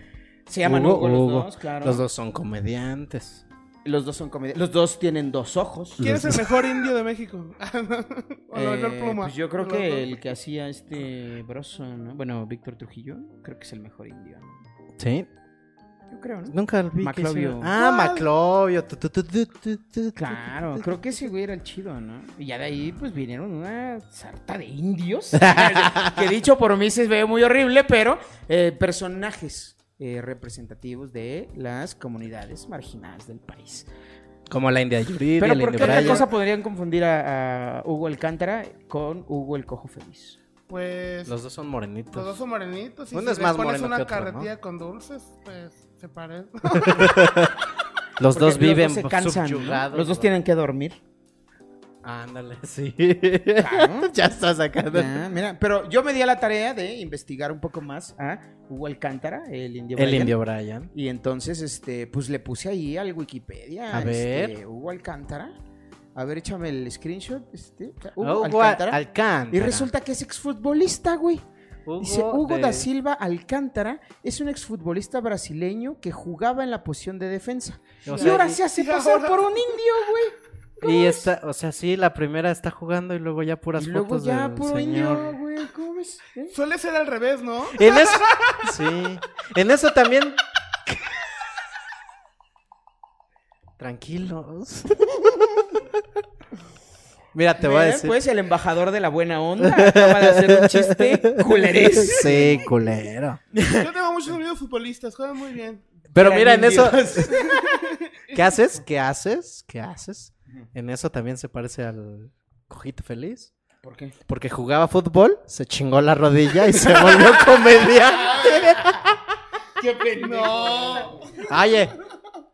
Speaker 2: Se llaman Hugo los dos, claro.
Speaker 3: Los dos son comediantes.
Speaker 2: Los dos son comediantes. Los dos tienen dos ojos.
Speaker 4: ¿Quién es el mejor indio de México? (laughs) o la mejor
Speaker 2: Eh,
Speaker 4: pluma.
Speaker 2: pues yo creo
Speaker 4: Los dos.
Speaker 2: que el que hacía este Broso, ¿no? Bueno, Víctor Trujillo, creo que es el mejor indio.
Speaker 3: Sí.
Speaker 2: Yo creo, ¿no?
Speaker 3: Nunca vi que
Speaker 2: Maclovio.
Speaker 3: hicieron- Ah, Maclovio. Tu, tu, tu, tu, tu, tu,
Speaker 2: Claro,
Speaker 3: tu, tu,
Speaker 2: creo que ese güey era el chido, ¿no? Y ya de ahí, pues vinieron una sarta de
Speaker 3: (laughs)
Speaker 2: indios. que dicho por mí se ve muy horrible, pero eh, personajes eh, representativos de las comunidades marginadas del país.
Speaker 3: tu. Como la India Yuridia,
Speaker 2: pero
Speaker 3: la
Speaker 2: ¿por qué
Speaker 3: India
Speaker 2: otra
Speaker 3: Braya.
Speaker 2: cosa podrían confundir a, a Hugo Alcántara con Hugo el Cojo Feliz?
Speaker 4: Pues.
Speaker 3: Los dos son morenitos.
Speaker 4: Los dos son morenitos. Y
Speaker 3: Uno
Speaker 4: si
Speaker 3: es
Speaker 4: le
Speaker 3: más
Speaker 4: pones
Speaker 3: moreno
Speaker 4: una
Speaker 3: que otro, ¿no?
Speaker 4: carretilla con dulces, pues se parece.
Speaker 3: Los dos
Speaker 2: Porque
Speaker 3: viven
Speaker 2: se cansan, ¿no?
Speaker 3: subyugados.
Speaker 2: Los dos tienen que dormir.
Speaker 3: Ándale, sí.
Speaker 2: Claro.
Speaker 3: (laughs) ya está sacando.
Speaker 2: Ya, Ah, mira, pero yo me di a la tarea de investigar un poco más a Hugo Alcántara, el indio
Speaker 3: El
Speaker 2: Brian.
Speaker 3: Indio Brian.
Speaker 2: Y entonces, este, pues le puse ahí al Wikipedia.
Speaker 3: A ver.
Speaker 2: este, Hugo Alcántara. A ver, échame el screenshot. Este.
Speaker 3: Ah, Oh, Hugo Alcántara.
Speaker 2: Y resulta que es exfutbolista, güey. Dice, Hugo
Speaker 3: de-
Speaker 2: da Silva Alcántara es un exfutbolista brasileño que jugaba en la posición de defensa.
Speaker 3: O
Speaker 2: y
Speaker 3: sea,
Speaker 2: ahora
Speaker 3: y-
Speaker 2: se
Speaker 3: (laughs)
Speaker 2: hace
Speaker 4: y
Speaker 2: pasar
Speaker 4: ahora-
Speaker 2: por un indio, güey.
Speaker 3: Y está, o sea, sí, la primera está jugando y luego ya puras
Speaker 2: Y luego
Speaker 3: fotos
Speaker 2: ya
Speaker 3: del
Speaker 2: puro
Speaker 3: señor.
Speaker 2: indio, güey. ¿Cómo ves? ¿Eh?
Speaker 4: (laughs) Suele ser al revés, ¿no?
Speaker 3: En eso, sí. En eso también. Tranquilos. Mira, te voy a
Speaker 2: Mira,
Speaker 3: decir.
Speaker 2: Pues el embajador de la buena
Speaker 3: (laughs)
Speaker 2: onda acaba de hacer un chiste culerísimo.
Speaker 3: Sí, culero.
Speaker 4: Yo tengo muchos amigos futbolistas, juegan muy bien.
Speaker 3: Pero
Speaker 2: Eran
Speaker 3: mira, en eso.
Speaker 2: indios.
Speaker 3: (laughs) ¿Qué haces? ¿Qué haces? ¿Qué haces? En eso también se parece al Cojito Feliz.
Speaker 2: ¿Por qué?
Speaker 3: Porque jugaba fútbol, se chingó la rodilla y se volvió (laughs) comediante.
Speaker 2: ¡Qué pendejo!
Speaker 4: (laughs)
Speaker 3: Oye,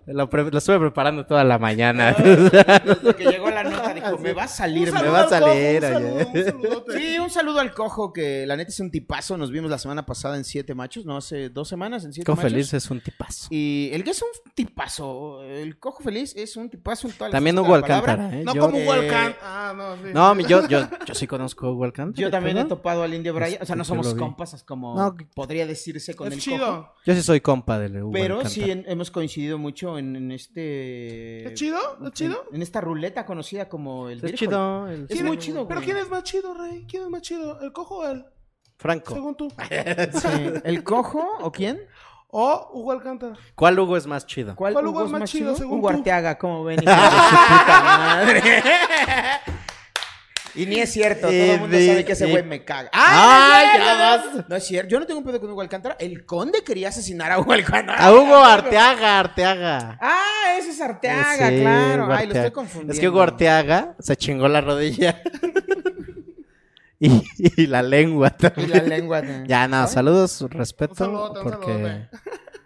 Speaker 3: Ah, lo, pre- lo estuve preparando toda
Speaker 2: (laughs)
Speaker 3: la mañana. (laughs)
Speaker 2: Desde que llegó la nota dijo, me va a salir,
Speaker 3: me va a salir. oye.
Speaker 2: Sí, un saludo al cojo que la neta es un tipazo. Nos vimos la semana pasada en Siete Machos, no hace dos semanas en Siete
Speaker 3: Cojo
Speaker 2: Machos.
Speaker 3: Feliz es un tipazo.
Speaker 2: Y el que es un tipazo, el cojo feliz es un tipazo en todas las
Speaker 3: También
Speaker 2: facetas
Speaker 3: Hugo
Speaker 2: de la palabra.
Speaker 3: Alcántara, ¿eh?
Speaker 4: No
Speaker 3: Yo-
Speaker 4: como Hugo
Speaker 2: Eh,
Speaker 4: Alcán- Ah, no, sí.
Speaker 3: No, mi- yo, yo, yo sí conozco a Hugo Alcántara.
Speaker 2: Yo
Speaker 3: y
Speaker 2: también he
Speaker 3: todo.
Speaker 2: topado al Indio Brian, o sea, no
Speaker 3: Este, yo
Speaker 2: somos
Speaker 3: lo vi.
Speaker 2: compas, es como
Speaker 3: No.
Speaker 2: podría decirse con
Speaker 4: Es
Speaker 2: el
Speaker 4: chido.
Speaker 2: cojo.
Speaker 3: Yo sí soy compa del Hugo
Speaker 2: Pero
Speaker 3: Alcántara.
Speaker 2: sí en- hemos coincidido mucho en, en este.
Speaker 4: ¿Es chido? ¿Es
Speaker 2: en-
Speaker 4: chido?
Speaker 2: En, esta ruleta conocida como el.
Speaker 3: Es
Speaker 2: Virgo.
Speaker 3: chido, el-
Speaker 2: Es muy chido,
Speaker 4: Pero
Speaker 2: güey.
Speaker 4: ¿quién es más chido, Rey? ¿Quién es más chido? ¿El cojo o él?
Speaker 3: Franco.
Speaker 4: Según tú.
Speaker 2: Sí. ¿El cojo o quién?
Speaker 4: O Hugo Alcántara.
Speaker 3: ¿Cuál Hugo es más chido?
Speaker 2: ¿Cuál,
Speaker 4: ¿Cuál
Speaker 2: Hugo es más chido?
Speaker 4: según
Speaker 2: Hugo
Speaker 4: tú?
Speaker 2: Arteaga, como
Speaker 3: (laughs)
Speaker 2: ven. hijo de su puta madre. Y ni es cierto, todo el mundo
Speaker 3: Y de-
Speaker 2: sabe que ese
Speaker 3: y-
Speaker 2: güey me caga. ¡Ah,
Speaker 3: ¡Ay,
Speaker 2: no es
Speaker 3: ya
Speaker 2: cierto! No es cierto, yo no tengo un pedo con Hugo Alcántara. El conde quería asesinar a Hugo Alcántara.
Speaker 3: A
Speaker 2: (laughs)
Speaker 3: Hugo Arteaga, Arteaga.
Speaker 2: Ah, ese es Arteaga,
Speaker 3: Sí,
Speaker 2: claro.
Speaker 3: Hugo
Speaker 2: Ay, lo estoy
Speaker 3: Arteaga.
Speaker 2: confundiendo.
Speaker 3: Es que Hugo Arteaga se chingó la rodilla. (laughs) y, y la lengua
Speaker 2: Y
Speaker 3: también.
Speaker 2: la lengua. de-
Speaker 3: (laughs) Ya, no, saludos, respeto.
Speaker 4: Un saludote, un
Speaker 3: porque
Speaker 4: saludote.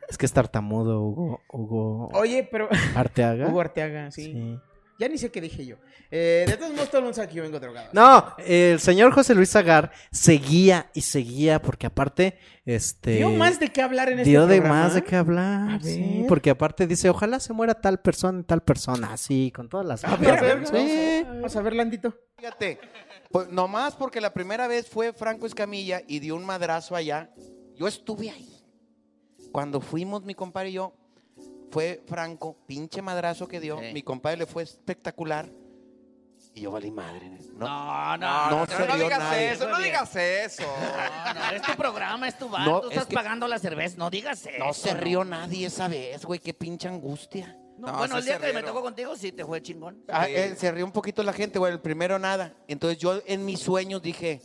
Speaker 3: es que es tartamudo Hugo, Hugo
Speaker 2: Oye,
Speaker 3: (laughs)
Speaker 2: pero.
Speaker 3: Arteaga.
Speaker 2: Hugo Arteaga, sí.
Speaker 3: Sí.
Speaker 2: Ya ni sé qué dije yo. Eh, de todos modos, todo el mundo sabe que yo vengo drogado.
Speaker 3: No, el señor José Luis Agar seguía y seguía porque aparte, este...
Speaker 2: Dio más de qué hablar en este
Speaker 3: dio de
Speaker 2: programa.
Speaker 3: más de qué
Speaker 7: Ah,
Speaker 2: A
Speaker 3: hablar, sí,
Speaker 2: ver.
Speaker 3: porque aparte dice, ojalá se muera tal persona, tal persona, así, con todas
Speaker 7: Ah,
Speaker 3: las...
Speaker 2: A ver, a ver,
Speaker 3: palabras,
Speaker 2: vamos,
Speaker 3: sí.
Speaker 2: a, vamos a ver, Landito.
Speaker 8: Fíjate, pues nomás porque la primera vez fue Franco Escamilla y dio un madrazo allá. Yo estuve ahí. Cuando fuimos, mi compadre y yo, fue Franco, pinche madrazo que dio. Mi compadre le fue espectacular. Y yo valí madre. No,
Speaker 14: No,
Speaker 8: no, no se
Speaker 14: no
Speaker 8: rió
Speaker 14: digas
Speaker 8: nadie.
Speaker 14: eso, no digas eso.
Speaker 7: No, es tu programa, es tu bar,
Speaker 8: No,
Speaker 7: tú
Speaker 8: es
Speaker 7: estás
Speaker 8: que-
Speaker 7: pagando la cerveza, no digas eso.
Speaker 8: no se rió nadie esa vez, güey. Qué pinche angustia.
Speaker 7: No,
Speaker 14: No,
Speaker 7: bueno,
Speaker 14: sí
Speaker 7: el día
Speaker 14: se
Speaker 7: que me
Speaker 14: rieron.
Speaker 7: tocó contigo sí te fue chingón.
Speaker 8: Ah,
Speaker 14: Sí.
Speaker 8: eh, se rió un poquito la gente, güey. El primero nada. Entonces yo en mis sueños dije,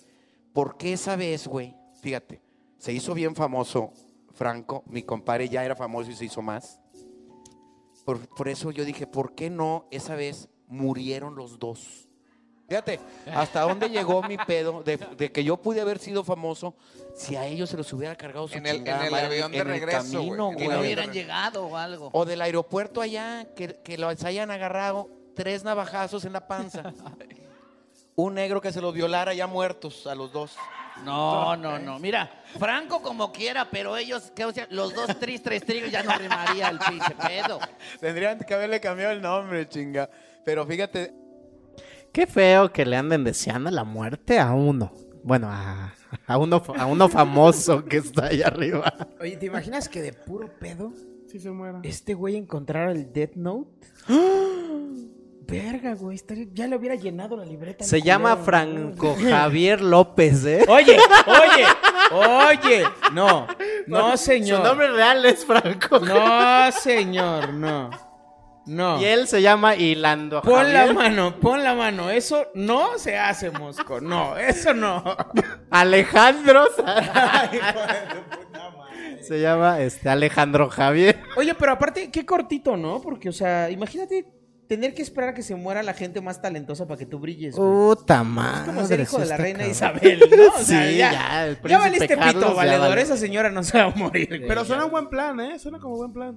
Speaker 8: ¿por qué esa vez, güey? Fíjate, se hizo bien famoso Franco. Mi compadre ya era famoso y se hizo más. Por, por eso yo dije, ¿por qué no esa vez murieron los dos? Fíjate, hasta dónde llegó mi pedo de, de que yo pude haber sido famoso si a ellos se los hubiera cargado su
Speaker 14: En el-
Speaker 8: chingada
Speaker 14: en el
Speaker 8: madre,
Speaker 14: avión de
Speaker 8: en el
Speaker 14: regreso, güey,
Speaker 8: camino,
Speaker 14: en el
Speaker 7: Que no
Speaker 8: güey.
Speaker 14: Bueno.
Speaker 7: hubieran llegado o algo.
Speaker 8: O del aeropuerto allá, que, que los hayan agarrado tres navajazos en la panza. Un negro que se los violara ya muertos a los dos.
Speaker 7: No, no, no. Mira, Franco como quiera, pero ellos, ¿qué, o sea, los dos tris, tres trigos ya no rimaría el pinche pedo.
Speaker 8: (laughs) Tendrían que haberle cambiado el nombre, chinga. Pero fíjate,
Speaker 3: Qué feo que le anden deseando la muerte a uno. Bueno, a, a uno, a uno famoso que está ahí arriba.
Speaker 2: Oye, ¿te imaginas que de puro pedo
Speaker 4: Sí se muera.
Speaker 2: Este güey encontrara el Death
Speaker 3: (gasps)
Speaker 2: Note. Verga, güey. estaría- Ya le hubiera llenado la libreta. al
Speaker 3: Se llama
Speaker 2: culero.
Speaker 3: Franco Javier López, ¿eh?
Speaker 2: Oye, oye, oye. No, no, señor.
Speaker 3: Su nombre real es Franco.
Speaker 2: No, señor, no. No.
Speaker 3: Y él se llama Hilando
Speaker 2: Pon la
Speaker 3: Javier.
Speaker 2: mano, pon la mano. Eso no se hace, Mosco. No, eso no.
Speaker 3: Alejandro. Se llama este Alejandro Javier.
Speaker 2: Oye, pero aparte, qué cortito, ¿no? Porque, o sea, imagínate tener que esperar a que se muera la gente más talentosa para que tú brilles. güey.
Speaker 3: Puta madre.
Speaker 2: Como ser hijo
Speaker 3: sí
Speaker 2: de la
Speaker 3: está
Speaker 2: reina
Speaker 3: cabrón.
Speaker 2: Isabel, ¿no? O
Speaker 3: (laughs) sí,
Speaker 2: sea, ya,
Speaker 3: ya. el
Speaker 2: ya
Speaker 3: príncipe
Speaker 2: valiste pito,
Speaker 3: Carlos ya
Speaker 2: valedor.
Speaker 3: valió.
Speaker 2: Esa señora no se va a morir. güey.
Speaker 4: Pero suena buen plan, ¿eh? Suena como buen plan.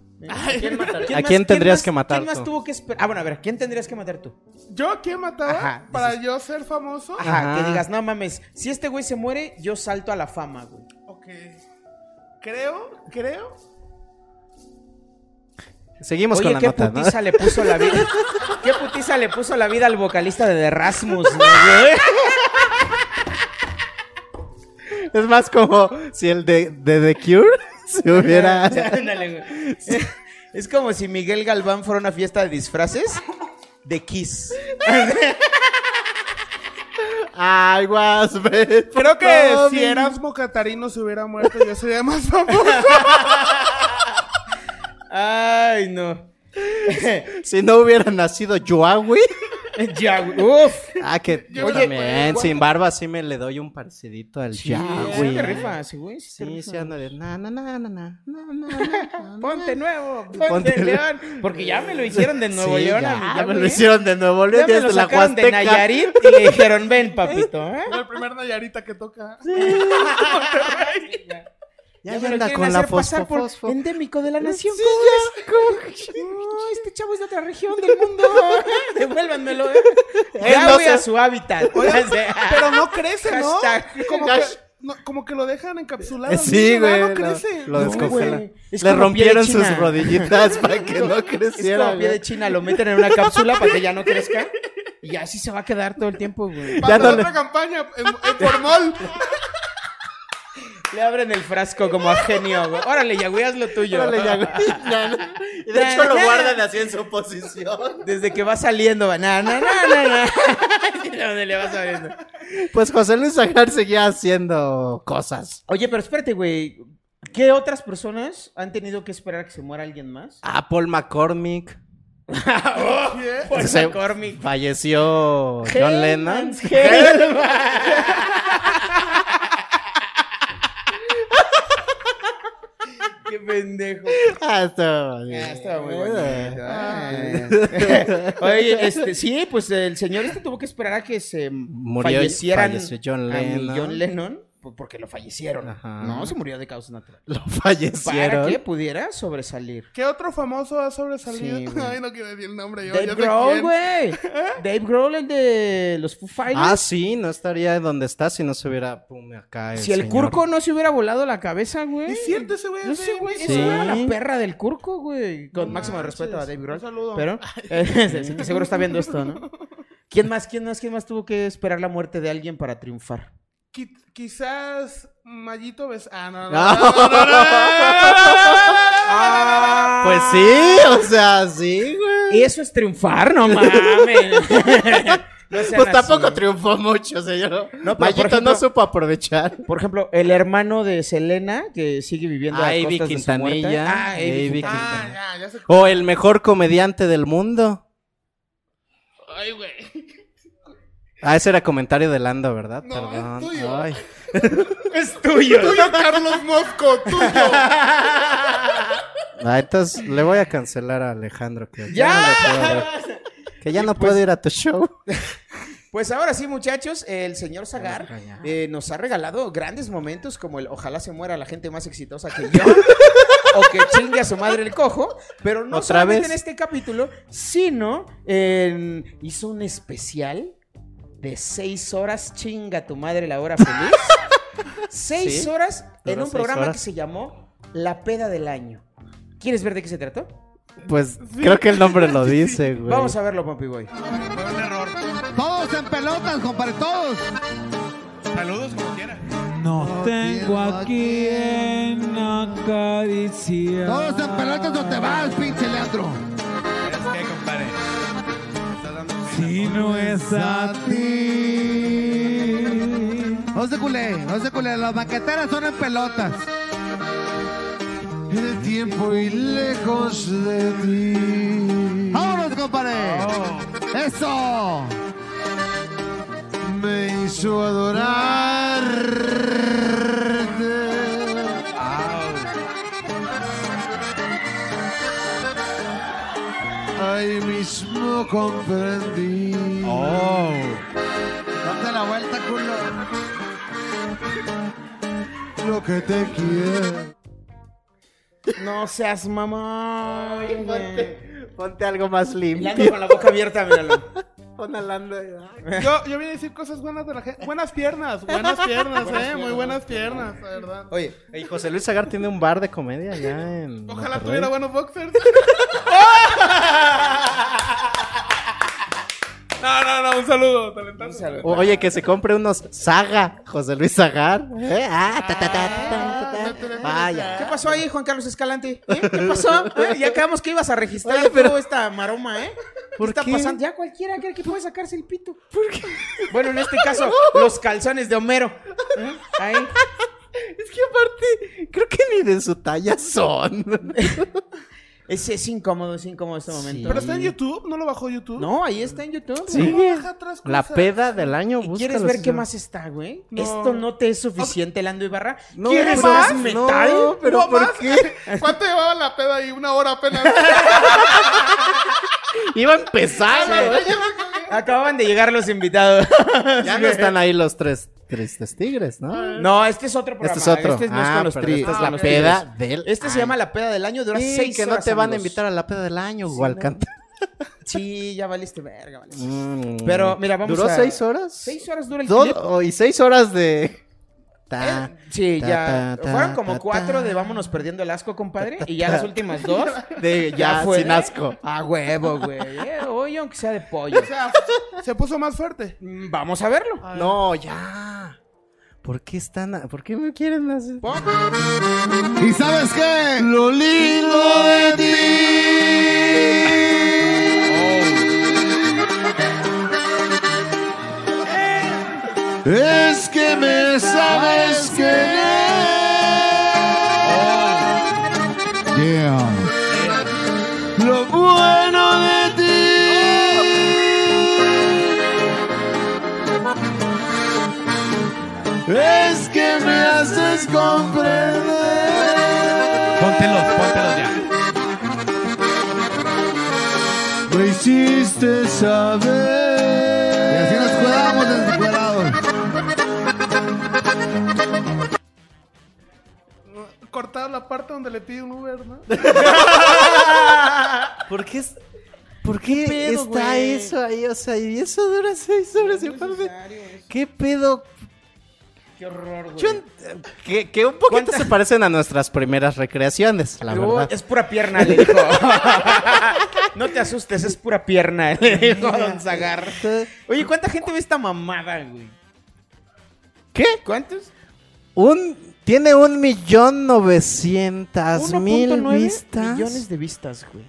Speaker 2: ¿Quién mataría?
Speaker 3: ¿A quién tendrías
Speaker 2: más-
Speaker 3: que matar
Speaker 2: ¿Quién más
Speaker 3: tú?
Speaker 2: tuvo que esperar? Ah, bueno, a ver, ¿quién tendrías que matar tú?
Speaker 4: (laughs) ¿Yo quién mataba?
Speaker 2: Ajá,
Speaker 4: Para yo ser famoso.
Speaker 2: Ajá,
Speaker 3: Ajá.
Speaker 2: que digas, no mames, si este güey se muere, yo salto a la fama, güey.
Speaker 4: Ok. Creo, creo.
Speaker 3: Seguimos
Speaker 2: Oye,
Speaker 3: con la
Speaker 2: qué
Speaker 3: nota, ¿no?
Speaker 2: putiza le puso la vida. qué putiza le puso la vida al vocalista de The Rasmus, ¿no, güey?
Speaker 3: Es más como si el de, de The Cure se
Speaker 2: (laughs)
Speaker 3: hubiera.
Speaker 2: Ándale, güey. (laughs) Es como si Miguel Galván fuera a una fiesta de disfraces de Kiss.
Speaker 3: I was made for
Speaker 4: Creo que
Speaker 3: loving
Speaker 4: si Erasmo Catarino se hubiera muerto, yo sería más famoso.
Speaker 2: Ay, no. (laughs)
Speaker 3: Si no hubiera nacido Joawi.
Speaker 2: ya, güey. Uf.
Speaker 3: Ah, que
Speaker 2: Yo
Speaker 3: yo
Speaker 2: me
Speaker 3: también,
Speaker 2: acuerdo.
Speaker 3: sin barba sí me le doy un parcidito al
Speaker 2: Sí, sí te
Speaker 3: Yahweh.
Speaker 2: rifas, güey. Sí, te
Speaker 3: Ah, Sí, sí,
Speaker 2: rifas.
Speaker 3: ándale. Na, na, na, na, na.
Speaker 2: Ponte nuevo, ponte,
Speaker 3: Ponte-
Speaker 2: León. Porque ya me lo hicieron de Nuevo
Speaker 3: Sí,
Speaker 2: León. a
Speaker 3: ya,
Speaker 2: mi
Speaker 3: me
Speaker 2: Yahweh,
Speaker 3: lo
Speaker 2: ¿eh?
Speaker 3: hicieron de nuevo
Speaker 2: Ya
Speaker 3: León
Speaker 2: me lo
Speaker 3: desde la
Speaker 2: sacaron de
Speaker 3: Huasteca.
Speaker 2: Nayarit y le dijeron, ven, papito. ¿eh?
Speaker 4: el primer Nayarita que toca.
Speaker 3: Ya,
Speaker 2: me
Speaker 3: ya
Speaker 2: lo
Speaker 3: anda
Speaker 2: quieren
Speaker 3: con la Eh,
Speaker 2: hacer pasar por
Speaker 3: fosfofosfo.
Speaker 2: endémico de la nación.
Speaker 3: Sí,
Speaker 2: (laughs) ¿cómo
Speaker 3: ya, ¿cómo que-
Speaker 2: ves? No, este chavo es de otra región del mundo. (laughs) Devuélvanmelo. ¿eh?
Speaker 3: Él
Speaker 2: Ya
Speaker 3: no
Speaker 2: voy a
Speaker 3: se-
Speaker 2: su hábitat. (laughs)
Speaker 4: Pero no crece, ¿no?
Speaker 2: Hashtag.
Speaker 4: Como que,
Speaker 3: Hash-
Speaker 4: no, como que lo dejan encapsulado.
Speaker 3: Eh,
Speaker 4: al
Speaker 3: Sí,
Speaker 4: niño, ¿no?
Speaker 3: güey.
Speaker 4: No,
Speaker 3: lo-
Speaker 4: crece.
Speaker 3: Lo
Speaker 2: No,
Speaker 3: descongelan.
Speaker 2: güey, es
Speaker 3: Le
Speaker 2: como
Speaker 3: rompieron
Speaker 2: piel de
Speaker 3: sus
Speaker 2: China.
Speaker 3: rodillitas para (laughs) que no
Speaker 2: Es
Speaker 3: creciera.
Speaker 2: como pie de
Speaker 3: güey.
Speaker 2: China, lo meten en una cápsula para que ya no crezca. Y así se va a quedar todo el tiempo, güey.
Speaker 4: Para
Speaker 3: Ya no le-
Speaker 4: otra campaña en, en Formol.
Speaker 2: Le abren el frasco como a genio, güey. Órale, ya, güey, haz lo tuyo.
Speaker 3: Órale,
Speaker 2: (laughs)
Speaker 3: ya, güey. (laughs) Ya, no. Y de hecho lo guardan así en su posición.
Speaker 2: Desde que va saliendo, va. Na, na, na, na, na. (laughs) Y donde le va saliendo.
Speaker 3: Pues José Luis Agar seguía haciendo cosas.
Speaker 2: Oye, pero espérate, güey. ¿Qué otras personas han tenido que esperar a que se muera alguien más?
Speaker 3: A Paul McCormick.
Speaker 2: Paul
Speaker 3: Se-
Speaker 2: Pues, McCormick.
Speaker 3: Falleció Pues, eh, John Lennon.
Speaker 2: Hellman's Hellman. Qué pendejo.
Speaker 3: (laughs) Ah, estaba bien.
Speaker 2: Ah, estaba muy bonito.
Speaker 3: Eh.
Speaker 2: Ay. Oye, este, sí, pues el señor este tuvo que esperar a que se
Speaker 3: Murió-
Speaker 2: fallecieran
Speaker 3: falleció John
Speaker 2: a mi
Speaker 3: Lennon.
Speaker 2: John Lennon, po- porque lo fallecieron.
Speaker 3: Ajá.
Speaker 2: No, se murió de causa natural.
Speaker 3: Lo
Speaker 2: Para
Speaker 3: fallecieron.
Speaker 2: que pudiera sobresalir.
Speaker 4: ¿Qué otro famoso ha sobresalido?
Speaker 2: Sí, güey.
Speaker 4: (laughs) Ay, no quiero decir el nombre. Yo,
Speaker 2: Dave
Speaker 4: yo sé
Speaker 2: Grohl,
Speaker 4: quién.
Speaker 2: güey.
Speaker 4: (laughs)
Speaker 2: Dave Grohl, el de los Foo Fighters.
Speaker 3: Ah, sí, no estaría donde está si no se hubiera pum, acá.
Speaker 2: si el
Speaker 3: señor.
Speaker 2: Curco no se hubiera volado la cabeza, güey.
Speaker 4: Es cierto, ese güey.
Speaker 2: No
Speaker 4: es
Speaker 2: sé,
Speaker 4: de-
Speaker 2: güey.
Speaker 4: es-
Speaker 2: Esa era
Speaker 3: Sí.
Speaker 2: la perra del Curco, güey. Con máximo
Speaker 4: manches,
Speaker 2: respeto a Dave Grohl.
Speaker 4: un saludo. (laughs)
Speaker 2: Pero, eh, (laughs) que seguro está viendo esto, ¿no? ¿Quién más, quién más, quién más tuvo que esperar la muerte de alguien para triunfar?
Speaker 4: qui- Quizás Mayito Bes... Ah, no, no.
Speaker 3: No.
Speaker 4: no, no,
Speaker 3: (laughs)
Speaker 4: no,
Speaker 3: (laughs) Pues sí, o sea, sí, güey.
Speaker 2: Eso es triunfar,
Speaker 3: (laughs)
Speaker 2: no mames. (laughs) No sean
Speaker 3: Pues tampoco
Speaker 2: así.
Speaker 3: triunfó mucho, señor.
Speaker 2: No, pero por
Speaker 3: Mayito
Speaker 2: ejemplo-
Speaker 3: no supo aprovechar.
Speaker 2: Por ejemplo, el hermano de Selena, que sigue viviendo
Speaker 3: Ah,
Speaker 2: a
Speaker 3: Avi
Speaker 2: costas de su muerte.
Speaker 3: Quintanilla.
Speaker 2: Ah, Avi
Speaker 3: Avi
Speaker 2: Quintanilla.
Speaker 4: Ah,
Speaker 3: Quintanilla.
Speaker 4: ya, ya sé.
Speaker 3: O el mejor comediante del mundo.
Speaker 4: Ay, güey.
Speaker 3: Ah, ese era comentario de Lando, ¿verdad?
Speaker 4: No,
Speaker 3: Perdón.
Speaker 4: es tuyo.
Speaker 3: Ay.
Speaker 2: Es tuyo.
Speaker 4: Tuyo, Carlos Mosco, tuyo.
Speaker 3: Ah, entonces le voy a cancelar a Alejandro que
Speaker 2: ¡Ya!
Speaker 3: ya, no le puedo ver. Que ya no puedo ir a tu show.
Speaker 2: Pues ahora sí, muchachos, el señor Zagar
Speaker 3: Verga, ya.
Speaker 2: eh, nos ha regalado grandes momentos como el ojalá se muera la gente más exitosa que
Speaker 3: (laughs)
Speaker 2: yo o que chingue a su madre el cojo, pero no
Speaker 3: ¿Otra
Speaker 2: solamente
Speaker 3: vez?
Speaker 2: en este capítulo, sino en- hizo un especial de seis horas chinga tu madre la hora
Speaker 3: (laughs)
Speaker 2: feliz. seis
Speaker 3: Sí,
Speaker 2: horas en
Speaker 3: duró
Speaker 2: un
Speaker 3: seis
Speaker 2: programa
Speaker 3: horas.
Speaker 2: que se llamó La Peda del Año. ¿Quieres ver de qué se trató?
Speaker 3: Pues creo que el nombre lo dice, güey.
Speaker 2: Vamos a verlo, Pompey Boy.
Speaker 15: Todos en pelotas, compadre, todos.
Speaker 9: Saludos como quiera.
Speaker 15: No tengo aquí en
Speaker 12: acariciar.
Speaker 15: Todos en pelotas no te vas, pinche Leandro.
Speaker 12: ¿Qué, compadre? Si no es a ti.
Speaker 15: No se culé, no se culé. Las maqueteras son en pelotas.
Speaker 12: El tiempo y lejos de ti.
Speaker 15: ¡Vámonos, compadre! ¡Eso!
Speaker 12: Me hizo adorarte. Ahí mismo comprendí. Oh.
Speaker 15: Date la vuelta, culo.
Speaker 12: Lo que te quiero.
Speaker 2: No seas mamá.
Speaker 3: Ponte algo más limpio.
Speaker 2: Leandro con la boca abierta, míralo.
Speaker 3: Pon a Lando.
Speaker 4: Yo, yo vine a decir cosas buenas de la gente. Buenas piernas, buenas piernas, eh.
Speaker 3: Buenas
Speaker 4: muy
Speaker 3: piernas,
Speaker 4: buenas piernas, la verdad.
Speaker 3: Oye, y José Luis Agar tiene un bar de comedia allá en.
Speaker 4: Ojalá
Speaker 3: Monterrey.
Speaker 4: tuviera buenos boxers. no, no, no, un saludo, talentazo.
Speaker 3: O- Oye, que se compre unos Saga, José Luis Agar. ¿eh? Ah, ta, ta, ta, ta, ta, ta. Vaya.
Speaker 2: ¿Qué pasó ahí, Juan Carlos Escalante? ¿Eh? ¿Qué pasó? ¿Eh? Ya acabamos que ibas a registrar pero... esta maroma, ¿eh? ¿Qué está
Speaker 3: qué?
Speaker 2: pasando? Ya cualquiera cree que puede sacarse el pito. Bueno, en este caso, los calzones de Homero. ¿Eh? Ahí.
Speaker 3: Es que aparte, creo que ni de su talla son.
Speaker 2: Es, es incómodo, es incómodo este momento.
Speaker 4: Pero está en YouTube, ¿no lo bajó YouTube?
Speaker 2: No, ahí está en YouTube.
Speaker 3: Sí.
Speaker 2: güey.
Speaker 3: La peda del año,
Speaker 2: ¿Y ¿Quieres
Speaker 3: búscalo,
Speaker 2: ver
Speaker 3: sí,
Speaker 2: qué
Speaker 3: no.
Speaker 2: más está, güey?
Speaker 4: No.
Speaker 2: Esto no te es suficiente, Lando Ibarra.
Speaker 3: No,
Speaker 2: ¿Quieres
Speaker 3: pero-
Speaker 2: más
Speaker 3: no,
Speaker 2: metal?
Speaker 3: pero
Speaker 2: ¿No
Speaker 3: ¿por
Speaker 2: más?
Speaker 3: qué?
Speaker 4: (laughs) ¿Cuánto llevaba la peda ahí? Una hora apenas.
Speaker 3: Iba a empezar. eh.
Speaker 2: Acababan de llegar los invitados. (laughs)
Speaker 3: Ya no están ahí los tres tristes tigres, ¿no?
Speaker 2: No, este es otro programa.
Speaker 3: Este es otro.
Speaker 2: no es
Speaker 3: Ah,
Speaker 2: con los
Speaker 3: pero
Speaker 2: tri-
Speaker 3: esta es
Speaker 2: con
Speaker 3: la
Speaker 2: los
Speaker 3: peda
Speaker 2: tigres.
Speaker 3: del
Speaker 2: Este se llama la peda del año, dura
Speaker 3: Sí,
Speaker 2: seis
Speaker 3: que no
Speaker 2: horas,
Speaker 3: te van a
Speaker 2: amigos.
Speaker 3: invitar a la peda del año,
Speaker 2: Sí,
Speaker 3: Gualcanta.
Speaker 2: Sí, ya valiste verga, valiste. Pero mira, vamos
Speaker 3: ¿Duró
Speaker 2: a-
Speaker 3: seis horas?
Speaker 2: Mm. Seis horas dura el clip.
Speaker 3: Do- oh, y seis horas de. Ta,
Speaker 2: Sí,
Speaker 3: ta,
Speaker 2: ya.
Speaker 3: ta, ta,
Speaker 2: Fueron como
Speaker 3: ta,
Speaker 2: cuatro
Speaker 3: ta.
Speaker 2: de vámonos perdiendo el asco, compadre. Y ya las últimas (laughs) dos.
Speaker 3: De ya,
Speaker 2: fue-
Speaker 3: sin asco.
Speaker 2: A huevo, güey. Eh, hoy, aunque sea de (laughs) pollo.
Speaker 4: O sea, se puso más fuerte.
Speaker 2: Mm, Vamos a verlo.
Speaker 3: No, ya. ¿Por qué están.? a- ¿Por qué me quieren hacer.?
Speaker 15: ¿Y sabes qué? Lo lindo de ti. Es que me sabes querer.
Speaker 12: Lo bueno de ti es que me haces comprender.
Speaker 16: Póntelos, póntelos ya.
Speaker 12: Me hiciste saber.
Speaker 15: Y así nos cuidamos descuidados.
Speaker 4: Cortar la parte donde le pide un Uber, ¿no?
Speaker 3: ¿Por qué, es- ¿por qué,
Speaker 4: pedo,
Speaker 3: está
Speaker 4: güey?
Speaker 3: eso ahí? O sea, y eso dura seis horas. y aparte, ¿Qué pedo?
Speaker 2: Qué horror, güey.
Speaker 3: Yo- que, que un poquito se parecen a nuestras primeras recreaciones, la
Speaker 2: Luego,
Speaker 3: verdad.
Speaker 2: es pura pierna, le dijo. (laughs) no te asustes, es pura pierna, (laughs) le dijo Don Zagar. Oye, ¿cuánta gente ve esta mamada, güey?
Speaker 3: ¿Qué?
Speaker 2: ¿Cuántos?
Speaker 3: Un, tiene un millón novecientas mil
Speaker 2: 1.9
Speaker 3: vistas
Speaker 2: millones de vistas, güey.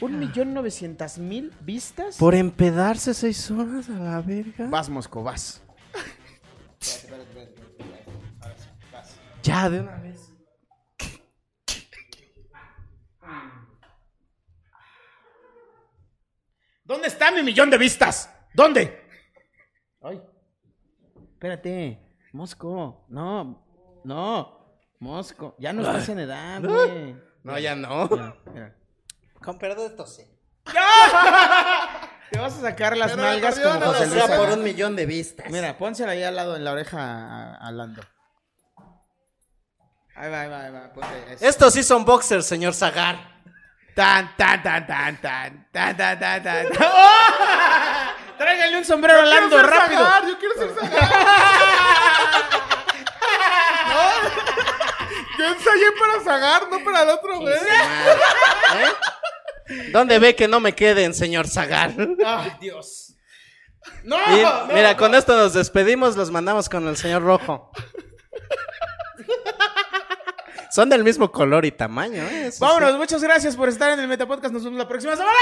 Speaker 2: Un millón novecientas mil vistas.
Speaker 3: por empedarse seis horas a la verga.
Speaker 2: Vas, Mosco, vas.
Speaker 3: Ya, de una vez.
Speaker 2: ¿Dónde está mi millón de vistas? ¿Dónde? Ay. Espérate, Mosco. No, no. Mosco, ya no estás en edad, güey.
Speaker 3: No, ya no.
Speaker 2: Mira, mira.
Speaker 3: Con perdón
Speaker 2: (laughs)
Speaker 3: de tose.
Speaker 2: Te vas a sacar las
Speaker 3: Pero
Speaker 2: nalgas
Speaker 3: el acordeón
Speaker 2: como
Speaker 3: no
Speaker 2: José
Speaker 3: lo
Speaker 2: Luis
Speaker 3: sea por
Speaker 2: Agar.
Speaker 3: un millón de vistas.
Speaker 2: Mira, pónsela ahí al lado en la oreja a, a Lando. Ahí va, ahí va, ahí va. ponte eso.
Speaker 3: Estos sí son boxers, señor Zagar.
Speaker 2: Tan, tan, tan, tan, tan, tan, tan, tan, tan. ¡Oh! Tráiganle un sombrero a Lando, rápido.
Speaker 4: yo quiero ser Zagar. No, Yo ensayé para Zagar, no para el otro, güey.
Speaker 3: ¿Dónde ve que no me queden, señor Zagar?
Speaker 2: Ay, Dios. No,
Speaker 3: Y
Speaker 2: no,
Speaker 3: mira,
Speaker 2: no.
Speaker 3: con esto nos despedimos, los mandamos con el señor Rojo. Son del mismo color y tamaño, ¿eh? Eso
Speaker 2: Vámonos,
Speaker 3: sí.
Speaker 2: muchas gracias por estar en el Metapodcast. Nos vemos la próxima semana.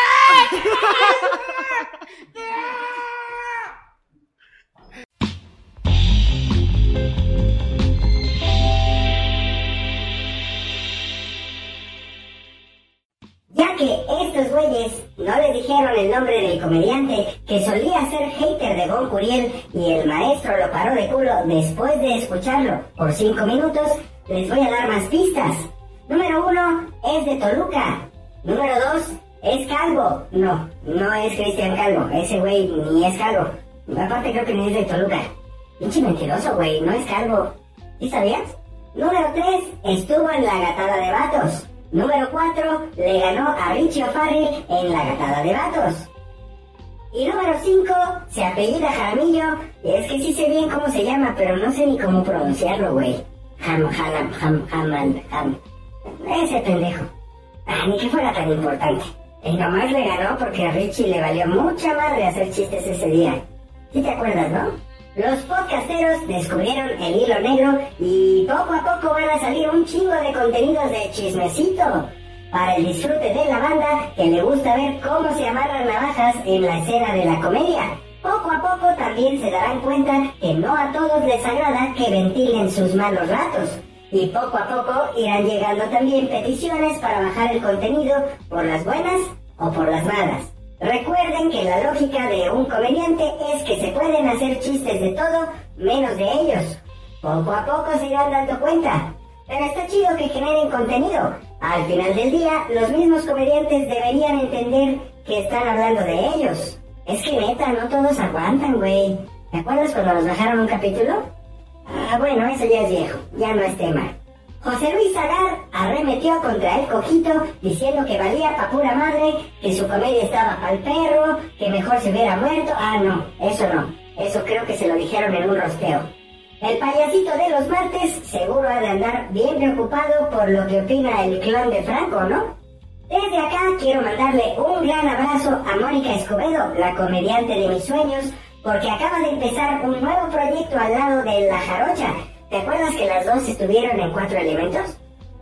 Speaker 1: Ya que estos güeyes no le dijeron el nombre del comediante que solía ser hater de Bon Curiel y el maestro lo paró de culo después de escucharlo por 5 minutos, les voy a dar más pistas. Número 1 es de Toluca. Número 2 es Calvo. No, no es Cristian Calvo. Ese güey ni es Calvo. Aparte creo que ni es de Toluca. Pinche mentiroso, güey. No es Calvo. ¿Sí sabías? Número 3 estuvo en la gatada de vatos. Número 4 le ganó a Richie O'Farrell en la gatada de vatos. Y número 5 se apellida Jaramillo. Y es que sí sé bien cómo se llama, pero no sé ni cómo pronunciarlo, güey. Jam, jam, jam, jam, jam. Ese pendejo. Ah, ni que fuera tan importante. Y nomás le ganó porque a Richie le valió mucha madre hacer chistes ese día. ¿Sí te acuerdas, no? Los podcasteros descubrieron el hilo negro y poco a poco van a salir un chingo de contenidos de chismecito para el disfrute de la banda que le gusta ver cómo se amarran navajas en la escena de la comedia. Poco a poco también se darán cuenta que no a todos les agrada que ventilen sus malos ratos. Y poco a poco irán llegando también peticiones para bajar el contenido por las buenas o por las malas. Recuerden que la lógica de un comediante es que se pueden hacer chistes de todo menos de ellos. Poco a poco se irán dando cuenta. Pero está chido que generen contenido. Al final del día, los mismos comediantes deberían entender que están hablando de ellos. Es que neta, no todos aguantan, güey. ¿Te acuerdas cuando nos bajaron un capítulo? Ah, bueno, eso ya es viejo, ya no es tema. José Luis Agar arremetió contra el cojito diciendo que valía pa' pura madre, que su comedia estaba pa'l perro, que mejor se hubiera muerto. Ah, no, eso no. Eso creo que se lo dijeron en un rosteo. El payasito de los martes seguro ha de andar bien preocupado por lo que opina el clan de Franco, ¿no? Desde acá quiero mandarle un gran abrazo a Mónica Escobedo, la comediante de mis sueños, porque acaba de empezar un nuevo proyecto al lado de La Jarocha. ¿Te acuerdas que las dos estuvieron en Cuatro Elementos?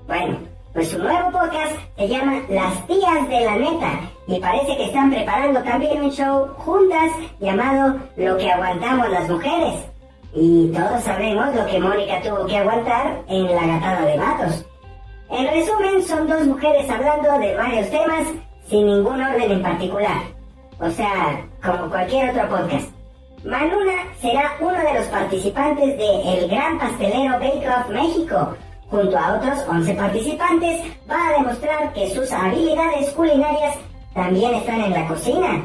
Speaker 1: Bueno, pues su nuevo podcast se llama Las Tías de la Neta y parece que están preparando también un show juntas llamado Lo que aguantamos las mujeres. Y todos sabemos lo que Mónica tuvo que aguantar en la gatada de vatos. En resumen, son dos mujeres hablando de varios temas sin ningún orden en particular. O sea, como cualquier otro podcast. Manuna será uno de los participantes de El Gran Pastelero Bake Off México. Junto a otros 11 participantes, va a demostrar que sus habilidades culinarias también están en la cocina.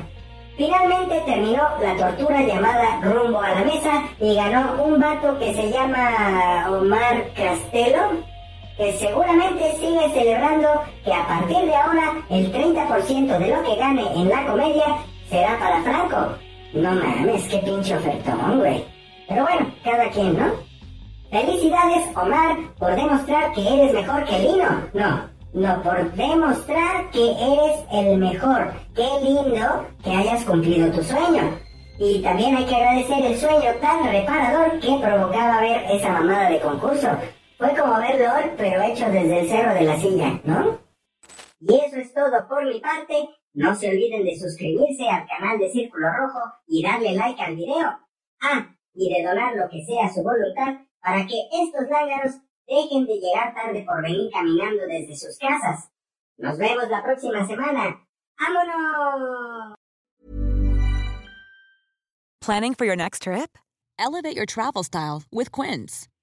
Speaker 1: Finalmente terminó la tortura llamada Rumbo a la Mesa y ganó un vato que se llama Omar Castelo, que seguramente sigue celebrando que a partir de ahora el 30% de lo que gane en la comedia será para Franco. No mames, qué pinche ofertón, güey. Pero bueno, cada quien, ¿no? Felicidades, Omar, por demostrar que eres mejor que Lino. No, no, por demostrar que eres el mejor. Qué lindo que hayas cumplido tu sueño. Y también hay que agradecer el sueño tan reparador que provocaba ver esa mamada de concurso. Fue como ver LOL, pero hecho desde el cerro de la silla, ¿no? Y eso es todo por mi parte. No se olviden de suscribirse al canal de Círculo Rojo y darle like al video. Ah, y de donar lo que sea su voluntad para que estos lángaros dejen de llegar tarde por venir caminando desde sus casas. Nos vemos la próxima semana. ¡Vámonos!
Speaker 16: Planning for your next trip? Elevate your travel style with Quince.